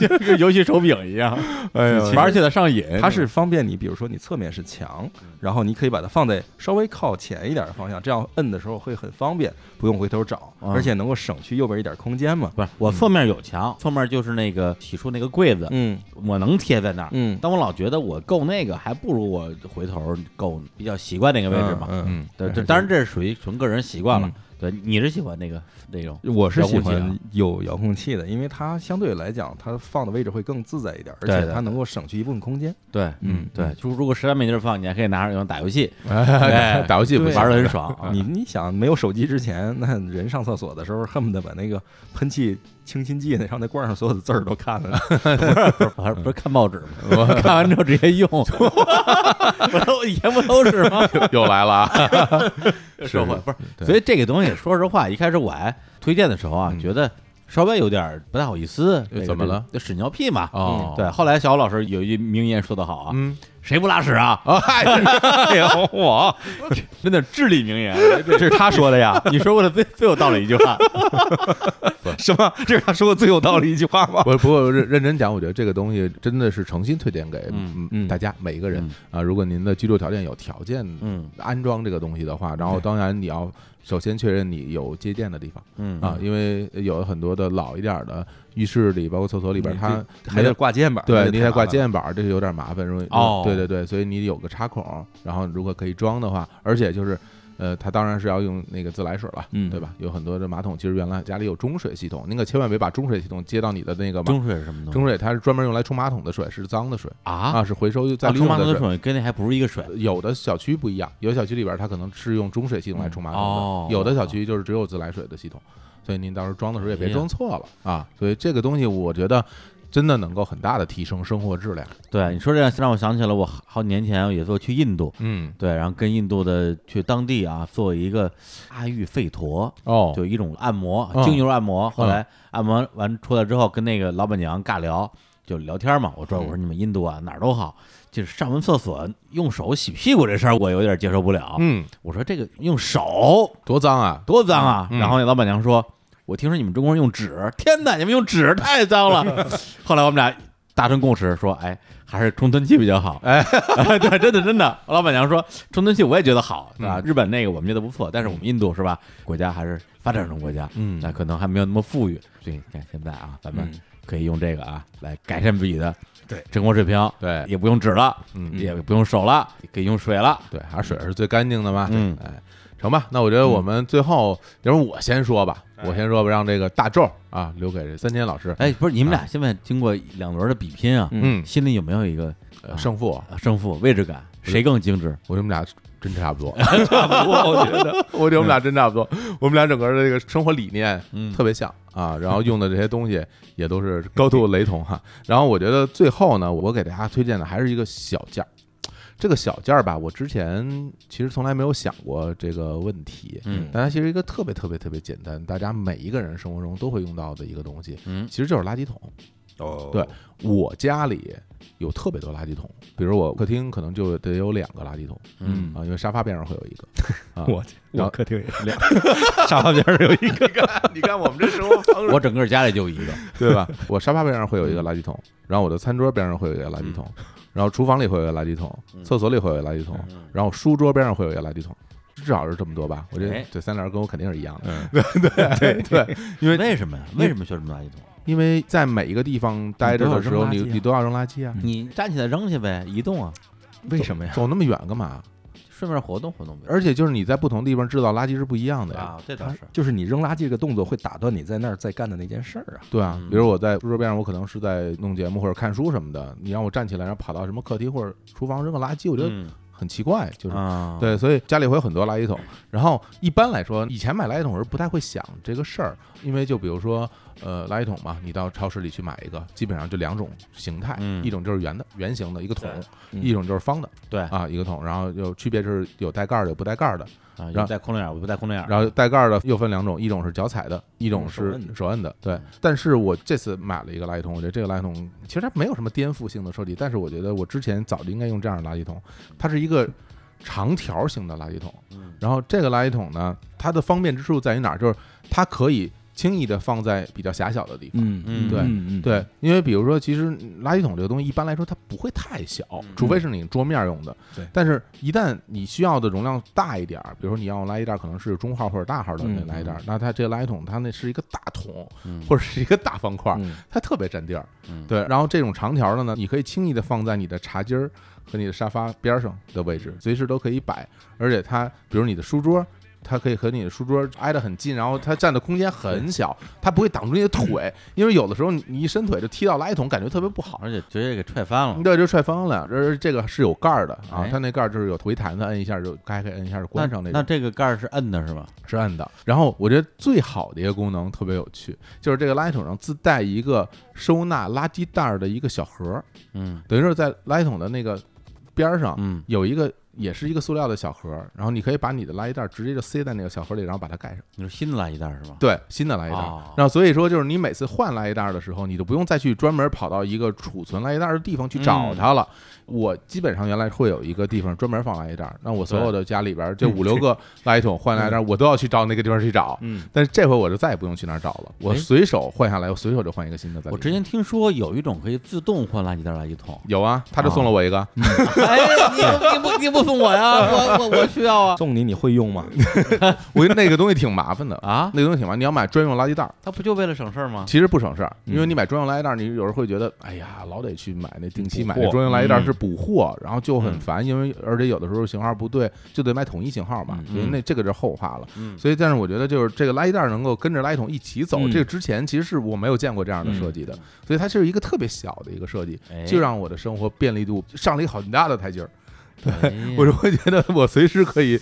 就跟游戏手柄一样，哎呦玩起来上瘾。它是方便你，比如说你侧面是墙，然后你可以把它放在稍微靠前一点的方向，这样摁的时候会很方便，不用回头找，嗯而且能够省去右边一点空间嘛。不是我侧面有墙，侧面就是那个洗漱那个柜子，嗯我能贴在那儿。嗯，但我老觉得我够那个，还不如我回头够比较习惯那个位置嘛。嗯，嗯，对，还这是当然这是属于纯个人习惯了嗯。对，你是喜欢那个那种我是喜遥控欢有遥控器的，因为它相对来讲，它放的位置会更自在一点，而对且对它能够省去一部分空间。对，嗯对，就如果实在没地儿放，你还可以拿着用打游 [LAUGHS] 戏，哎打游戏不玩的的很 [LAUGHS] 爽。啊你你想，没有手机之前，那人上厕所的时候，恨不得把那个喷气清新剂那上那罐上所有的字儿都看了。不是不是不是看报 [LAUGHS] 纸吗？看完之后直接用，我都以前 [LAUGHS] 不都是 [LAUGHS] 吗？又来了啊， [LAUGHS] 社会不是，对所以这个东西，说实话，一开始我还推荐的时候啊，嗯觉得稍微有点不太好意思，这个怎么了？这个就屎尿屁嘛。嗯哦，对，后来小武老师有一句名言说得好啊，嗯谁不拉屎啊？啊，嗨 [LAUGHS] 哎呦，我真的至理名言， [LAUGHS] 这是他说的呀。 [LAUGHS] 你说过的最最有道理一句话，什么？这是他说的最有道理一句话吗？我啊不过认认真讲，我觉得这个东西真的是诚心推荐给嗯嗯嗯大家每一个人嗯啊。如果您的居住条件有条件嗯安装这个东西的话，然后当然你要首先确认你有接电的地方嗯啊，因为有很多的老一点的浴室里，包括厕所里边，它还得挂件吧？对，你还得挂。肩膀，这个有点麻烦，容易哦对对对，所以你有个插孔，然后如果可以装的话，而且就是。呃，它当然是要用那个自来水了，嗯对吧？有很多的马桶，其实原来家里有中水系统，您可千万别把中水系统接到你的那个马中水是什么东西中水，它是专门用来冲马桶的水，是脏的水啊？啊，是回收再啊利冲用马桶的的水。水跟那还不是一个水，有的小区不一样，有的小区里边它可能是用中水系统来冲马桶嗯哦的，有的小区就是只有自来水的系统，所以您到时候装的时候也嗯别装错了啊。所以这个东西我觉得真的能够很大的提升生活质量。对，你说这样让我想起了我好好几年前有一次我去印度，嗯，对，然后跟印度的去当地啊做一个阿育吠陀，哦，就一种按摩嗯，精油按摩。后来按摩完出来之后，跟那个老板娘尬聊，就聊天嘛。我说嗯我说你们印度啊哪儿都好，就是上完厕所用手洗屁股这事儿我有点接受不了。嗯，我说这个用手多脏啊！多脏啊！嗯然后那老板娘说，我听说你们中国人用纸，天哪，你们用纸太脏了。后来我们俩。达成共识说，哎，还是冲吞器比较好。哎， [LAUGHS] 对，真的真的。老板娘说，冲吞器我也觉得好，对吧？日本那个我们觉得不错，但是我们印度是吧？国家还是发展中国家，嗯 [LAUGHS] 那可能还没有那么富裕。所以你看现在啊，咱们嗯可以用这个啊来改善自己的对生活水平，对也不用纸了，嗯也不用手了，可以用水了。对，还是水是最干净的嘛。嗯哎，成吧。那我觉得我们最后，要不我先说吧，我先说吧，让这个大咒啊留给三千老师。哎，不是，你们俩现在经过两轮的比拼啊，嗯，心里有没有一个呃胜负，啊胜负位置感，谁更精致？我觉得我们俩真差不多。差不多，我觉得。 [LAUGHS] 我觉得我们俩真差不多，我们俩整个的这个生活理念嗯特别像啊，然后用的这些东西也都是高度雷同哈。 [LAUGHS] 然后我觉得最后呢，我给大家推荐的还是一个小件儿。这个小件儿吧，我之前其实从来没有想过这个问题。嗯但它其实一个特别特别特别简单，大家每一个人生活中都会用到的一个东西，嗯其实就是垃圾桶。哦对，我家里有特别多垃圾桶，比如我客厅可能就得有两个垃圾桶嗯啊，因为沙发边上会有一个。 [LAUGHS] 啊我然后我客厅也是两，沙发边上有一个，你看我们这生活方 [LAUGHS] 我整个家里就一个， [LAUGHS] 对吧？我沙发边上会有一个垃圾桶，嗯然后我的餐桌边上会有一个垃圾桶，然后厨房里会有一个垃圾桶，嗯厕所里会有一个垃圾桶，然后书桌边上会有一个垃圾桶，至少是这么多吧？我觉得哎这三联跟我肯定是一样的，嗯对对，因为为什么呀？为什么需要这么大一桶？因为在每一个地方待着的时候，你都要扔垃圾你啊你都要扔垃圾啊，你站起来扔去呗，移动啊，为什么呀？走那么远干嘛？顺便活动活动呗。而且就是你在不同地方制造垃圾是不一样的呀。啊，这倒是，就是你扔垃圾这个动作会打断你在那儿在干的那件事儿啊。对啊嗯，比如我在书桌边上，我可能是在弄节目或者看书什么的，你让我站起来，然后跑到什么客厅或者厨房扔个垃圾，我觉得嗯很奇怪，就是啊，对，所以家里会有很多垃圾桶。然后一般来说，以前买垃圾桶是不太会想这个事儿，因为就比如说，呃，垃圾桶嘛，你到超市里去买一个，基本上就两种形态，嗯一种就是圆的圆形的一个桶，对嗯一种就是方的，对啊，一个桶。然后有区别是有带盖儿的，有不带盖儿的。啊，有带空了眼儿，我不带空了眼儿。然后带盖儿的又分两种，一种是脚踩的，一种是嗯手摁的嗯手摁的。对，但是我这次买了一个垃圾桶，我觉得这个垃圾桶其实它没有什么颠覆性的设计，但是我觉得我之前早就应该用这样的垃圾桶，它是一个长条形的垃圾桶。嗯然后这个垃圾桶呢，它的方便之处在于哪儿？就是它可以轻易的放在比较狭小的地方。嗯嗯对嗯，对，因为比如说，其实垃圾桶这个东西一般来说它不会太小，除非是你桌面用的。嗯对但是一旦你需要的容量大一点儿，比如说你要用垃圾袋，可能是中号或者大号的那嗯垃圾袋，那它这个垃圾桶它那是一个大桶嗯或者是一个大方块，嗯它特别占地儿嗯。对，然后这种长条的呢，你可以轻易的放在你的茶几儿和你的沙发边儿上的位置，随时都可以摆。而且它，比如你的书桌。它可以和你的书桌挨得很近，然后它占的空间很小，它不会挡住你的嗯腿， [LAUGHS] 因为有的时候你你一伸腿就踢到垃圾桶，感觉特别不好。嗯而且直接给踹翻了。对，就踹翻了，而这个是有盖儿的啊哎，它那盖儿就是有回弹的，摁一下就开开，摁一下就那关上那种，这个盖儿是摁的是吧？是摁的。然后我觉得最好的一个功能特别有趣，就是这个垃圾桶上自带一个收纳垃圾袋儿的一个小盒儿，嗯等于说在垃圾桶的那个边儿上嗯有一个也是一个塑料的小盒儿，然后你可以把你的垃圾袋儿直接就塞在那个小盒里，然后把它盖上。你说新的垃圾袋是吗？对，新的垃圾袋儿。哦然后所以说，就是你每次换垃圾袋儿的时候，你就不用再去专门跑到一个储存垃圾袋儿的地方去嗯找它了。我基本上原来会有一个地方专门放垃圾袋儿，那我所有的家里边儿这 [LAUGHS] 五六个垃圾桶换垃圾袋儿，我都要去找那个地方去找。嗯，但是这回我就再也不用去那儿找了，我哎随手换下来，我随手就换一个新的在里面。，我之前听说有一种可以自动换垃圾袋垃圾桶有啊，他就送了哦我一个，哎， [LAUGHS] 你不你不送我呀？ [LAUGHS] 我我我需要啊，送你你会用吗？我那个东西挺麻烦的 [LAUGHS] 啊！那个东西挺麻烦，你要买专用垃圾袋儿，他不就为了省事儿吗？其实不省事儿，嗯因为你买专用垃圾袋儿，你有时候会觉得，哎呀，老得去买那定期补买货那专用垃圾袋儿嗯是补货，然后就很嗯烦，因为而且有的时候型号不对，就得买统一型号嘛，嗯所以那这个就是后话了。嗯所以，但是我觉得就是这个垃圾袋儿能够跟着垃圾桶一起走，嗯这个之前其实是我没有见过这样的设计的，所以它就是一个特别小的一个设计，嗯哎就让我的生活便利度上了一个很大的台阶儿。哎呀我就会觉得我随时可以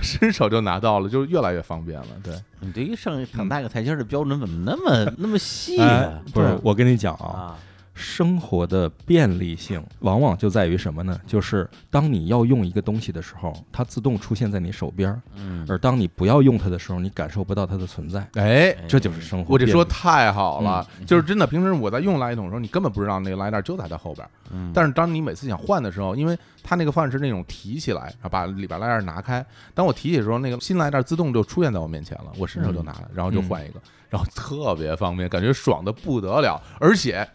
伸手就拿到了，就越来越方便了。对，你对于上很大一个台阶儿的标准怎么那么那么细哎啊？不是，我跟你讲啊，啊，生活的便利性往往就在于什么呢？就是当你要用一个东西的时候，它自动出现在你手边儿；嗯，而当你不要用它的时候，你感受不到它的存在。哎嗯哎这就是生活我这便利。说太好了，就是真的。平时我在用垃圾桶的时候，你根本不知道那个垃圾袋就在它后边儿。嗯但是当你每次想换的时候，因为它那个饭是那种提起来，然后把里边垃圾袋拿开。当我提起的时候，那个新垃圾袋自动就出现在我面前了，我伸手就拿了，然后就换一个，然后特别方便，感觉爽的不得了。而且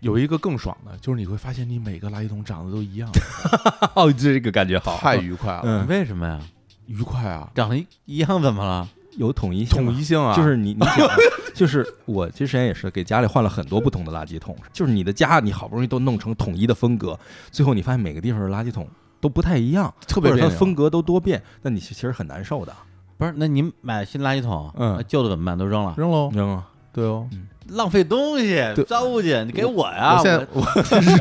有一个更爽的，就是你会发现你每个垃圾桶长得都一 [LAUGHS] 样， [LAUGHS] 哦，这个感觉好，太愉快了，嗯，为什么呀？愉快啊！长得一一样怎么了？有统一性统嘛一性啊，就是你，你想 [LAUGHS] 啊，就是我之前也是给家里换了很多不同的垃圾桶，就是你的家，你好不容易都弄成统一的风格，最后你发现每个地方的垃圾桶都不太一样，特别或者它别扭风格都多变，那你其实很难受的，不是，那您买新垃圾桶，嗯那旧的怎么办？都扔了，扔喽你，知道吗？对哦。浪费东西，糟践，你给我呀！我现在我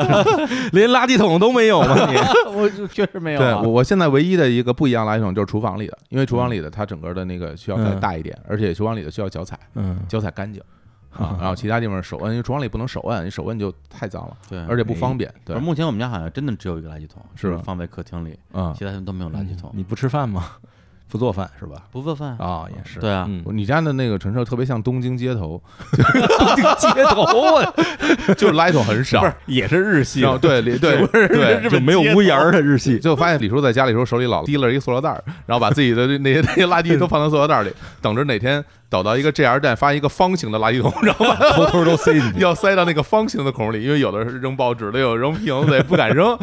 [LAUGHS] 连垃圾桶都没 [LAUGHS] 有吗？你 [LAUGHS] 我就确实没有对啊我，我现在唯一的一个不一样的垃圾桶就是厨房里的，因为嗯厨房里的它整个的那个需要再嗯大一点，而且厨房里的需要脚踩，嗯，脚踩干净 [LAUGHS] 啊，然后其他地方手摁，因为厨房里不能手摁，你手摁就太脏了，对，而且不方便。不对是，目前我们家好像真的只有一个垃圾桶，是吧就放在客厅里，嗯，啊其他地方都没有垃圾桶。你不吃饭吗？ [LAUGHS] 不做饭是吧？不做饭？啊，也是，对啊，嗯，你家的那个陈设特别像东京街 [LAUGHS] 头，街头啊， [LAUGHS] 就是垃圾桶很少，也是日系然后对里对对。就没有屋檐儿的日 [LAUGHS] 系，最后发现李叔在家里时候手里老提了一个塑料袋儿，然后把自己的那些那些垃圾都放到塑料袋儿 [LAUGHS] 里，等着哪天倒到一个 JR 站，发现一个方形的垃圾桶，然后 [LAUGHS] 把偷偷都塞进 [LAUGHS] 去。要塞到那个方形的孔里，因为有的是扔报纸的，有的扔瓶子，也不敢扔。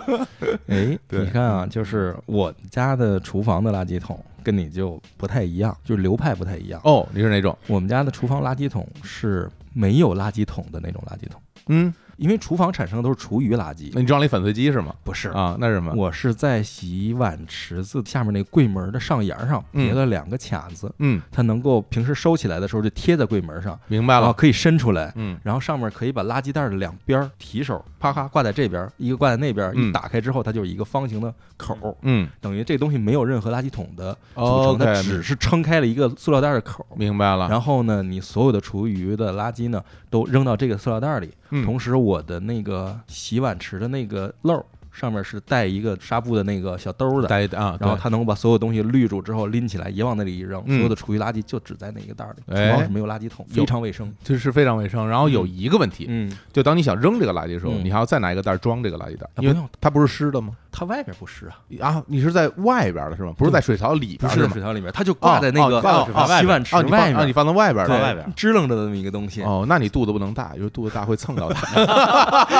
[LAUGHS] 哎， [LAUGHS] 对你看啊，就是我家的厨房的垃圾桶跟你就不太一样，就是流派不太一样。 [LAUGHS] 哦，你是哪种？我们家的厨房垃圾桶是没有垃圾桶的那种垃圾桶，嗯，因为厨房产生的都是厨余垃圾那，你装了一粉碎机是吗？不是。啊，那是什么？ [LAUGHS] 我是在洗碗池子下面那柜门的上沿上嗯别了两个卡子，嗯，它能够平时收起来的时候就贴在柜门上，明白然后了。可以伸出来，嗯，然后上面可以把垃圾袋的两边儿提手啪咔挂在这边儿，一个挂在那边儿，嗯一打开之后它就是一个方形的口儿，嗯，等于这东西没有任何垃圾桶的哦组成，它 OK 啊只是撑开了一个塑料袋的口儿。明白了。然后呢，你所有的厨余的垃圾呢，都扔到这个塑料袋里。嗯同时，我的那个洗碗池的那个漏儿上面是带一个纱布的那个小兜儿的，带啊，然后对它能够把所有东西滤住之后拎起来，也往那里一扔，嗯所有的厨余垃圾就只在那一个袋儿里。哎厨房是没有垃圾桶，有非常卫生。这是非常卫生。然后有一个问题，嗯，就当你想扔这个垃圾的时候，嗯你还要再拿一个袋儿装这个垃圾袋儿，啊因不为用它不是湿的吗？它外边不是啊，啊，你是在外边儿的是吗？不是在水槽里边不儿是吗？水槽里面，它就挂在那个哦挂在水槽外边洗碗池哦，你放外啊，你面，放在外边儿的，放外边儿支棱着的那么一个东西，哦，那你肚子不能大，因为肚子大会蹭到它。 [LAUGHS]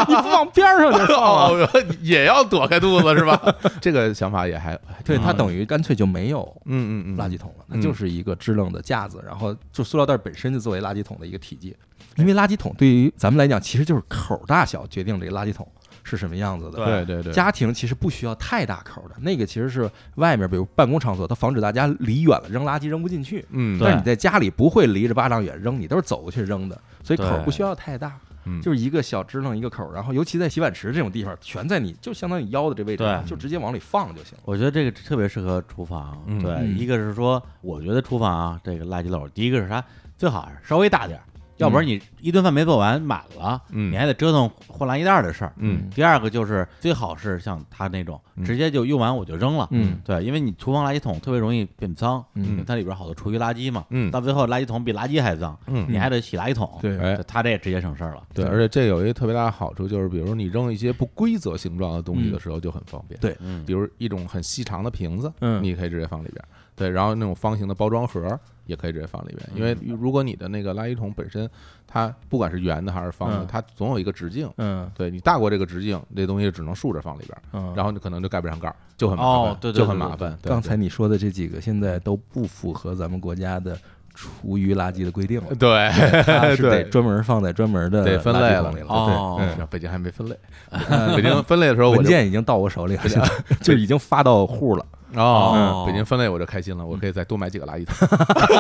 你不往边儿上就放啊。 [LAUGHS] 哦，也要躲开肚子是吧？ [LAUGHS] 这个想法也还还 [LAUGHS] 对，挺好它的等于干脆就没有嗯嗯嗯，垃圾桶了，它嗯就是一个支棱的架子，然后就塑料袋本身就作为垃圾桶的一个体积，因为垃圾桶对于咱们来讲，其实就是口儿大小决定这个垃圾桶是什么样子的。对对对，家庭其实不需要太大口儿的，那个其实是外面，比如办公场所，它防止大家离远了扔垃圾扔不进去。嗯，但对是你在家里不会离着巴掌远扔，你都是走过去扔的，所以口儿对不需要太大嗯，就是一个小支棱一个口儿，然后尤其在洗碗池这种地方，全在你就相当于你腰的这位置对，就直接往里放就行了。我觉得这个特别适合厨房。嗯对，嗯一个是说，我觉得厨房啊，这个垃圾篓，第一个是啥，最好是稍微大点儿，要不然你一顿饭没做完满了，嗯你还得折腾货拉一袋儿的事儿。嗯第二个就是最好是像他那种直接就用完我就扔了，嗯对，因为你厨房垃圾桶特别容易变脏，因为嗯，它里边好多厨余垃圾嘛，嗯到最后垃圾桶比垃圾还脏，嗯你还得洗垃圾桶，对哎，他这也直接省事儿了，对，而且这有一个特别大的好处，就是比如你扔一些不规则形状的东西的时候就很方便。对嗯比如一种很细长的瓶子，嗯你可以直接放里边儿。对，然后那种方形的包装盒儿也可以直接放里边，因为如果你的那个垃圾桶本身，它不管是圆的还是方的，嗯它总有一个直径。嗯对你大过这个直径，这东西只能竖着放里边儿，嗯，然后你可能就盖不上盖儿，就很麻哦烦，对对就很对对麻烦。对刚才你说的这几个现在都不符合咱们国家的厨余垃圾的规定了对， [LAUGHS] 呃对它是得对专门放在专门的得分垃类了圾桶 [LAUGHS] 里了。哦对，是啊北京还没分类，呃 [LAUGHS] 北 [LAUGHS] 京分类的时候我文就件已经到我手里了，现在就已经发到户了。哦哦，嗯北京分类我就开心了，我可以再多买几个垃圾桶，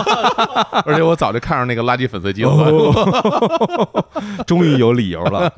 [LAUGHS] 而且我早就看上那个垃圾粉碎 [LAUGHS] 机了。终于有理由了。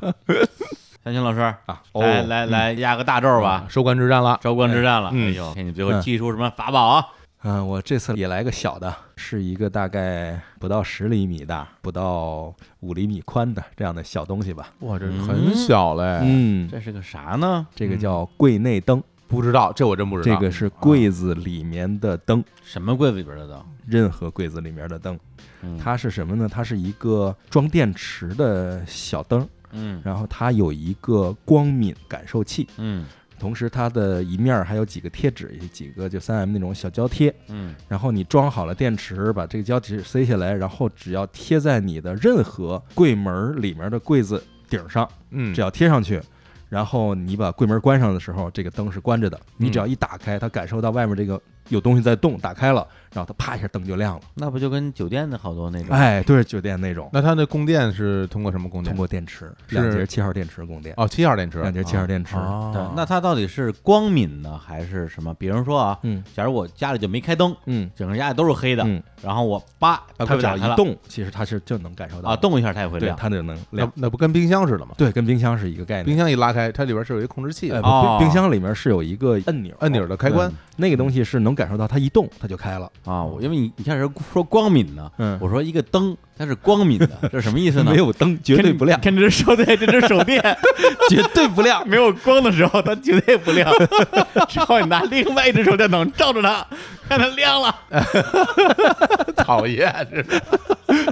三星老师啊来哦来来压个大咒吧，收官之战了，招官之战了，嗯哎呦，看你最后嗯祭出什么法宝啊？嗯，我这次也来个小的，是一个大概不到十厘米大、不到五厘米宽的这样的小东西吧。哇，这嗯很小嘞，嗯，这是个啥呢？这个叫柜内灯，不知道，这我真不知这道。啊个是柜子里面的灯，什么柜子里边的灯？任何柜子里面的灯。嗯它是什么呢？它是一个装电池的小灯，嗯然后它有一个光敏感受器，嗯同时它的一面儿还有几个贴纸，几个就3 M 那种小胶贴。嗯然后你装好了电池，把这个胶纸塞下来，然后只要贴在你的任何柜门儿里面的柜子顶上，嗯，只要贴上去，然后你把柜门关上的时候，这个灯是关着的。你只要一打开，它感受到外面这个有东西在动，打开了，然后它啪一下灯就亮了。那不就跟酒店的好多那种？哎，对，酒店那种，那它那供电是通过什么供通电？过嗯电池，嗯是两节七号电池供电，哦，七号电池，两节七号电池。对哦，那它到底是光敏呢，还是什么？比如说啊，嗯假如我家里就没开灯，嗯整个家里都是黑的，嗯，然后我叭，它它就只打要开了一动，其实它是就能感受到啊，的，动一下它也会对亮。它就能亮那。那不跟冰箱似的吗？对，跟冰箱是一个概念。冰箱一拉开，它里边是有一控制器的哎，哦不，冰冰箱里面是有一个按钮，按钮的开关嗯，那个东西是能感受到它一动它就开了，啊，我因为你你开始说光敏呢，嗯我说一个灯它是光敏 [LAUGHS] 的，这是什么意思呢？没有灯绝对不亮，看这只手电，这只手电 [LAUGHS] 绝对不亮。没有光的时候，它绝对不亮。 [LAUGHS] 只好你拿另外一只手电筒照着它，看它亮了。哎讨厌，这[LAUGHS]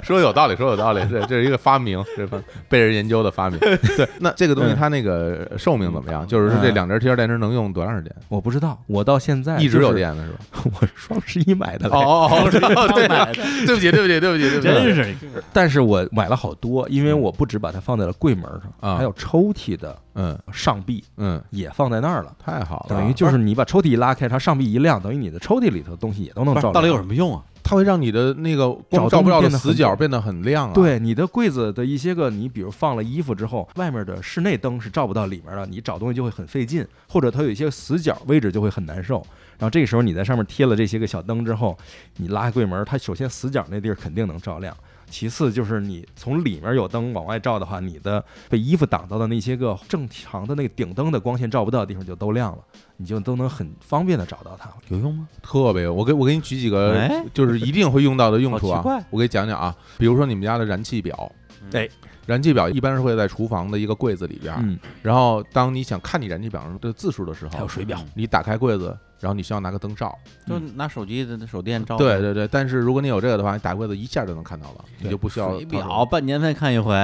是 说有道理，说有道理，这这是一个发明，这是嗯被人研究的 [LAUGHS] 发明。对，那这个东西它那个呃寿命怎么嗯样？就是说这两节贴电池能用多长时间？我不知道，我到现在一直有哎就是，电的是吧？我是双十一买的嘞，哦哦哦，对买啊的对不起，对不起，对不起，对 [LAUGHS] 不起，真是但是我买了好多，因为我不只把它放在了柜门上，啊还有抽屉的嗯上壁嗯，也放在那儿了。太好了，等于就是你把抽屉一拉开，它上壁一亮，等于你的抽屉里头的东西也都能不照是亮。到底有什么用啊？它会让你的那个光照照灯不到的变得很死角变得很亮啊。，对你的柜子的一些个，你比如放了衣服之后，外面的室内灯是照不到里面的，你找东西就会很费劲，或者它有一些死角位置就会很难受。然后这个时候你在上面贴了这些个小灯之后，你拉开柜门，它首先死角那地儿肯定能照亮。其次就是你从里面有灯往外照的话，你的被衣服挡到的那些个正常的那个顶灯的光线照不到的地方就都亮了，你就都能很方便的找到它了。有用吗？特别有。我给我给你举几个哎，就是一定会用到的用处好奇怪啊。我给你讲讲啊，比如说你们家的燃气表，哎，燃气表一般是会在厨房的一个柜子里边儿，嗯，然后当你想看你燃气表上的字数的时还有候，水表，你打开柜子。然后你需要拿个灯照，就拿手机的手电照。对，对对。但是如果你有这个的话，你打开柜子一下就能看到了，你对就不需要水表半年才看一回，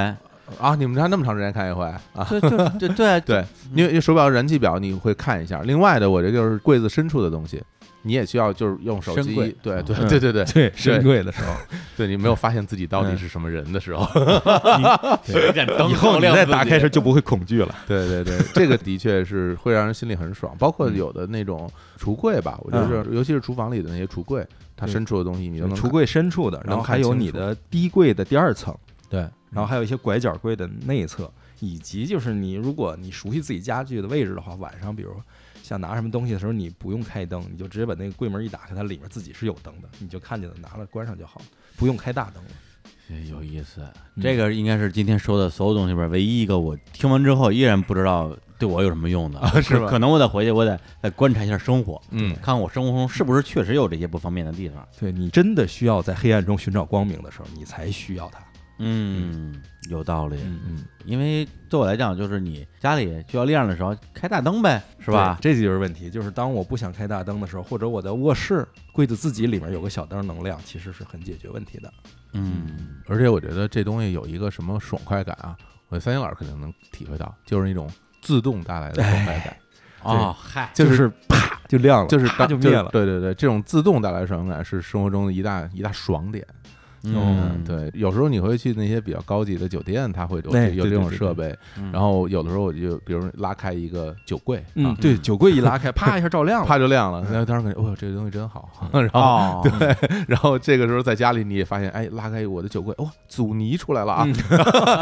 啊。你们家那么长时间看一回啊？就就就对对， [LAUGHS] 因为因为手表、燃气表你会看一下。另外的，我这就是柜子深处的东西，你也需要就是用手深机柜。对对嗯对对对对，深柜的时候，对，你没有发现自己到底是什么人的时候。有点灯以照后你亮再自己打开的时候就不会恐惧了。 [LAUGHS] 对对 [LAUGHS] 对，这个的确是会让人心里很爽。包括有的那种橱柜吧，我觉得是尤其是厨房里的那些橱柜，它对深处的东西你都能橱柜深处的，能然后看还有清你楚的低柜的第二层，对，然后还有一些拐角柜的内侧，以及就是你如果你熟悉自己家具的位置的话，晚上比如想拿什么东西的时候，你不用开灯，你就直接把那个柜门一打开，它里面自己是有灯的，你就看见了，拿了关上就好了，不用开大灯了。有意思，这个应该是今天说的所有东西里边唯一一个我听完之后依然不知道对我有什么用的，是吧可可能我得回去，我得再观察一下生活，嗯看看我生活中是不是确实有这些不方便的地方。对你真的需要在黑暗中寻找光明的时候，你才需要它。嗯，有道理。嗯，因为对我来讲，就是你家里需要亮的时候开大灯呗，是是吧？这就是问题，就是当我不想开大灯的时候，或者我的卧室柜子自己里面有个小灯能亮，其实是很解决问题的。嗯，而且我觉得这东西有一个什么爽快感啊，我觉得三星老师肯定能体会到，就是那种自动带来的爽快感，哦，嗨，就是啪就亮了， [LAUGHS] 就是啪当就灭是了。对对对，这种自动带来的爽快感是生活中的一大一大爽点。嗯，对，有时候你会去那些比较高级的酒店，它会有对有对这种对对设备。嗯然后有的时候我就比如拉开一个酒柜，嗯，啊，对，酒柜一拉开，啪一下照亮了。嗯啪就亮了。然后当时感觉，哦，这个东西真好。 [LAUGHS] 然后哦，对，然后这个时候在家里你也发现，哎，拉开我的酒柜，哇、阻尼出来了啊！嗯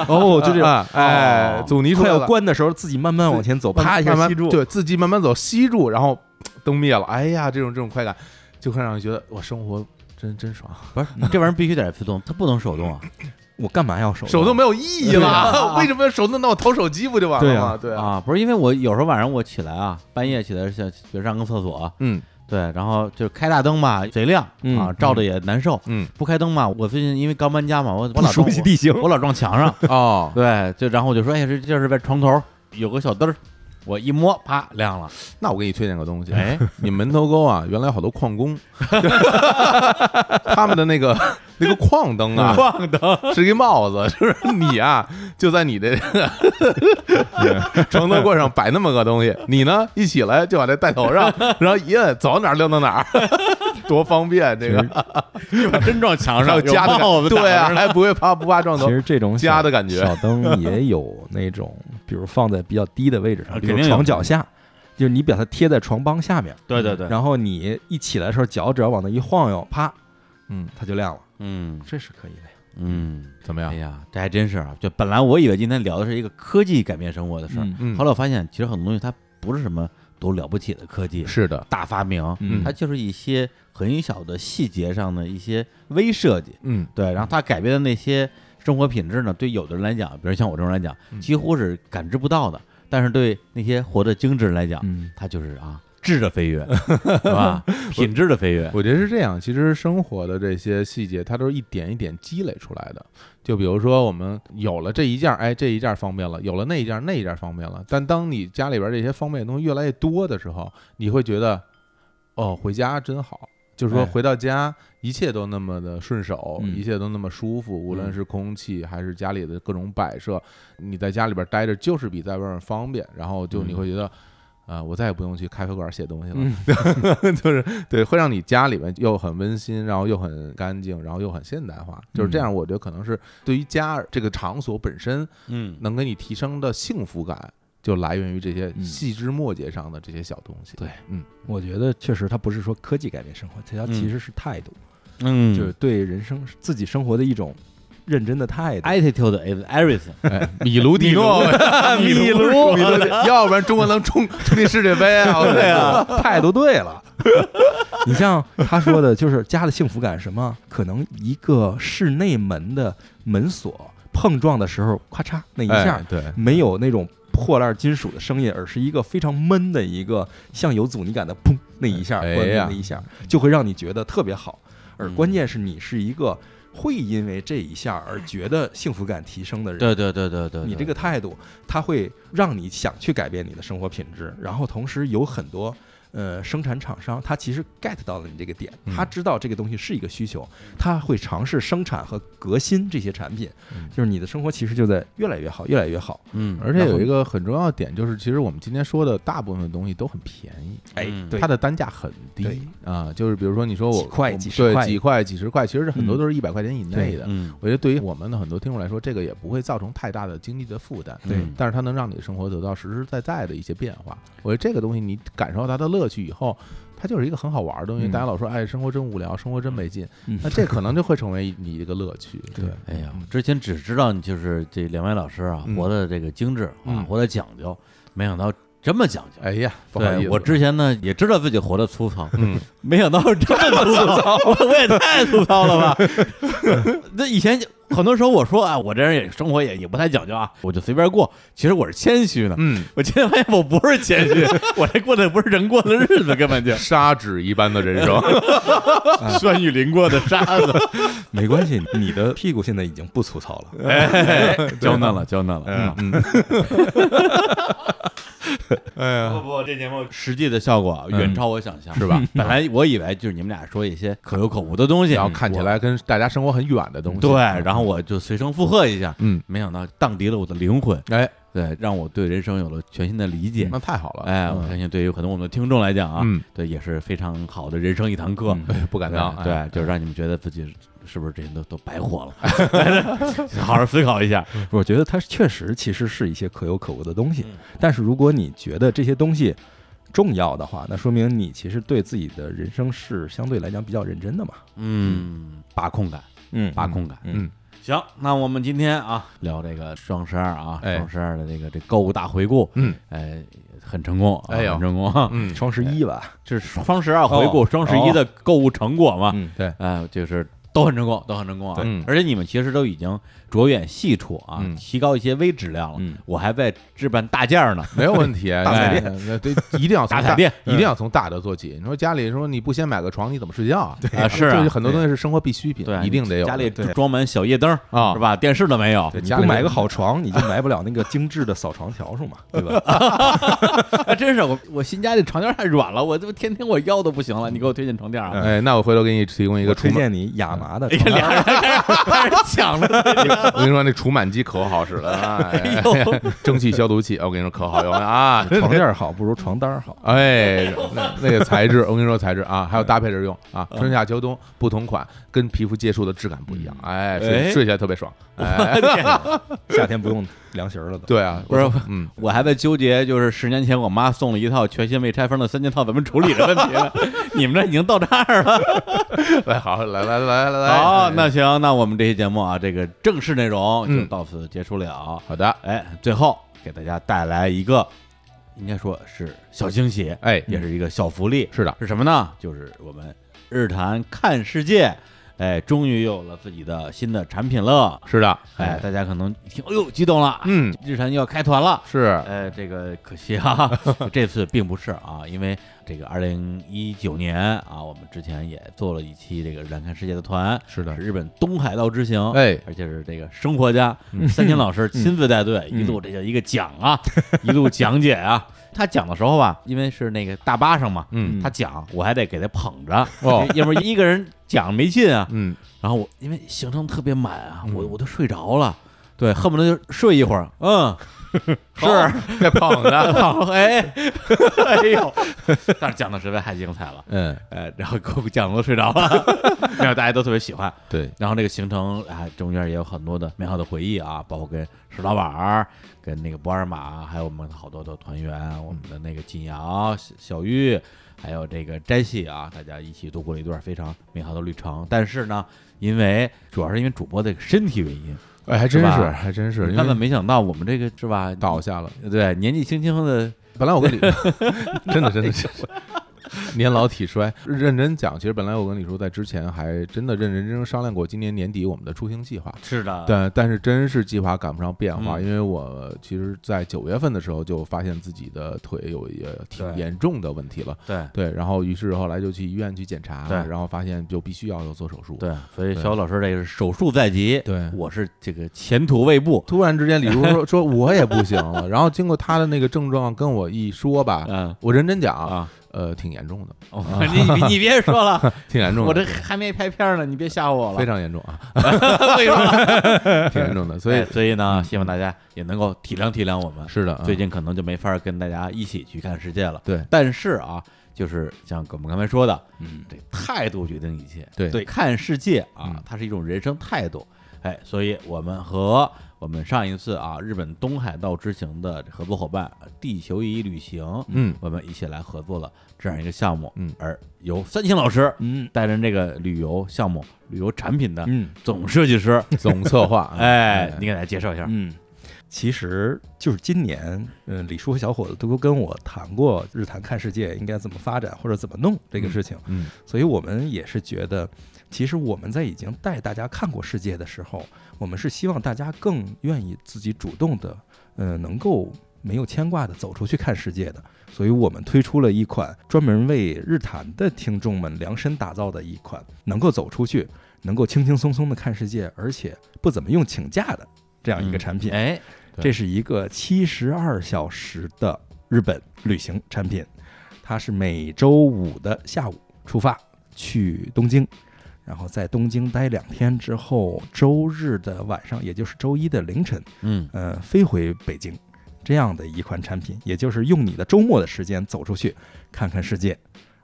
哦，就这样，啊哎，哦阻尼出快来要了，关的时候，自己慢慢往前走，啪一下慢慢吸住。对，自己慢慢走，吸住，然后灯灭了，哎呀，这种这种快感，就会让你觉得哇，生活真真爽，不是这玩意儿必须得自动，它不能手动啊。我干嘛要手啊手动没有意义对啊了， [LAUGHS] 为什么要手动？那我掏手机不就完了吗？对啊，啊，不是因为我有时候晚上我起来啊，半夜起来想，比如上个厕所，嗯对，然后就是开大灯吧，贼亮嗯啊，照着也难受。嗯，。不开灯嘛，我最近因为刚搬家嘛，我我老熟撞悉地形我，我老撞墙上啊哦，对，就然后我就说，哎呀，这就是在床头有个小灯儿，我一摸，啪亮了。那我给你推荐个东西，哎，你门头沟啊，原来有好多矿工，他们的那个 [LAUGHS] 那个矿灯啊，晃灯，是一帽子， [LAUGHS] 就是你啊，就在你的 [LAUGHS] 床头柜上摆那么个东西，你呢一起来就把这戴头上，然后一摁，走到哪儿亮到哪儿，多方便这个，真撞墙还上，有家的感我们对啊，还不会怕不怕撞其头，实这种小家的感觉小灯也有那种，比如放在比较低的位置啊上，比如肯定有床脚下，就是你把它贴在床帮下面，对对对，然后你一起来的时候，脚只要往那一晃悠，啪，嗯，它就亮了，嗯这是可以的呀。嗯，怎么样哎？呀，这还真是啊！就本来我以为今天聊的是一个科技改变生活的事儿，嗯嗯后，来我发现其实很多东西它不是什么多了不起的科技，是的，大发明，嗯它就是一些很小的细节上的一些微设计，嗯，对，然后它改变的那些生活品质呢，对有的人来讲，比如像我这种人来讲，嗯几乎是感知不到的，但是对那些活得精致人来讲，嗯，它就是啊质的飞跃，是吧？品质的飞跃，我觉得是这样，其实生活的这些细节，它都是一点一点积累出来的。就比如说，我们有了这一件儿，哎，这一件儿方便了；有了那一件儿，那一件儿方便了。但当你家里边儿这些方便的东西越来越多的时候，你会觉得，哦，回家真好。就是说，哎回到家，一切都那么的顺手，嗯一切都那么舒服，无论嗯是空气还是家里的各种摆设，你在家里边儿待着就是比在外面方便。然后就你嗯会觉得，啊，我再也不用去咖啡馆写东西了，[LAUGHS] 嗯就是对，会让你家里面又很温馨，然后又很干净，然后又很现代化，就是嗯这样。我觉得可能是对于家这个场所本身嗯，能给你提升的幸福感，就来源于这些嗯细枝末节上的这些小东西。对，嗯，我觉得确实它不是说科技改变生活，它其实是态度，嗯，就是对人生自己生活的一种认真的态度。 attitude is everything，哎，米卢蒂 [LAUGHS] 诺，米卢米卢蒂，要不然 [LAUGHS] 中国能冲冲进世界杯 [LAUGHS] 啊？我对啊，态度对了。 [LAUGHS] 你像他说的，就是家的幸福感是什么？可能一个室内门的门锁碰撞的时候，咔嚓那一下，哎对，没有那种破烂金属的声音，而是一个非常闷的一个像有阻尼感的砰那一下，哎呀关门那一下，就会让你觉得特别好。而嗯关键是你是一个会因为这一下而觉得幸福感提升的人。对对对对对，你这对个态度，它会让你想去改变你的生活品质，然后同时有很多。呃，生产厂商他其实 get 到了你这个点，嗯他知道这个东西是一个需求，他会尝试生产和革新这些产品嗯，就是你的生活其实就在越来越好，越来越好。嗯，而且有一个很重要的点就是，其实我们今天说的大部分的东西都很便宜，哎嗯，对，它的单价很对低啊，就是比如说你说我几块我几十对块几块几十块，其实很多嗯都是一百块钱以内的。嗯，我觉得对于我们的很多听众来说，这个也不会造成太大的经济的负担，对嗯但是它能让你生活得到实实在在的一些变化。我觉得这个东西你感受到它的乐趣以后，它就是一个很好玩的东西。嗯大家老说哎，生活真无聊，生活真没劲，嗯那这可能就会成为你一个乐趣。对，哎呀，之前只知道你就是这两位老师啊，嗯活的这个精致啊，嗯活的讲究，没想到这么讲究。哎呀，不好意对思，我之前呢也知道自己活的粗糙， [LAUGHS] 嗯， [LAUGHS] 没想到是这么粗糙，我我也太粗糙了吧？那以前就很多时候我说啊，我这人也生活也也不太讲究啊，我就随便过。其实我是谦虚呢。嗯，我今天发现我不是 [LAUGHS] 谦虚，我这过的不是人过的日子，根本就砂纸一般的人 [LAUGHS] 生，酸雨淋过的沙子。没关系，你的屁股现在已经不粗糙 [LAUGHS] 了。哎，娇嫩了，娇嫩了。嗯嗯 [LAUGHS] 哎呀，嗯不不，这节目实际的效果远超我想象，是吧？本来我以为就是你们俩说一些可有可无的东西，然后看起来跟大家生活很远的东我西，啊对，然后我就随声附和一下，嗯，没想到荡涤了我的灵魂，哎，对，让我对人生有了全新的理解那。太好了，哎，我相信对于很多我们的听众来讲啊，嗯，对，也是非常好的人生一堂课。哎不敢当，对，哎，对就是让你们觉得自己是不是这些都都白 [LAUGHS] 活了， [LAUGHS] 好好思考一下。我觉得它确实其实是一些可有可无的东西，但是如果你觉得这些东西重要的话，那说明你其实对自己的人生是相对来讲比较认真的嘛。嗯，把控感，嗯把控感。嗯，行，那我们今天啊聊这个双十二啊，哎双十二的这个这购物大回顾，嗯，哎，很成功，啊哎呦很成功啊，嗯，双十一吧，这是双十二回顾哦双十一的购物成果嘛，嗯，对，哎，就是都很成功，都很成功啊对，而且你们其实都已经着眼细处啊嗯，提高一些微质量了嗯，我还在置办大件儿呢，没有问题，大彩店，那对，一定要从大彩电一定要从大的做起。你说家里说你不先买个床，你怎么睡觉啊？啊是啊就是很多东西是生活必需品对，，一定得有的。家里装满小夜灯儿啊是吧？电视都没有，对你家不里买个好床，你就买不了那个精致的扫床笤帚嘛，对 [LAUGHS] 吧？啊，真是我我新家这床垫儿太软了，我这不天天我腰都不行了，你给我推荐床垫嗯儿啊。哎，那我回头给你提供一我个除推螨，荐你亚麻的哎呀，床啊俩人开始开始抢了，我跟你说那除螨机可好 [LAUGHS] 使了，哎哎呦，蒸汽消毒器，我跟你说可好用了啊。 [LAUGHS] 床垫好不如床单儿好。哎，那那个材质，我跟你说材质啊，还有搭配着用啊，嗯春夏秋冬不同款，跟皮肤接触的质感不一样，哎，哎睡睡起来特别爽， [LAUGHS] 哎，夏天不用凉席儿了都。对啊，不是我嗯，我还在纠结，就是十年前我妈送了一套全新未拆封的三件套，怎么处理的问题呢？ [LAUGHS] 你们这已经到这儿了。来，好，来来来来来，好哎，那行，那我们这期节目啊，这个正式内容就嗯到此结束了。好的，哎，最后给大家带来一个，应该说是小惊喜，哎，也是一个小福利，是的，是什么呢？就是我们日坛看世界，哎，终于有了自己的新的产品了。是的，哎，，大家可能一听，哎呦，激动了，嗯，日坛又要开团了。是，呃，这个可惜 [LAUGHS] 啊，这次并不是啊，因为这个二零一九年啊，我们之前也做了一期这个日坛看世界的团，是的日本东海道之行，哎而且是这个生活家嗯三金老师亲自带队，一路这叫一个讲啊，一路讲解啊。他讲的时候吧，因为是那个大巴上嘛，嗯他讲我还得给他捧着，哦要不然一个人讲没劲啊。嗯，然后我因为行程特别满啊，我我都睡着了，对，恨不得就睡一 [LAUGHS] 会儿，嗯。是，那胖子， [LAUGHS] 哎，哎呦，但是讲的实在太精彩了，嗯，呃，然后给我讲的都睡着了， [LAUGHS] 然后大家都特别喜欢。对，然后这个行程啊，中间也有很多的美好的回忆啊，包括跟石老板儿、跟那个博尔玛，还有我们好多的团员，我们的那个锦瑶、小小玉，还有这个斋系啊，大家一起度过了一段非常美好的旅程。但是呢，因为主要是因为主播的身体原因，哎，还真是是，吧还真是，因根本为没想到我们这个是吧？倒下了。对，年纪轻轻的本来我跟 [LAUGHS] 李，真的真的哎是年老体衰，认真讲，其实本来我跟李叔在之前还真的认认真真商量过今年年底我们的出行计划。是的，但但是真是计划赶不上变化，啊嗯因为我其实，在九月份的时候就发现自己的腿有也挺对严重的问题了，对对，然后于是后来就去医院去检查，对然后发现就必须要做手术，对，所以对小雨老师这个是手术在即，对我是这个前途未卜，突然之间，李叔说 [LAUGHS] 说我也不行了，然后经过他的那个症状跟我一说吧，嗯我认真讲，啊，呃，挺严重的，哦 [LAUGHS] 你你别说了，挺严重的，我这还没拍片呢，你别吓唬我了，非常严重啊，常 [LAUGHS] 为什么？ [LAUGHS] 挺严重的，所所以以哎嗯所以呢，希望大家也能够体谅体谅我们，是的，啊最近可能就没法跟大家一起去看世界了，对但是啊，就是像我们刚才说的，嗯，这态度决定一切。对对，看世界啊嗯，它是一种人生态度。哎，所以我们和我们上一次啊日本东海道之行的合作伙伴地球仪旅行，嗯我们一起来合作了这样一个项目。嗯而由三清老师嗯带着这个旅游项目、旅游产品的嗯总设计师，总策划，啊啊哎，你给大家介绍一下。嗯，其实就是今年，嗯，李叔和小伙子都跟我谈过日坛看世界应该怎么发展或者怎么弄这个事情，嗯嗯所以我们也是觉得，其实我们在已经带大家看过世界的时候，我们是希望大家更愿意自己主动的，嗯，能够没有牵挂的走出去看世界的，所以我们推出了一款专门为日坛的听众们量身打造的一款，能够走出去，能够轻轻松松的看世界，而且不怎么用请假的这样一个产品。哎，对这是一个七十二小时的日本旅行产品，它是每周五的下午出发去东京，然后在东京待两天之后，周日的晚上，也就是周一的凌晨，嗯，呃，飞回北京。这样的一款产品，也就是用你的周末的时间走出去看看世界，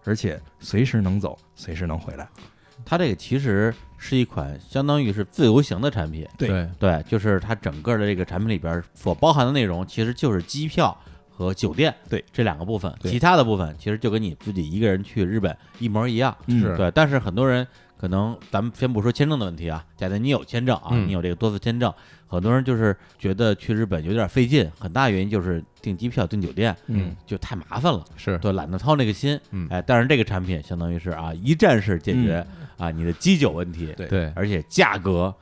而且随时能走，随时能回来。它这个其实是一款相当于是自由行的产品，对对对，就是它整个的这个产品里边所包含的内容，其实就是机票和酒店对这两个部分，对其他的部分其实就跟你自己一个人去日本一模一样。嗯是对，但是很多人可能，咱们先不说签证的问题啊，假定你有签证啊，嗯你有这个多次签证，很多人就是觉得去日本有点费劲，很大原因就是订机票、订酒店，嗯，就太麻烦了。是对，懒得操那个心，嗯哎，但是这个产品相当于是啊，一站式解决、啊你的基酒问题，对 [LAUGHS] 对，而且价格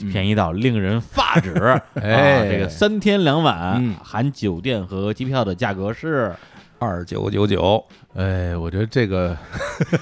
嗯便宜到令人发指，啊，哎这个三天两晚、嗯含酒店和机票的价格是，二九九九，哎，我觉得这个，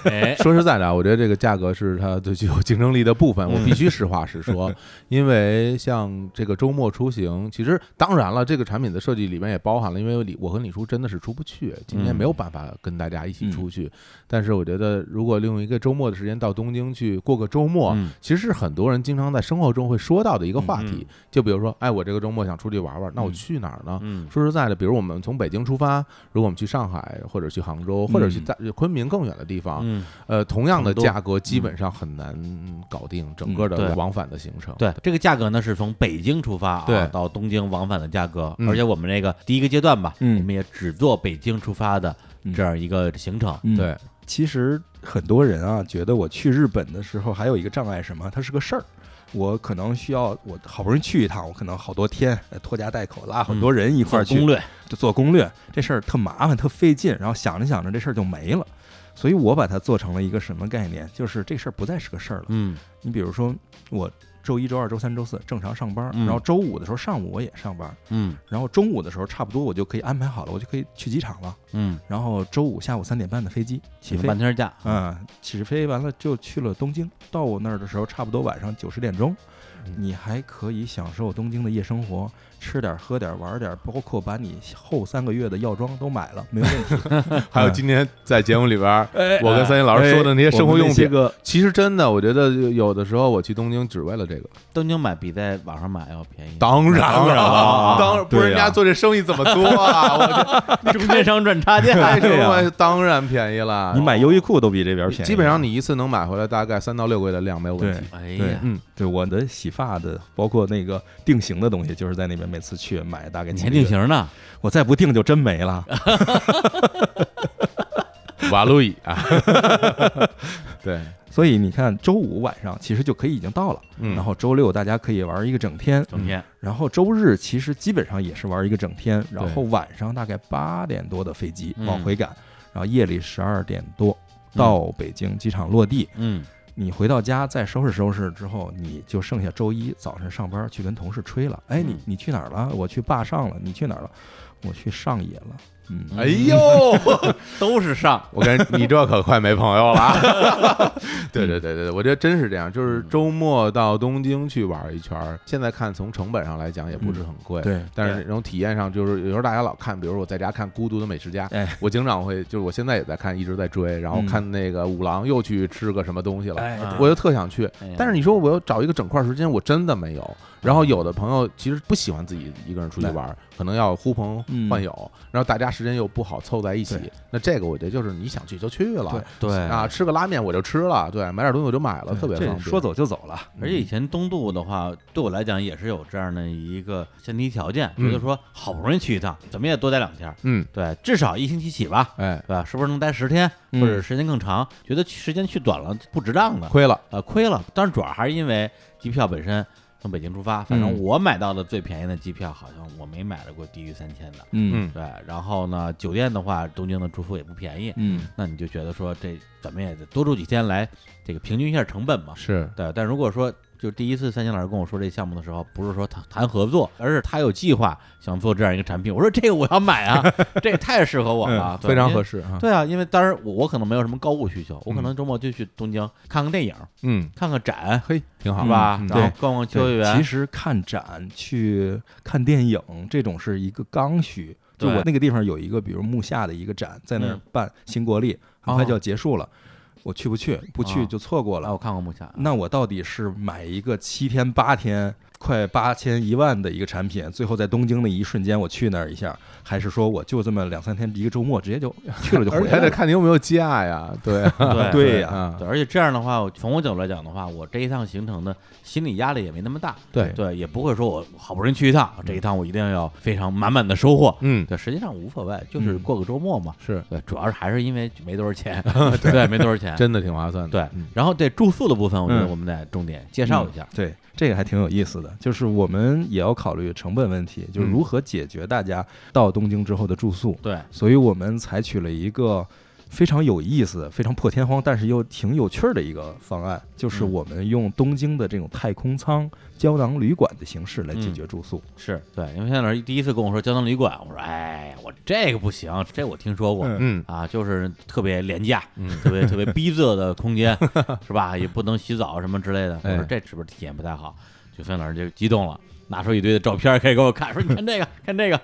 哎说实在的啊，我觉得这个价格是它最具有竞争力的部分，嗯我必须实话实 [LAUGHS] 说。因为像这个周末出行，其实当然了，这个产品的设计里面也包含了，因为李我和李叔真的是出不去，今天嗯没有办法跟大家一起出去。但是我觉得，如果利用一个周末的时间到东京去过个周末，嗯其实是很多人经常在生活中会说到的一个话题。嗯嗯就比如说，哎，我这个周末想出去玩玩，那我嗯去哪儿呢？嗯说实在的，比如我们从北京出发，如果我们去上海，或者去杭州，或者去嗯大昆明更远的地方，嗯，呃，同样的成都嗯价格基本上很难搞定整个嗯对的往返的行程。对，这个价格呢是从北京出发、啊，哦对到东京往返的价格，嗯而且我们这个第一个阶段吧，嗯我们也只做北京出发的这样一个行程，嗯，对，其实很多人啊，觉得我去日本的时候还有一个障碍，什么？它是个事儿。我可能需要，我好不容易去一趟，我可能好多天呃拖家带口拉很多人一嗯块做儿去、攻略，就做攻略，这事儿特麻烦，特费劲，然后想着想着这事儿就没了。所以我把它做成了一个什么概念？就是这事儿不再是个事儿了。嗯你比如说，我周一周二周三周四正常上班，嗯然后周五的时候上午我也上班，嗯然后中午的时候差不多我就可以安排好了，我就可以去机场了。嗯，然后周五下午三点半的飞机起请飞半，天假，啊，起飞完了就去了东京。到我那儿的时候，差不多晚上九十点钟嗯，你还可以享受东京的夜生活，吃点儿、喝点儿、玩儿点儿，包括把你后三个月的药妆都买了，没有问题。还嗯有今天在节目里边儿，哎 [LAUGHS] 我跟三一老师说的那些生活用这品，个其实真的，我觉得有的时候我去东京只为了这个。东京买比在网上买要便宜，当然当然了了，当然不是人家做这生意怎么做啊？我 [LAUGHS] 哎中间商赚差这价，开什么当然便宜了。 [LAUGHS] 你买优衣库都比这边儿便宜。基本上你一次能买回来大概三到六个月的量没有问对题。哎对呀，嗯，对我的洗发的，包括那个定型的东西，就是在那边每次去买大概你几还个定月，型呢，我再不定就真没了。 [LAUGHS] 瓦路易 [LAUGHS] 啊，对，所以你看，周五晚上其实就可以已经到了，嗯然后周六大家可以玩一个整天，整天，然后周日其实基本上也是玩一个整天，然后对晚上大概八点多的飞机嗯往回赶，然后夜里十二点多到嗯北京机场落地。嗯你回到家再收拾收拾之后，你就剩下周一早上上班去跟同事吹了。哎，你嗯你去哪儿了？我去坝上了。你去哪儿了？我去上野了。嗯，嗯哎呦。 [LAUGHS] 都是上，我跟你这可快没朋友了 [LAUGHS] 啊。对对对对对，我觉得真是这样，嗯就是周末到东京去玩一圈儿。现在看从成本上来讲也不是很贵，对，但是那种体验上，就是有时候大家老看，比如说我在家看《孤独的美食家》哎，我经常会，就是我现在也在看，一直在追，然后嗯看那个五郎又去吃个什么东西了。哎啊我就特想去，哎呀但是你说我要找一个整块儿时间，我真的没有。然嗯后有的朋友其实不喜欢自己一个人出去玩儿，可能要呼朋嗯唤友，然后大家时间又不好凑在一起对。那这个我觉得就是你想去就去了，对哎啊，，吃个拉面我就吃了，对，买点东西我就买了，特别这方便。说走就走了。而且以前东渡的话，对我来讲也是有这样的一个前提条件，嗯觉得说好不容易去一趟，怎么也多待两天儿，嗯，对，至少一星期起吧，哎，对吧？是不是能待十天，或嗯者时间更长？觉得去时间去短了不值当的，亏了，呃，亏了。当然，主要还是因为机票本身从北京出发，反嗯正我买到的最便宜的机票，好像我没买到过低于三千的。嗯嗯对，然后呢，酒店的话，东京的住宿也不便宜，嗯，那你就觉得说这怎么也得多住几天来这个平均一下成本嘛。是对，但如果说就第一次三星老师跟我说这项目的时候，不是说谈谈合作，而是他有计划想做这样一个产品，我说这个我要买啊，这也太适合我了，嗯非常合适。适啊。对啊，因为当然我我可能没有什么购物需求，我可能周末就去东京看看电影，嗯，看看展，嘿，挺好是吧？嗯然后对逛逛秋叶对原，其实看展、去看电影这种是一个刚需。就对我那个地方有一个，比如木下的一个展，在那儿嗯办新国立，很快哦就要结束了。我去不去？不啊去就错过啊，了。我看过木下，那我到底是买一个七天八天、快八千一万的一个产品，最后在东京的一瞬间我去那儿一下，还是说我就这么两三天一个周末直接就 [LAUGHS] 去了就回而且来还得了？看你有没有假呀，对啊 [LAUGHS] 对对呀、啊，对，而且这样的话，我从我角度来讲的话，我这一趟行程的心理压力也没那么大，对对，也不会说我好不容易去一趟，这一趟我一定要非常满满的收获。嗯，对，实际上无所谓，就是嗯过个周末嘛。是对，主要是还是因为没多少 [LAUGHS] 钱，对，没多少钱。真的挺划算的，对，然后对住宿的部分，我觉得嗯我们得重点介绍一下。嗯对，这个还挺有意思的，就是我们也要考虑成本问题，就是嗯如何解决大家到东京之后的住宿。对，所以我们采取了一个非常有意思、非常破天荒，但是又挺有趣儿的一个方案，就是嗯我们用东京的这种太空舱、胶囊旅馆的形式来嗯解决住宿。是对，因为现在老师第一次跟我说胶囊旅馆，我说哎，我这个不行，这我听说过。嗯嗯啊，就是特别廉价，嗯特别特别逼仄的空间， [LAUGHS] 是吧？也不能洗澡什么之类的。我哎说这是不是体验不太好？就孙老师就激动了，拿出一堆的照片开始给我看，说你看这个，看哎这个，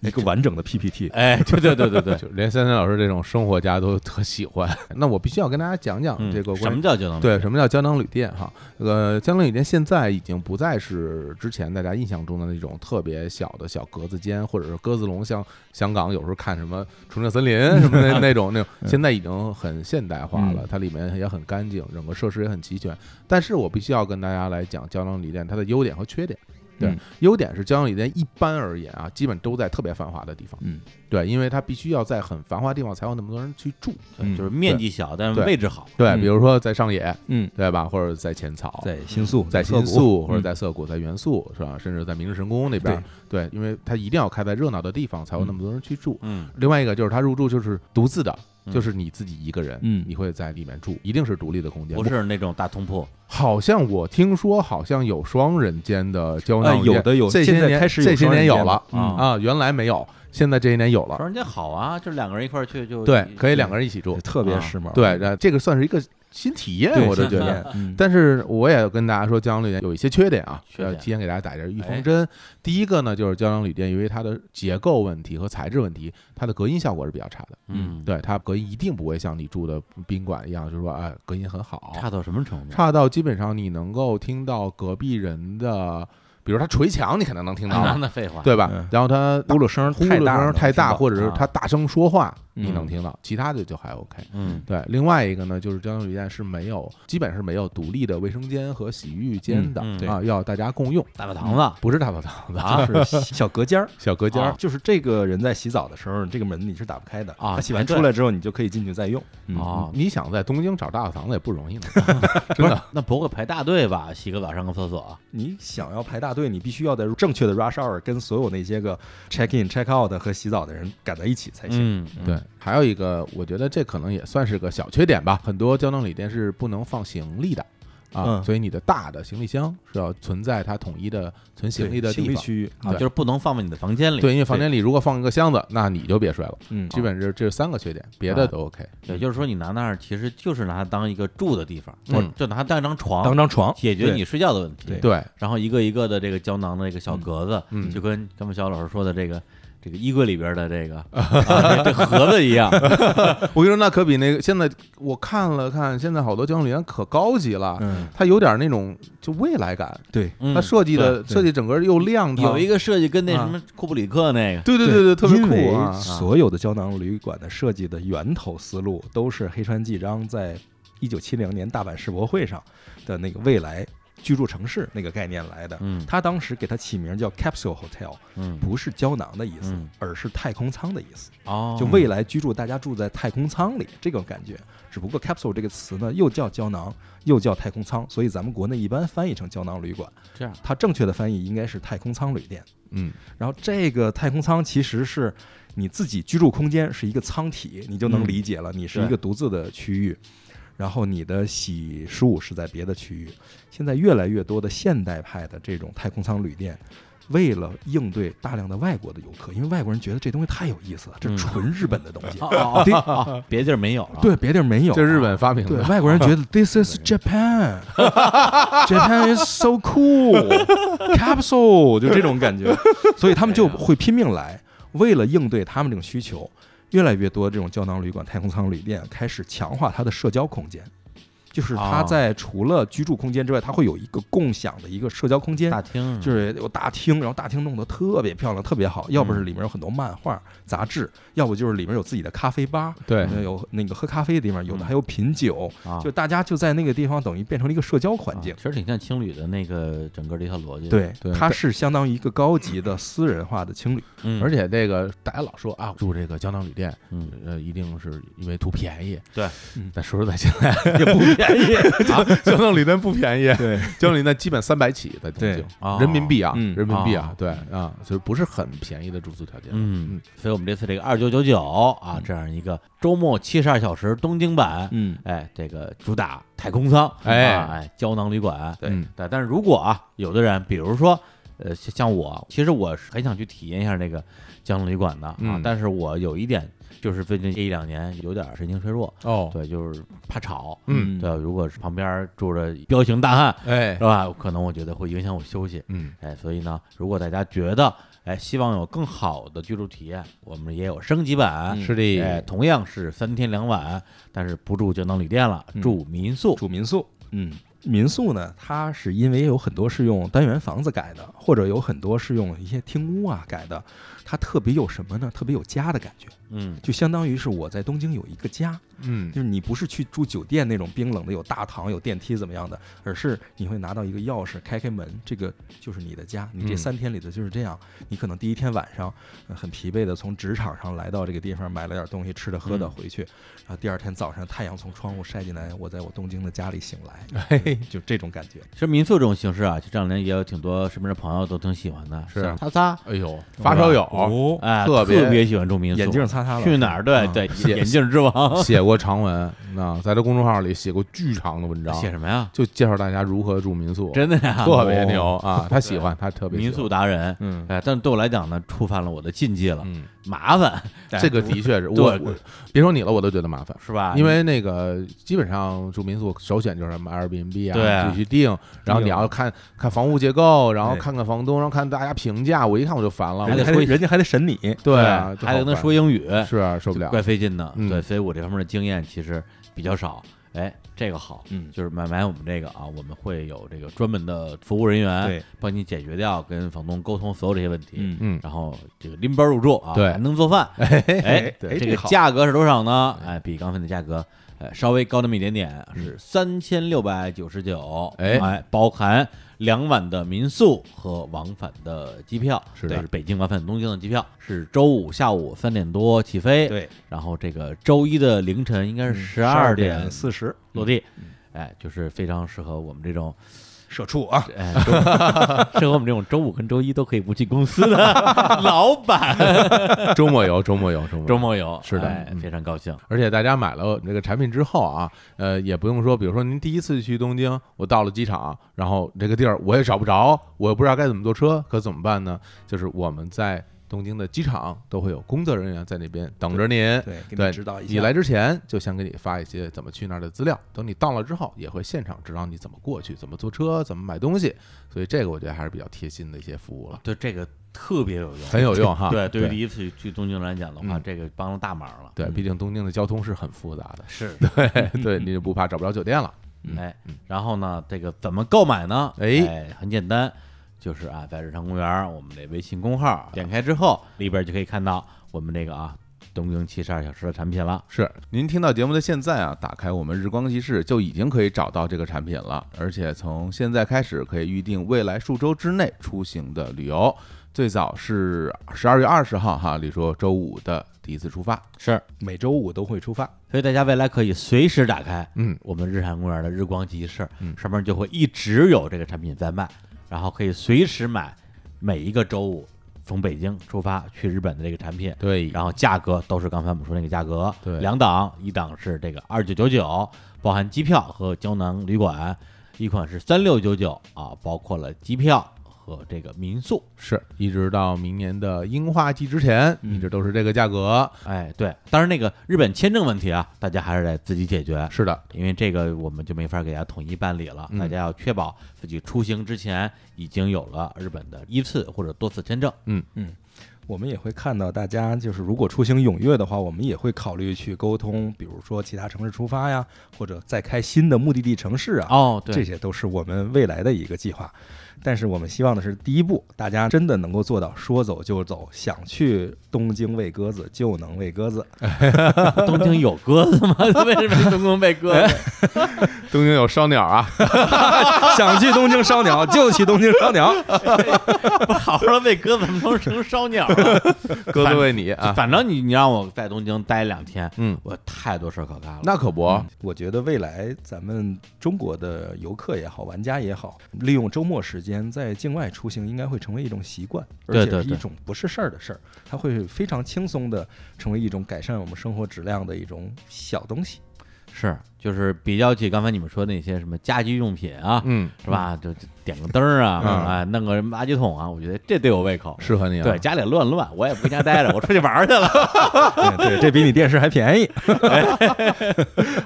一个完整的 PPT，哎，对对对对 [LAUGHS] 对，就连三三老师这种生活家都特喜欢。那我必须要跟大家讲讲嗯这个什关于么叫胶囊旅对，什么叫胶囊旅店哈？呃，胶囊旅店现在已经不再是之前大家印象中的那种特别小的小格子间，或者是鸽子笼，像香港有时候看什么《重庆森林》什么 [LAUGHS] 的那种那种，嗯现在已经很现代化了，它里面呃也很干净，整个设施也很齐全。但是我必须要跟大家来讲胶囊旅店它的优点和缺点。对嗯，优点是胶囊旅店一般而言啊，基本都在特别繁华的地方。嗯，对，因为它必须要在很繁华地方才有那么多人去住。对，就是嗯面对积小，但对位置好。对，嗯比如说在上野，嗯，对吧？或者在浅草，在新宿，在涩新谷宿或者嗯在涩谷、在元素是吧？甚至在明治神宫那边儿，对，因为它一定要开在热闹的地方，才有那么多人去住。嗯，另外一个就是它入住就是独自的，嗯就是你自己一个人，嗯你会在里面住，一定是独立的空间。不，是那种大通铺，好像我听说好像有双人间的胶囊哎旅店，有的有这些现在年开始有这些双人年有间了了嗯啊啊，原来没有，现在这些年有说了，人家好啊，就是两个人一块儿去就对，可以对两个人一起住嗯对，特啊别时髦。对，然后这个算是一个新体验，对，我就新觉体得。验嗯 [LAUGHS] 但是我也跟大家说，胶囊旅店有一些缺点啊，缺要点提前给大家打一下预哎防针。第一个呢，就是胶囊旅店由于它的结构问题和材质问题，它的隔音效果是比较差的。嗯，对，它隔音一定不会像你住的宾馆一样，就是说啊，隔音很好，差到什么程度？差到基本上你能够听到隔壁人的，比如他捶墙，你可能能听到 [LAUGHS] 那了，那废话，对吧嗯？然后他呼噜声呼噜太大声了，太大，能听到或者是他大声说话，你能嗯听到，其他的就还 OK。嗯，对，另外一个呢，就是交通旅店是没有，基本是没有独立的卫生间和洗浴间的、嗯嗯啊，要大家共用，大澡堂子不是大澡堂子，啊，就是小隔间儿。小隔间儿。啊就是这个人在洗澡的时候，这个门你是打不开的啊他洗完对出来之后，你就可以进去再用。嗯哦，你想在东京找大澡堂子也不容易呢，真不是的。，那不会排大队吧？洗个澡，上个厕所，你想要排大队，你必须要在正确的 rush hour 跟所有那些个 check in、check out 和洗澡的人赶在一起才行。嗯，对，还有一个，我觉得这可能也算是个小缺点吧。很多胶囊旅店是不能放行李的啊，嗯所以你的大的行李箱是要存在它统一的存行李的行地李方。区域，啊，对就是不能放在你的房间里。对，因为房间里如果放一个箱子，那你就别睡了。嗯，基本是这三个缺点，别的都 OK。也就是说，你拿那儿其实就是拿它当一个住的地方，嗯或者就拿它当一张床，当张床解决你睡觉的问题。对对，然后一个一个的这个胶囊的这个小格子，嗯嗯就跟刚才小老师说的这个这个衣柜里边的这 [LAUGHS] 个、啊、这盒子一样，我跟你说，那可比那个现在我看了看，现在好多交通旅店可高级了，嗯，它有点那种就未来感，对，嗯它设计的对设计整个又亮堂，有一个个设计跟那什啊么库布里克那个，对对对对，特别因为酷啊！所有的胶囊旅馆的设计的源头思路都是黑川纪章在一九七零年大阪世博会上的那个未来。居住城市那个概念来的。嗯他当时给它起名叫 Capsule Hotel，嗯不是胶囊的意思嗯，而是太空舱的意思。哦，就未来居住，大家住在太空舱里这种感觉。只不过 capsule 这个词呢，又叫胶囊，又叫太空舱，所以咱们国内一般翻译成胶囊旅馆。这样，它正确的翻译应该是太空舱旅店。嗯，然后这个太空舱其实是你自己居住空间是一个舱体，你就能理解了，你是一个独自的区域。然后你的洗漱是在别的区域。现在越来越多的现代派的这种太空舱旅店，为了应对大量的外国的游客，因为外国人觉得这东西太有意思了，这嗯纯日本的东西，哦哦哦哦，别地儿没有了，对别地儿没有。这日本发明对的，外国人 [LAUGHS] 觉得 This is [LAUGHS] Japan，Japan is so [LAUGHS] cool，capsule 就这种感觉，所以他们就会拼命来。为了应对他们这种需求，越来越多这种胶囊旅馆、太空舱旅店开始强化它的社交空间，就是它啊在除了居住空间之外，它会有一个共享的一个社交空间。大厅就是有大厅，然后大厅弄得特别漂亮，特别好。要嗯不是里面有很多漫画、杂志，要不就是里面有自己的咖啡吧，对呃有那个喝咖啡的地方，有的嗯还有品酒，啊，就大家就在那个地方等于变成了一个社交环境啊。其实挺像青旅的那个整个的一套逻辑，，对对，它是相当于一个高级的私人化的青旅，嗯，而且这个大家老说啊，住这个胶囊旅店，嗯呃，一定是因为图便宜。对嗯但说实在， [LAUGHS] 现在也不便宜啊，胶囊旅店不便宜， [LAUGHS] 对，胶囊旅店基本三百起在东对京， [LAUGHS] 哦人民币啊，嗯人民币啊哦，对啊，就是不是很便宜的住宿条件。嗯嗯，所以我们这次这个二九九九啊，这样一个周末七十二小时东京版，嗯，哎，这个主打太空舱，哎啊哎，胶囊旅馆，对嗯对，但是如果啊，有的人，比如说，呃，像像我，其实我是很想去体验一下那个胶囊旅馆的啊，嗯但是我有一点就是最近这一两年有点神经衰弱，哦，对，就是怕吵，嗯对，如果是旁边住着彪形大汉，哎是，吧？可能我觉得会影响我休息，嗯，哎，所以呢，如果大家觉得哎希望有更好的居住体验，我们也有升级版，嗯是哎，的，同样是三天两晚，但是不住胶囊旅店了，嗯住民宿，住民宿，嗯。民宿呢，它是因为有很多是用单元房子改的，或者有很多是用一些厅屋啊改的，它特别有什么呢？特别有家的感觉，嗯就相当于是我在东京有一个家，嗯就是你不是去住酒店那种冰冷的有大堂有电梯怎么样的，而是你会拿到一个钥匙开开门，这个就是你的家。你这嗯三天里头就是这样，你可能第一天晚上呃很疲惫的从职场上来到这个地方，买了点东西吃的喝的嗯回去，然后第二天早上太阳从窗户晒进来，我在我东京的家里醒 [LAUGHS] 来，嘿嘿，就这种感觉。其实民宿这种形式啊，就这两年也有挺多身边的朋友都挺喜欢的，是像他仨，哎呦，发烧友，哦，哎，特特别喜欢住民宿，眼镜擦擦了，去哪儿？对嗯对，写眼镜 [LAUGHS] 之王，写过长文，那在这公众号里写过巨长的文章，写什么呀？就介绍大家如何住民宿，真的呀，哦特别牛啊！ [LAUGHS] 他喜欢，他特别喜民欢宿，达人。嗯，哎，但是对我来讲呢，触犯了我的禁忌了，嗯，哎麻烦这个的确是对啊我，我别说你了，我都觉得麻烦。是吧？因为那个基本上住民宿首选就是什么 Airbnb 啊，对哎自己去订，然后你要看看房屋结构，然后对看看房东，然后看大家评价，我一看我就烦了，还我得人家还说一得人家还得审你，对啊，还得跟他说英英语，语，是啊受不了，怪费劲的。嗯对，所以我这方面的经验其实比较少。哎，这个好，嗯，就是买买我们这个啊，我们会有这个专门的服务人员，对，帮你解决掉跟房东沟通所有这些问题。嗯 [LAUGHS] 嗯，然后这个拎包入住啊，对还能做饭，哎，对这这个个好价格是多少呢？哎，比刚才的价格呃稍微高那么一点点，是三千六百九十九，哎哎，包含两晚的民宿和往返的机票，是的对北京往返东京的机票，是周五下午三点多起飞，，对，然后这个周一的凌晨应该是十二点四十落地，哎，就是非常适合我们这种社畜啊，哎，周适合我们这种周五跟周一都可以不进公司的 [LAUGHS] 老板。周末游，周末游，周末游周。末游是的哎嗯非常高兴。而且大家买了这个产品之后啊，呃，也不用说，比如说您第一次去东京，我到了机场，然后这个地儿我也找不着，我也不知道该怎么坐车，可怎么办呢？就是我们在东京的机场都会有工作人员在那边等着您。对，给对你指导一下，你来之前就先给你发一些怎么去那儿的资料，等你到了之后也会现场指导你怎么过去、怎么坐车、怎么买东西，所以这个我觉得还是比较贴心的一些服务了，对这个特别有用，很有用哈。对，对于啊对第一次去东京来讲的话，嗯这个帮了大忙了。对，嗯毕竟东京的交通是很复杂的，是，对， [LAUGHS] 对，你就不怕找不着酒店了。哎，然后呢，这个怎么购买呢？哎哎，很简单，就是啊，在日常公园我们的微信公号点开之后，里边就可以看到我们这个啊。东京七十二小时的产品了。是，您听到节目的现在啊，打开我们日光集市就已经可以找到这个产品了，而且从现在开始可以预定未来数周之内出行的旅游，最早是十二月二十号哈，李叔周五的第一次出发。是，每周五都会出发。所以大家未来可以随时打开嗯，我们日产公园的日光集市，嗯上面就会一直有这个产品在卖，然后可以随时买每一个周五从北京出发去日本的这个产品。对然后价格都是刚才我们说那个价格，对两档，一档是这个二九九九，包含机票和胶囊旅馆；一款是三六九九啊，包括了机票和这个民宿。是一直到明年的樱花季之前，嗯一直都是这个价格。哎，对，当然那个日本签证问题啊，大家还是得自己解决，是的，因为这个我们就没法给大家统一办理了。嗯大家要确保自己出行之前已经有了日本的一次或者多次签证。我们也会看到大家，就是如果出行踊跃的话，我们也会考虑去沟通，比如说其他城市出发呀，或者再开新的目的地城市啊。哦，这对，些都是我们未来的一个计划。但是我们希望的是，第一步，大家真的能够做到说走就走，想去东京喂鸽子就能喂鸽子。东京有鸽子吗？ [LAUGHS] 为什么东京被鸽子？ [LAUGHS] 东京有烧鸟 [LAUGHS] 啊，想去东京烧鸟就去东京烧鸟，不 [LAUGHS] 好好的喂鸽子，怎么能成烧鸟 [LAUGHS] 了？鸽子喂你啊，反正你你让我在东京待两天，嗯，我太多事儿可干了。那可不，我觉得未来咱们中国的游客也好，玩家也好，利用周末时间在境外出行，应该会成为一种习惯，而对且对是一对种不是事儿的事儿，它会非常轻松的成为一种改善我们生活质量的一种小东西。是就是比较起刚才你们说那些什么家居用品啊，嗯，是吧？就就点个灯儿啊，嗯啊，弄个垃圾桶啊，我觉得这对我胃口。适合你啊。对，，家里乱乱，我也不回家待着，我出去玩儿去了。 [LAUGHS] 对对，这比你电视还便宜。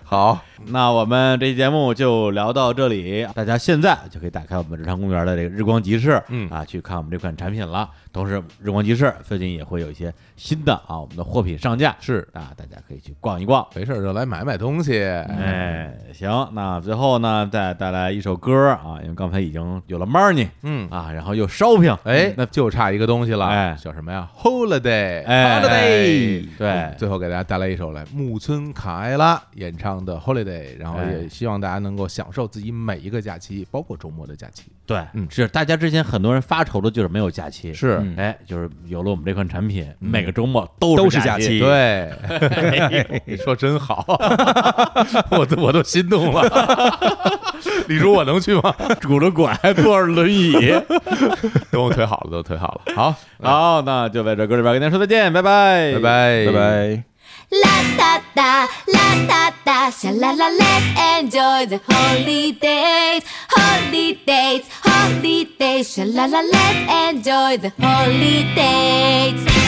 好， [LAUGHS] 那我们这期节目就聊到这里，大家现在就可以打开我们日常公园的这个日光集市，嗯啊，去看我们这款产品了。同时，日光集市最近也会有一些新的啊，我们的货品上架，是啊，大家可以去逛一逛。没事儿就来买买东西。哎，行，那最后呢，再带来一首歌啊，因为刚才已经有了 money 嗯，啊，然后又 shopping，哎，那就差一个东西了，哎叫什么呀？Holiday，哎 Holiday 嗯对最后给大家带来一首来木村卡艾拉演唱的 Holiday，然后哎也希望大家能够享受自己每一个假期，包括周末的假期。对，嗯是大家之前很多人发愁的就是没有假期，是，嗯嗯哎，就是有了我们这款产品，每个周末都都是是假假 [LAUGHS] 期对， [LAUGHS] 你说真好，我都我都心动了。李叔，我能去吗？ [LAUGHS] 拄着拐，坐着轮椅。 [LAUGHS] 等我腿好了，等我腿好了。好， [LAUGHS] 好，那就在这歌里边跟大家说再见，拜哎拜，拜。拜，拜。拜。 La ta ta, la ta ta, sha la la, let's enjoy the holidays, holidays, holidays, sha la la, let's enjoy the holidays.